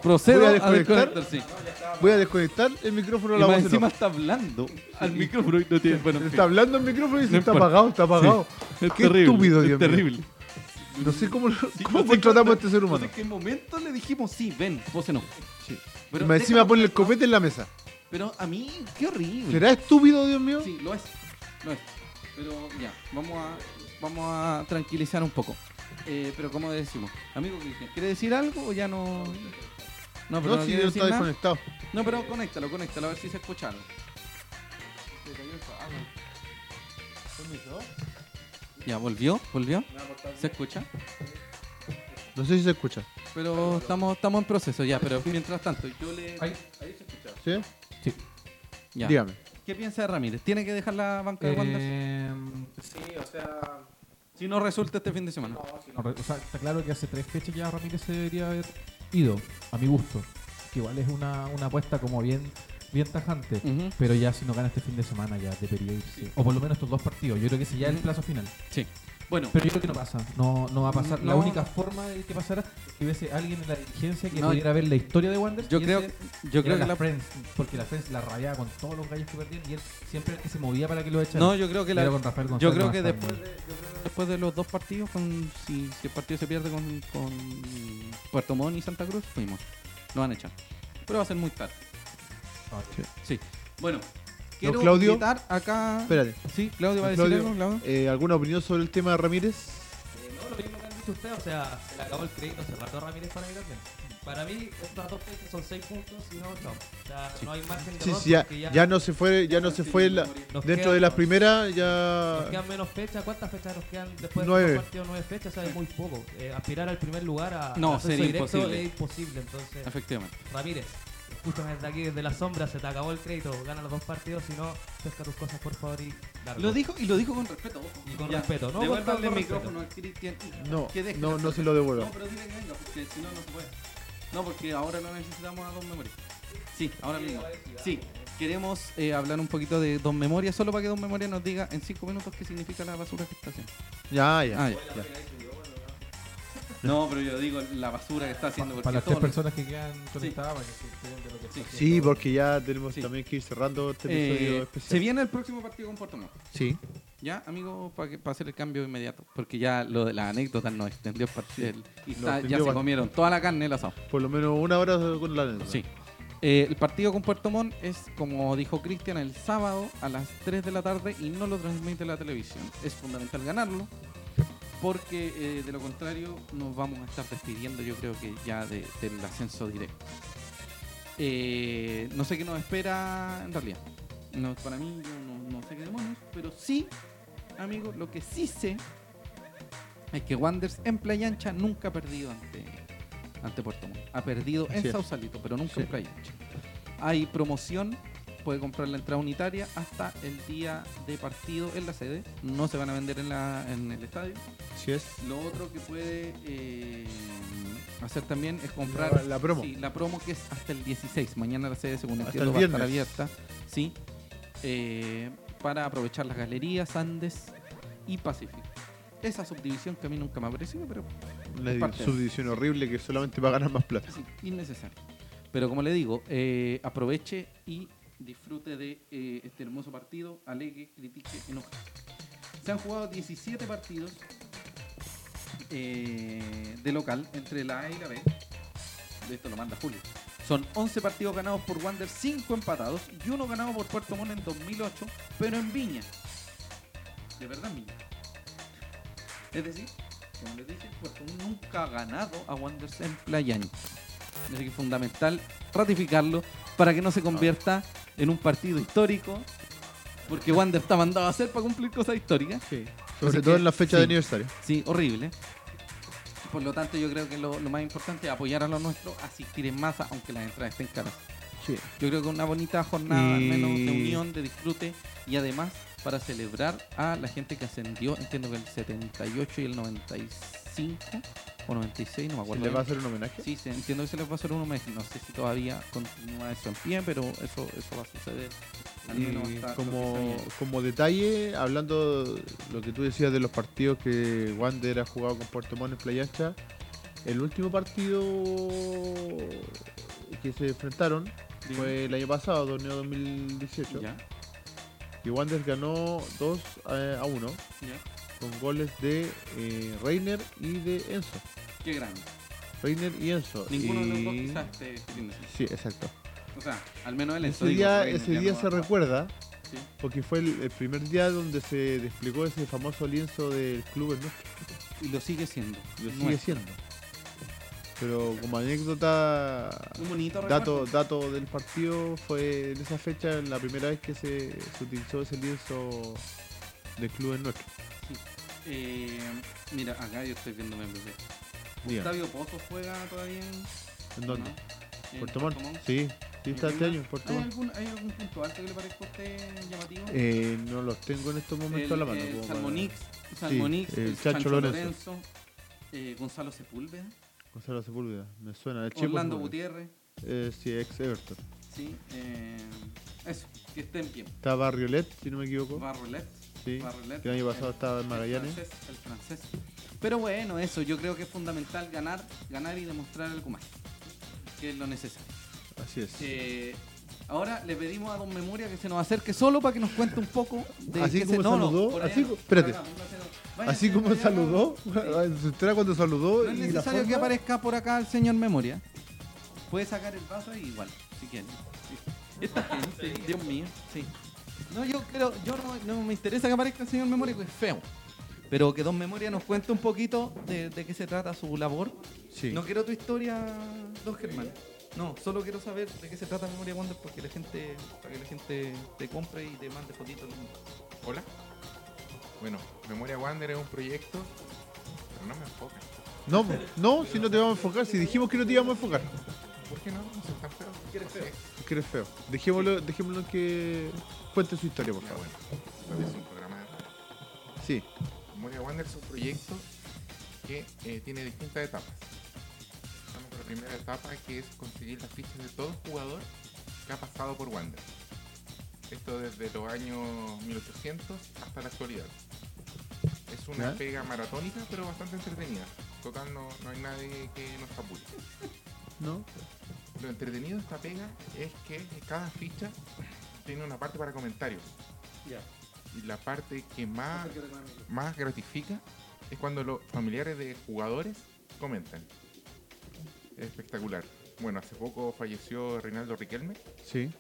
Procedo
Voy a
a
desconectar.
desconectar, sí.
voy a desconectar el micrófono a
Y
la
más
voz en
encima
off.
está hablando al
El
micrófono.
micrófono no tiene. Bueno, en fin,
Está hablando el micrófono y dice,
No
está
importa.
apagado, está apagado.
es
Qué
terrible,
estúpido,
es
Dios mío.
terrible.
No sé cómo, lo-
Sí,
cómo
no sé
contratamos a
cuándo-
este ser humano.
¿En qué momento le dijimos sí, ven, vos no?
Sí.
Pero
Más encima
déjalo,
pone el
¿no?
copete en la mesa.
Pero a mí, qué horrible.
¿Será estúpido, Dios mío?
Sí, lo es. Lo es. Pero ya, vamos a, vamos a tranquilizar un poco. Eh, pero como decimos, amigo Cristian, ¿quiere decir algo o ya no? No, pero no,
No, si
quiere
no
decir
está
nada.
desconectado.
No, pero conéctalo, conéctalo, a ver si se escucha algo. Ya, volvió, volvió. ¿Se escucha?
No sé si se escucha.
Pero estamos, estamos en proceso ya, pero mientras tanto, yo le...
Ahí.
¿Sí?
Sí.
Ya.
Dígame.
¿Qué piensa de Ramírez? ¿Tiene que dejar la banca de Wander?
Eh,
Si no resulta este fin de semana.
No, re- o sea, está claro que hace tres fechas ya Ramírez se debería haber ido, a mi gusto. Que igual es una, una apuesta como bien, bien tajante.
Ujú.
Pero ya si no gana este fin de semana ya debería irse. O por lo menos estos dos partidos. Yo creo que ese ya es el
Ujú.
plazo final.
Sí.
Bueno,
Pero yo creo que no pasa, no, no va a pasar. La
No.
única forma de que pasara es que hubiese alguien en la dirigencia que
No,
pudiera ver la historia de Wander.
yo creo, yo creo que
la
la...
Friends, porque la Friends la rayaba con todos los gallos que perdían y él siempre era el que se movía para que lo echaran.
No, yo creo que la...
Era con Rafael
Yo
González
creo que
Bastardo.
después de, yo creo que después de los dos partidos, con, si, si el partido se pierde con, con Puerto Montt y Santa Cruz, fuimos. Lo van a echar. Pero va a ser muy tarde.
Ah, sí.
Bueno, quiero
Claudio?
invitar acá...
Espérate.
Sí, Claudio va a decir
Claudio,
algo, Claudio.
eh, ¿Alguna opinión sobre el tema de Ramírez?
Eh, no, lo mismo que han dicho ustedes, o sea, se le acabó el crédito hace rato a Ramírez para mí también. Para mí, estas dos fechas son 6 puntos y no 8. O sea, no hay margen de
Sí,
error
sí, ya,
porque ya,
ya no se fue, ya no se fue la-
nos
dentro
quedan-
de las primeras,
Nos
ya
quedan menos fechas. ¿Cuántas fechas nos quedan después
Nueve.
de los partidos? Nueve fechas, o sea, es muy poco. Eh, aspirar al primer lugar a
No,
al ascenso
sería
directo
imposible.
es imposible. Entonces,
Efectivamente.
Ramírez, escúchame desde aquí, desde la sombra, se te acabó el crédito. Gana los dos partidos, si no, pesca tus cosas, por favor, y largo.
Lo dijo y lo dijo con respeto. ojo.
Y con
Ya,
respeto, ¿no? Con
Devuélvale
todo
el
respeto.
micrófono al Cristian. y
no,
que deje
no,
la
no se
cerveza.
lo devuelvo.
No, pero dile que venga, porque si no, no se puede. No, porque ahora no necesitamos a dos memorias. Sí, ahora mismo. Sí, queremos eh, hablar un poquito de Don Memoria, solo para que Don Memoria nos diga en cinco minutos qué significa la basura que está haciendo.
Ya, ya.
Ah, ya. No, pero yo digo la basura que está haciendo.
Para
Porque
las
todo
tres
lo-
personas que quedan conectadas, para que se enteren de lo que está
Sí,
haciendo.
porque ya tenemos
Sí.
también que ir cerrando este episodio
Eh,
especial.
se viene el próximo partido con Puerto Montt.
Sí.
Ya, amigo, para hacer el cambio inmediato. Porque ya lo de la anécdota nos extendió el partido. Y
nos
está- ya
extendió
se
bastante.
comieron toda la carne el asado.
Por lo menos una hora con la anécdota.
Sí. Eh, el partido con Puerto Montt es, como dijo Cristian, el sábado a las 3 de la tarde y no lo transmite la televisión. Es fundamental ganarlo porque eh, de lo contrario nos vamos a estar despidiendo yo creo que ya de- del ascenso directo. Eh, no sé qué nos espera en realidad. No, para mí yo no, no sé qué demonios, pero sí, amigo, lo que sí sé es que Wanders en Playa Ancha nunca ha perdido ante, ante Puerto Montt. Ha perdido
Así
en
es.
Sausalito, pero nunca en
Sí.
Playa Ancha. Hay promoción, puede comprar la entrada unitaria hasta el día de partido en la sede. No se van a vender en, la, en el estadio.
Así es.
Lo otro que puede eh, hacer también es comprar
La- la promo.
Sí, la promo que es hasta el 16. Mañana la sede, según
Hasta
entiendo,
el
va a estar
viernes.
abierta. Sí. Eh, para aprovechar las galerías Andes y Pacífico. Esa subdivisión que a mí nunca me ha parecido, pero
Una
Es
di-
parte de-
subdivisión horrible que solamente va a ganar más plata.
es innecesario. Pero como le digo, eh, aproveche y disfrute de eh, este hermoso partido. Alegue, critique, enoje. Se han jugado 17 partidos eh, de local entre la A y la B. De esto lo manda Julio. Son 11 partidos ganados por Wander, 5 empatados y uno ganado por Puerto Montt en 2008, pero en Viña. De verdad, en Viña. Es decir, como les dije, Puerto Montt nunca ha ganado a Wanderers en Playa Ancha. Así que es fundamental ratificarlo para que no se convierta en un partido histórico, porque Wander está mandado a hacer para cumplir cosas históricas.
Sobre
Así
todo
que,
en la fecha
sí.
de aniversario.
Sí, horrible. Por lo tanto, yo creo que lo, lo más importante es apoyar a los nuestros, asistir en masa, aunque las entradas estén caras.
Sí.
Yo creo que una bonita jornada, al menos de
Y-
unión, de disfrute y además para celebrar a la gente que ascendió, entiendo que el 78 y el 95 o 96, no me
¿Se
acuerdo.
le va a
bien.
hacer un homenaje?
Sí, se- entiendo que se les va a hacer un homenaje. No sé si todavía continúa eso en pie, pero eso, eso va a suceder. Al menos
Y
hasta lo que se
como,
viene.
como detalle, hablando lo que tú decías de los partidos que Wander ha jugado con Puerto Montt en Playa Ancha, el último partido que se enfrentaron fue el año pasado, torneo 2018,
Ya,
y Wander ganó 2 a 1
ya.
con goles de eh, Reiner y de Enzo.
Qué grande.
Reiner y Enzo.
Ninguno de los dos
Y-
quizás este este fin de semana.
Sí, exacto.
O sea, al menos él
Ese día, ese día se recuerda
Sí.
porque fue el, el primer día donde se desplegó ese famoso lienzo del club es nuestro,
Y lo sigue siendo.
lo sigue
Nuestro.
siendo. Pero como anécdota,
Un bonito
dato,
recuerdo.
dato del partido, fue en esa fecha la primera vez que se, se utilizó ese lienzo del club es nuestro.
Eh, mira, acá yo estoy viendo MPP.
Diga,
Octavio Pozo juega todavía en.
¿En dónde?
¿no? En
¿Puerto Montt?
Montt.
Sí, sí
¿En Ah,
está este
Viña?
año en Puerto
¿Hay
Montt.
algún, ¿Hay algún punto alto que le parezca a usted llamativo?
Eh, no los tengo en estos momentos a la
eh,
mano. como para-
Salmonix, Salmonix,
el
el
Chacho
Chancho
Lorenzo.
Lorenzo, eh, Gonzalo Sepúlveda,
Gonzalo Sepúlveda, me suena. El Chepo
Orlando
Hernández.
Gutiérrez,
Eh, sí, ex Everton.
sí, eh, eso, que estén bien.
Está Barriolet, si no me equivoco.
Barrolet,
sí.
Barrelet,
Que el año pasado estaba en Magallanes.
francés, el francés. Pero bueno, eso, yo creo que es fundamental ganar, ganar y demostrar algo más, que es lo necesario.
Así es.
Eh, ahora le pedimos a Don Memoria que se nos acerque solo para que nos cuente un poco de
Así
que
como
se,
saludó,
por
así
no,
co- espérate.
por acá, póngaselo. Váyase
Así como
para allá,
saludó, se entera cuando saludó
No es
y la
necesario que
forma-
aparezca por acá el señor Memoria. Puede sacar el vaso ahí igual, si quieren. Esta gente, Dios mío, sí. No, yo creo, yo no, no me interesa que aparezca el señor Memoria, porque es feo. Pero que Don Memoria nos cuente un poquito de, de qué se trata su labor.
Sí.
No quiero tu historia, Don Germán. No, solo quiero saber de qué se trata Memoria Wonder porque la gente, para que la gente te compre y te mande fotitos.
Hola. Bueno, Memoria Wander es un proyecto, pero no me enfocan.
No, no, si no te vamos a enfocar, si dijimos que no te íbamos a enfocar.
¿Por qué no? No soy tan feo. No sé.
Es que eres feo. Dejémoslo, dejémoslo que cuente su historia, por
Ya,
favor.
bueno, esto es un programa de radio.
Ah,
Sí.
Memoria Wander es un proyecto que eh, tiene distintas etapas. Estamos con la primera etapa que es conseguir las fichas de todo jugador que ha pasado por Wander. Esto desde los años 1800 hasta la actualidad. Es una
¿Ya?
pega maratónica pero bastante entretenida. Total, no, no hay nadie que nos apure.
¿No?
Lo entretenido de esta pega es que cada ficha tiene una parte para comentarios. Y la parte que más, más gratifica es cuando los familiares de jugadores comentan. Es espectacular. Bueno, hace poco falleció Reinaldo Riquelme
Sí.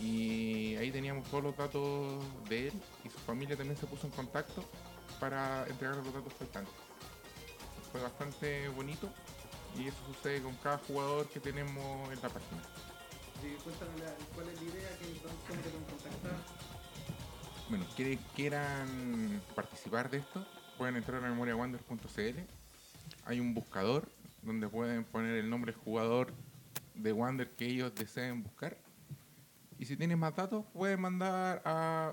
y ahí teníamos todos los datos de él y su familia también se puso en contacto para entregar los datos faltantes. Fue bastante bonito y eso sucede con cada jugador que tenemos en la página. Bueno, quienes quieran participar de esto, pueden entrar a memoriawander.cl. Hay un buscador donde pueden poner el nombre del jugador de Wander que ellos deseen buscar. Y si tienes más datos, puedes mandar a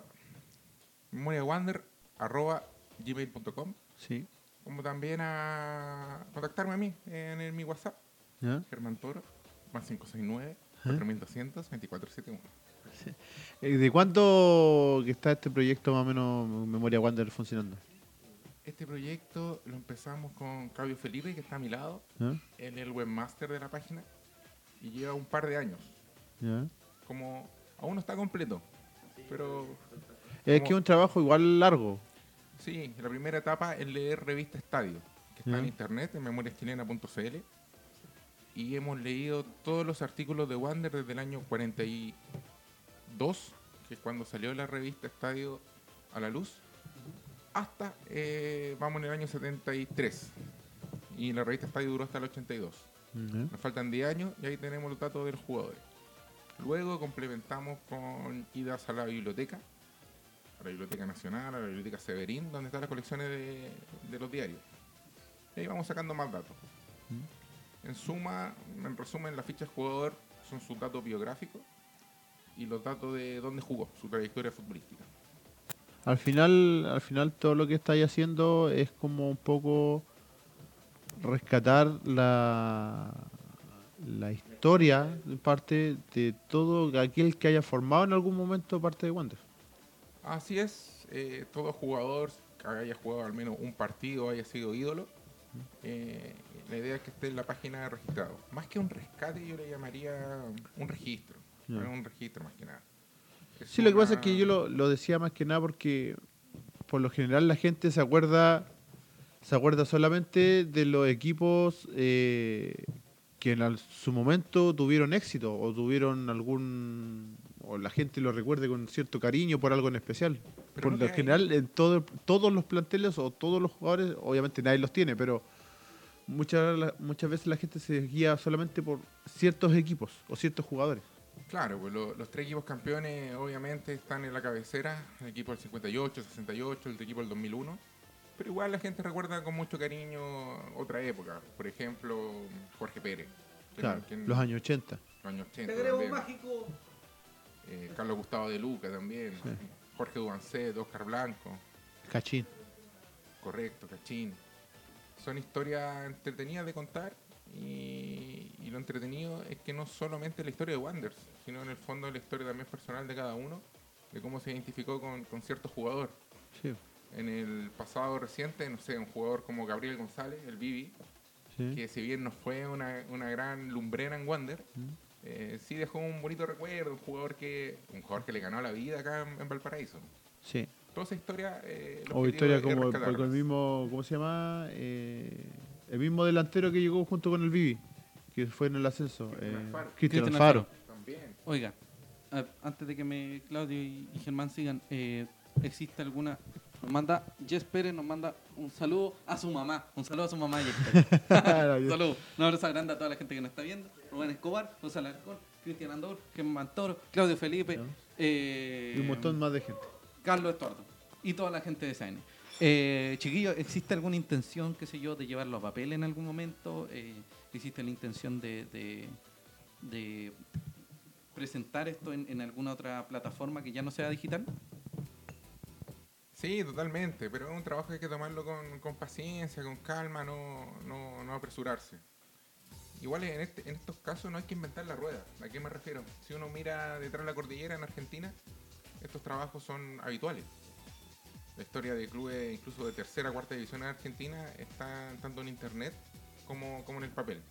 memoriawander.gmail.com
Sí.
como también a contactarme a mí en, el- mi WhatsApp,
¿Ya?
Germán Toro, más 569 4200 2471.
Eh, ¿De cuánto que está este proyecto más o menos Memoria Wander funcionando?
Este proyecto lo empezamos con Claudio Felipe, que está a mi lado,
¿Ya?
él es el webmaster de la página y lleva un par de años.
¿Ya?
Como aún no está completo, pero
Es
Como-
que es un trabajo igual largo.
sí, la primera etapa es leer revista Estadio, que está
Ya.
en internet, en memoriaschilena.cl. Y hemos leído todos los artículos de Wander desde el año 42, que es cuando salió la revista Estadio a la luz, hasta eh, vamos en el año 73. Y la revista Estadio duró hasta el 82.
¿Ya?
Nos faltan 10 años y ahí tenemos los datos de los jugadores. Luego complementamos con idas a la biblioteca, a la Biblioteca Nacional, a la Biblioteca Severín, donde están las colecciones de, de los diarios. Y ahí vamos sacando más datos. En suma, en resumen, las fichas jugador son sus datos biográficos y los datos de dónde jugó, su trayectoria futbolística.
Al final, al final todo lo que estáis haciendo es como un poco rescatar la, la historia de parte de todo aquel que haya formado en algún momento parte de Wander.
Así es, eh, todo jugador que haya jugado al menos un partido, haya sido ídolo, eh, la idea es que esté en la página registrado. Más que un rescate, yo le llamaría un registro.
Ya.
Bueno, Un registro más que nada. Es
Sí, lo que pasa es
una-
que yo lo, lo decía más que nada porque por lo general la gente se acuerda se acuerda solamente de los equipos eh, que en al- su momento tuvieron éxito o tuvieron algún o la gente lo recuerde con cierto cariño por algo en especial. por
Pero no
lo
te hay-
general en todo, todos los planteles o todos los jugadores, obviamente nadie los tiene, pero muchas la- muchas veces la gente se guía solamente por ciertos equipos o ciertos jugadores.
Claro, pues lo- los tres equipos campeones obviamente están en la cabecera, el equipo del 58, el 68, el equipo del 2001, pero igual la gente recuerda con mucho cariño otra época, por ejemplo, Jorge Pérez. que
Claro,
quien-
los años 80.
los años 80. también. Eh, Carlos Gustavo de Luca también. Jorge Dubancet, Oscar Blanco,
Cachín.
correcto, Cachín. Son historias entretenidas de contar y, y lo entretenido es que no solamente la historia de Wanders, sino en el fondo la historia también personal de cada uno, de cómo se identificó con, con cierto jugador.
Sí,
En el pasado reciente, no sé, un jugador como Gabriel González, el Bibi,
sí.
que si bien no fue una, una gran lumbrera en Wander, eh, sí dejó un bonito recuerdo, un jugador que un jugador que le ganó la vida acá en, en Valparaíso.
sí.
Toda esa historia... eh, el
O
objetivo
historia
es
como el,
rescatarla.
porque el mismo, ¿cómo se llama? Eh, el mismo delantero que llegó junto con el Vivi, que fue en el ascenso.
Cristian
eh,
Alfaro.
Cristian
Cristian
Alfaro.
También.
Oiga, a- antes de que me Claudio y, y Germán sigan, eh, ¿existe alguna? Nos manda, Jess Pérez nos manda un saludo a su mamá. Un saludo a su mamá, Jess Pérez.
Claro,
Un
yo-
saludo. Un abrazo grande a toda la gente que nos está viendo. Rubén Escobar, José Alarcón, Cristian Andor, Germán Toro, Claudio Felipe,
Ya.
eh,
y un montón más de gente.
Carlos Estuardo y toda la gente de SAN. Eh, chiquillos, ¿existe alguna intención, qué sé yo, de llevarlo a papel en algún momento? Eh, ¿Existe la intención de, de- de presentar esto en, en alguna otra plataforma que ya no sea digital?
Sí, totalmente, pero es un trabajo que hay que tomarlo con, con paciencia, con calma, no, no, no apresurarse. Igual en, este- en estos casos no hay que inventar la rueda. ¿A qué me refiero? Si uno mira detrás de la cordillera en Argentina, estos trabajos son habituales. La historia de clubes, incluso de tercera, cuarta división en Argentina, está tanto en internet como, como en el papel.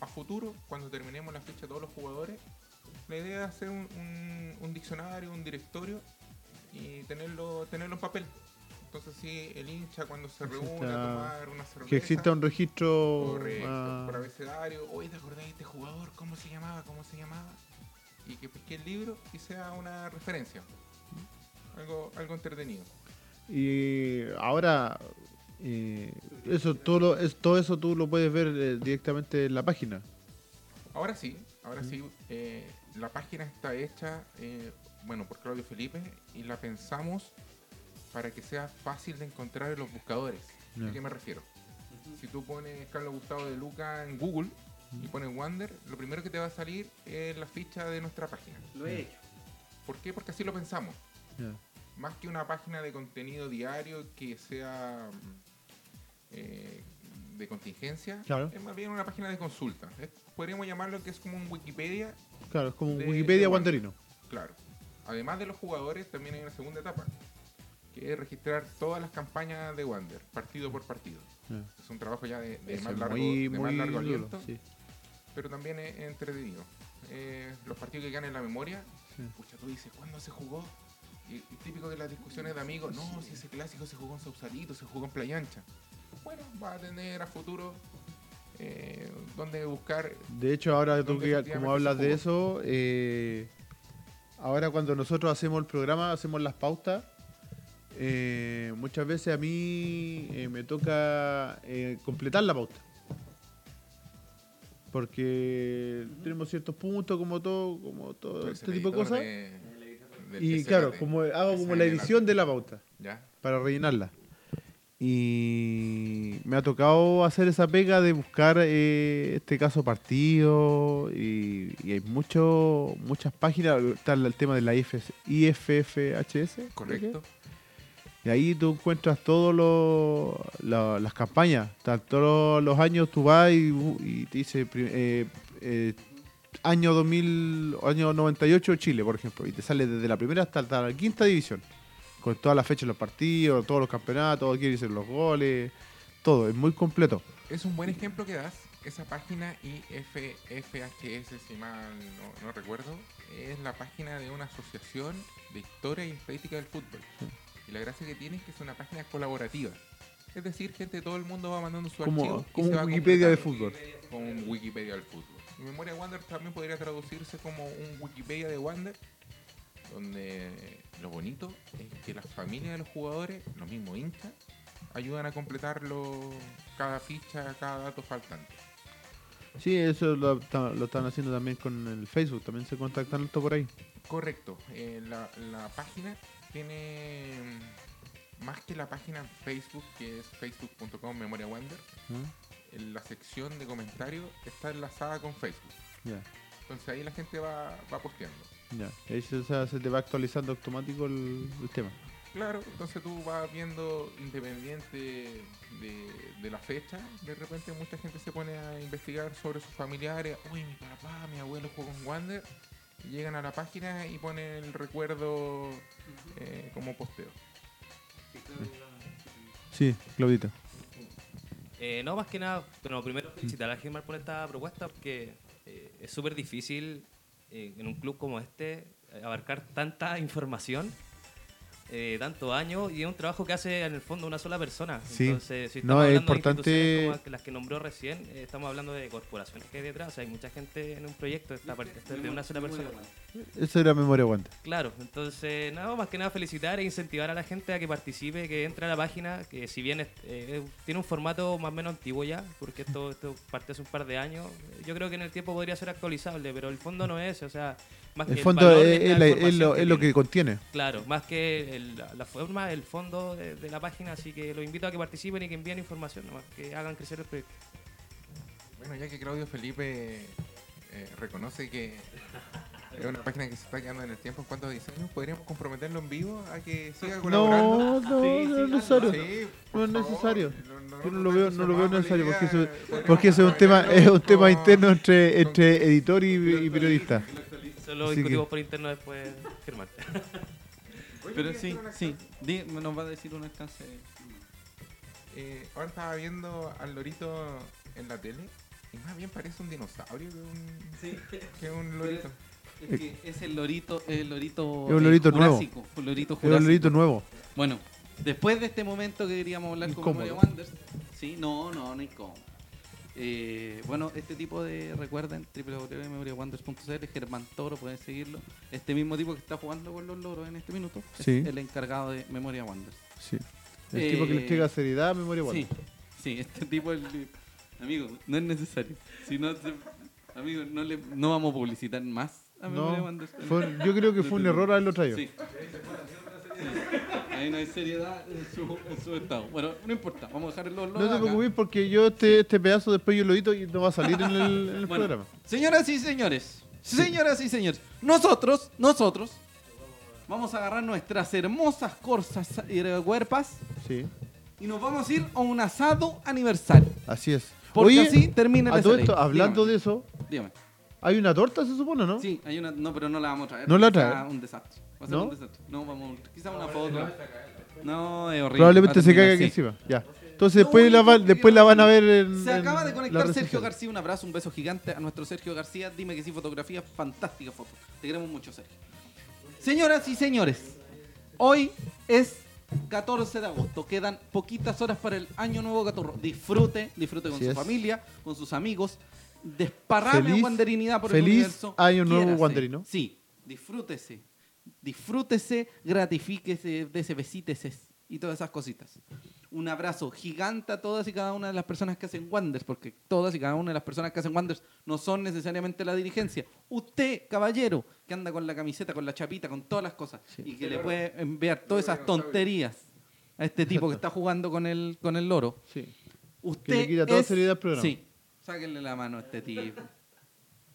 A futuro, cuando terminemos la ficha de todos los jugadores, la idea es hacer un, un- un diccionario, un directorio y tenerlo, tenerlo en papel. Entonces, si el hincha cuando se reúne a
Exista-
tomar una cerveza.
Que exista un registro.
Correcto,
ah,
por abecedario. Oye, ¿te acordás de este jugador? ¿Cómo se llamaba? ¿Cómo se llamaba? Y que pesque el libro y sea una referencia. Algo, algo entretenido.
y ahora, eh, eso todo, lo- es, todo eso tú lo puedes ver eh, directamente en la página.
Ahora sí, ahora sí, eh, la página está hecha, eh, bueno, por Claudio Felipe y la pensamos para que sea fácil de encontrar en los buscadores.
Ya.
¿A qué me refiero? Si tú pones Carlos Gustavo de Luca en Google y pones Wander, lo primero que te va a salir es la ficha de nuestra página.
Lo he hecho.
¿Por qué? Porque así lo pensamos.
Ya.
más que una página de contenido diario que sea mm, eh, de contingencia,
Claro.
es más bien una página de consulta. Es- podríamos llamarlo que es como un Wikipedia,
Claro, es como un
De-
Wikipedia
de
guanderino.
claro. Además de los jugadores, también hay una segunda etapa, que es registrar todas las campañas de Wander, partido por partido.
Ya.
Es un trabajo ya de, de
Eso
más
es
largo,
muy,
de más
muy duro,
largo aliento,
sí.
pero también es entretenido. Eh, los partidos que ganan la memoria,
Sí.
pucha, tú dices, ¿cuándo se jugó? Y, y típico de las discusiones de amigos, no, si ese clásico se jugó en Sausalito, se jugó en Playa Ancha. Bueno, va a tener a futuro eh, donde buscar.
De hecho, ahora tú
Donde
que
efectivamente pues,
como hablas
se
de
jugó.
eso, eh, ahora cuando nosotros hacemos el programa, hacemos las pautas, eh, muchas veces a mí eh, me toca eh, completar la pauta. Porque tenemos ciertos puntos, como todo, como todo
pues,
este
el
tipo de
editor
cosas.
de- del
Y
SKT.
claro, como, hago como la
SKT.
edición de la pauta.
¿Ya?
para rellenarla. Y me ha tocado hacer esa pega de buscar eh, este caso partido y, y hay mucho, muchas páginas, está el tema de la IFS IFFHS. creo
Correcto.
que. Y ahí tú encuentras todas las campañas. Está todos los años tú vas y, bu- y te dice pri- eh, eh, año 2000, año 98 Chile, por ejemplo, y te sale desde la primera hasta, hasta la quinta división con todas las fechas de los partidos, todos los campeonatos, quién hizo los goles, todo, es muy completo.
Es un buen ejemplo que das. Esa página IFFHS, si mal no, no recuerdo, es la página de una asociación de historia y estadística del fútbol. Y la gracia que tiene es que es una página colaborativa. Es decir, gente de todo el mundo va mandando su
Como,
archivo. y
como
se
un
va
Wikipedia de
completando.
fútbol.
Como un Wikipedia del fútbol. Mi memoria de Wander también podría traducirse como un Wikipedia de Wander, donde lo bonito es que las familias de los jugadores, los mismos hinchas, ayudan a completarlo cada ficha, cada dato faltante.
Sí, eso lo, ta- lo están haciendo también con el Facebook, también se contactan alto por ahí.
Correcto. eh, la, la página tiene mm, más que la página en Facebook, que es facebook.com memoria Wander,
¿no?
en la sección de comentarios está enlazada con Facebook.
Ya,
Entonces ahí la gente va, va posteando.
ya. Y Ahí se, o sea, se te va actualizando automático el, el tema.
Claro, entonces tú vas viendo independiente de, de la fecha, de repente mucha gente se pone a investigar sobre sus familiares, uy, mi papá, mi abuelo jugó con Wander, y llegan a la página y ponen el recuerdo eh, como posteo.
Sí, Claudita.
Eh, no, más que nada, bueno, primero
Mm.
felicitar a Gilmar por esta propuesta porque eh, es súper difícil eh, en un club como este eh, abarcar tanta información, eh, tanto año y es un trabajo que hace en el fondo una sola persona.
Sí.
Entonces, si
No,
estamos
es
hablando de
importante-
instituciones como las que nombró recién, eh, estamos hablando de corporaciones que hay detrás, o sea, hay mucha gente en un proyecto, está parte está de una sola persona.
Eso era memoria guante.
Claro, entonces, nada, más que nada felicitar e incentivar a la gente a que participe, que entre a la página, que si bien es- eh, tiene un formato más o menos antiguo ya, porque esto, esto parte hace un par de años, eh, yo creo que en el tiempo podría ser actualizable, pero el fondo no es, o sea, más
El
que
fondo
valor
es,
la
es la- es
información
lo, es lo que
tiene.
contiene.
Claro, más que el- la- la forma, el fondo de, de la página, así que los invito a que participen y que envíen información, nomás, que hagan crecer el proyecto.
Bueno, ya que Claudio Felipe eh, reconoce que es una página que se está quedando en el tiempo en cuanto a diseño, podríamos comprometerlo en vivo a que siga
No,
colaborando.
no, no es necesario.
Sí,
No
por
es
favor.
necesario. Yo no lo
no
veo, no lo veo
se
necesario
vamos
porque
con la
eso,
idea.
porque ese es un tema, es un tema
Con-
interno entre, entre editor y, y periodista.
Solo
Así que-
discutimos por interno después, Germán.
Pero sí, sí. Di- nos va a decir un alcance.
Eh, ahora estaba viendo al lorito en la tele y más bien parece un dinosaurio que un,
Sí.
que un lorito.
Es que es el lorito, el lorito,
Es un lorito
eh,
nuevo.
jurásico, un lorito
Es un
jurásico.
lorito nuevo.
Bueno, después de este momento que queríamos hablar con
Incómodo.
Mario Wanders, sí, no, no, no hay cómo. Eh, bueno, este tipo de, recuerden, www.memoriawanders.cl, Germán Toro, pueden seguirlo. Este mismo tipo que está jugando con los loros en este minuto
Sí.
es el encargado de Memoria Wanders.
Sí. El tipo que le
Eh,
entrega seriedad a memoria guante.
Sí, sí, este tipo, el- amigo, no es necesario. Si no, se- amigo, no, le, no vamos a publicitar más a Memoria
No,
Wanders.
fue un- yo creo que fue un error haberlo traído.
Sí. Ahí no hay seriedad en su, en su estado. Bueno, no importa, vamos a dejar el olor
No te
acá.
preocupes porque yo este, este pedazo después yo lo edito y no va a salir en el, en el
Bueno,
programa.
Señoras y señores, señoras y señores, nosotros, nosotros, vamos a agarrar nuestras hermosas corsas y cuerpas
Sí,
y nos vamos a ir a un asado aniversario.
así es.
Porque
Oye,
así termina el
a todo
SLA.
esto, hablando de
Dígame,
eso,
dígame.
hay una torta se supone, ¿no?
Sí, hay una, no, pero no la vamos a traer.
¿No la
Será
trae?
un desastre. Va a ser
¿No?
un desastre. No, vamos, quizá una foto. No, es horrible.
Probablemente
Va a
se
terminar
caiga aquí
así.
encima. Ya. Entonces después
único
la, van-
que
después la van a ver en.
Se acaba
en
de
la
conectar
red
Sergio
social.
García, un abrazo, un beso gigante a nuestro Sergio García. Dime que sí, fotografía, fantástica foto. Te queremos mucho, Sergio. Señoras y señores, hoy es 14 de agosto. Quedan poquitas horas para el año nuevo caturro. Disfrute, disfrute con
Así
su
es.
familia, con sus amigos. Desparrame
Feliz-
guanderinidad por el
feliz
universo.
año nuevo
Quiérase.
guanderino.
Sí, disfrútese. Disfrútese, gratifíquese, desebesítese y todas esas cositas un abrazo gigante a todas y cada una de las personas que hacen Wanders, porque todas y cada una de las personas que hacen Wanders no son necesariamente la dirigencia. Usted, caballero, que anda con la camiseta, con la chapita, con todas las cosas, y que le puede enviar todas esas tonterías a este tipo que está jugando con el, con el loro.
Sí.
Usted
le quita toda
es-
seriedad al programa.
Sí, sáquenle la mano a este tipo,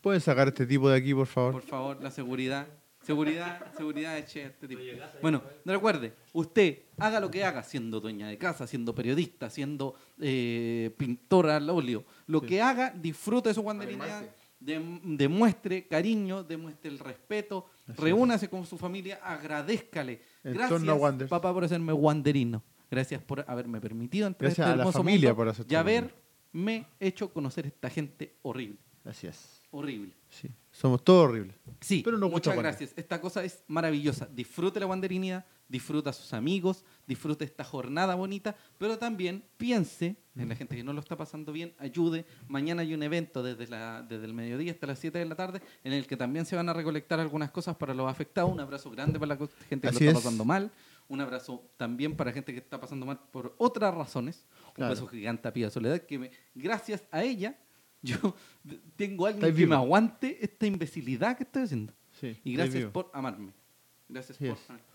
Pueden sacar a este tipo de aquí, por favor.
por favor, la seguridad. Seguridad, seguridad, eche a este tipo. Bueno, recuerde, usted haga lo que haga, siendo dueña de casa, siendo periodista, siendo eh, pintora al óleo, lo que haga, disfrute de su guandería,
Animarse.
dem- demuestre cariño, demuestre el respeto, reúnase con su familia, agradézcale.
En
Gracias,
torno a Wander.
papá, por hacerme wanderino. Gracias por haberme permitido entrar
Gracias
a este
a la
hermoso
familia
mundo
por hacer
y
todo lo
haberme hecho conocer esta gente horrible,
Gracias.
horrible.
Sí. Somos todos horribles.
Sí,
Pero nos gusta
muchas
Wander.
gracias. Esta cosa es maravillosa. Disfrute la wanderinidad, disfruta a sus amigos, disfrute esta jornada bonita, pero también piense en la gente que no lo está pasando bien, ayude. Mañana hay un evento desde, la, desde el mediodía hasta las 7 de la tarde en el que también se van a recolectar algunas cosas para los afectados. Un abrazo grande para la co- gente que
Así
lo
es.
está pasando mal. Un abrazo también para gente que está pasando mal por otras razones. Un
Claro.
beso gigante a Pía Soledad, que me- gracias a ella yo tengo a alguien
Estáis
que
vivo.
me aguante esta imbecilidad que estoy haciendo.
Sí,
Y
ahí
gracias
vivo.
por amarme. Gracias
Así
por
es.
amarme.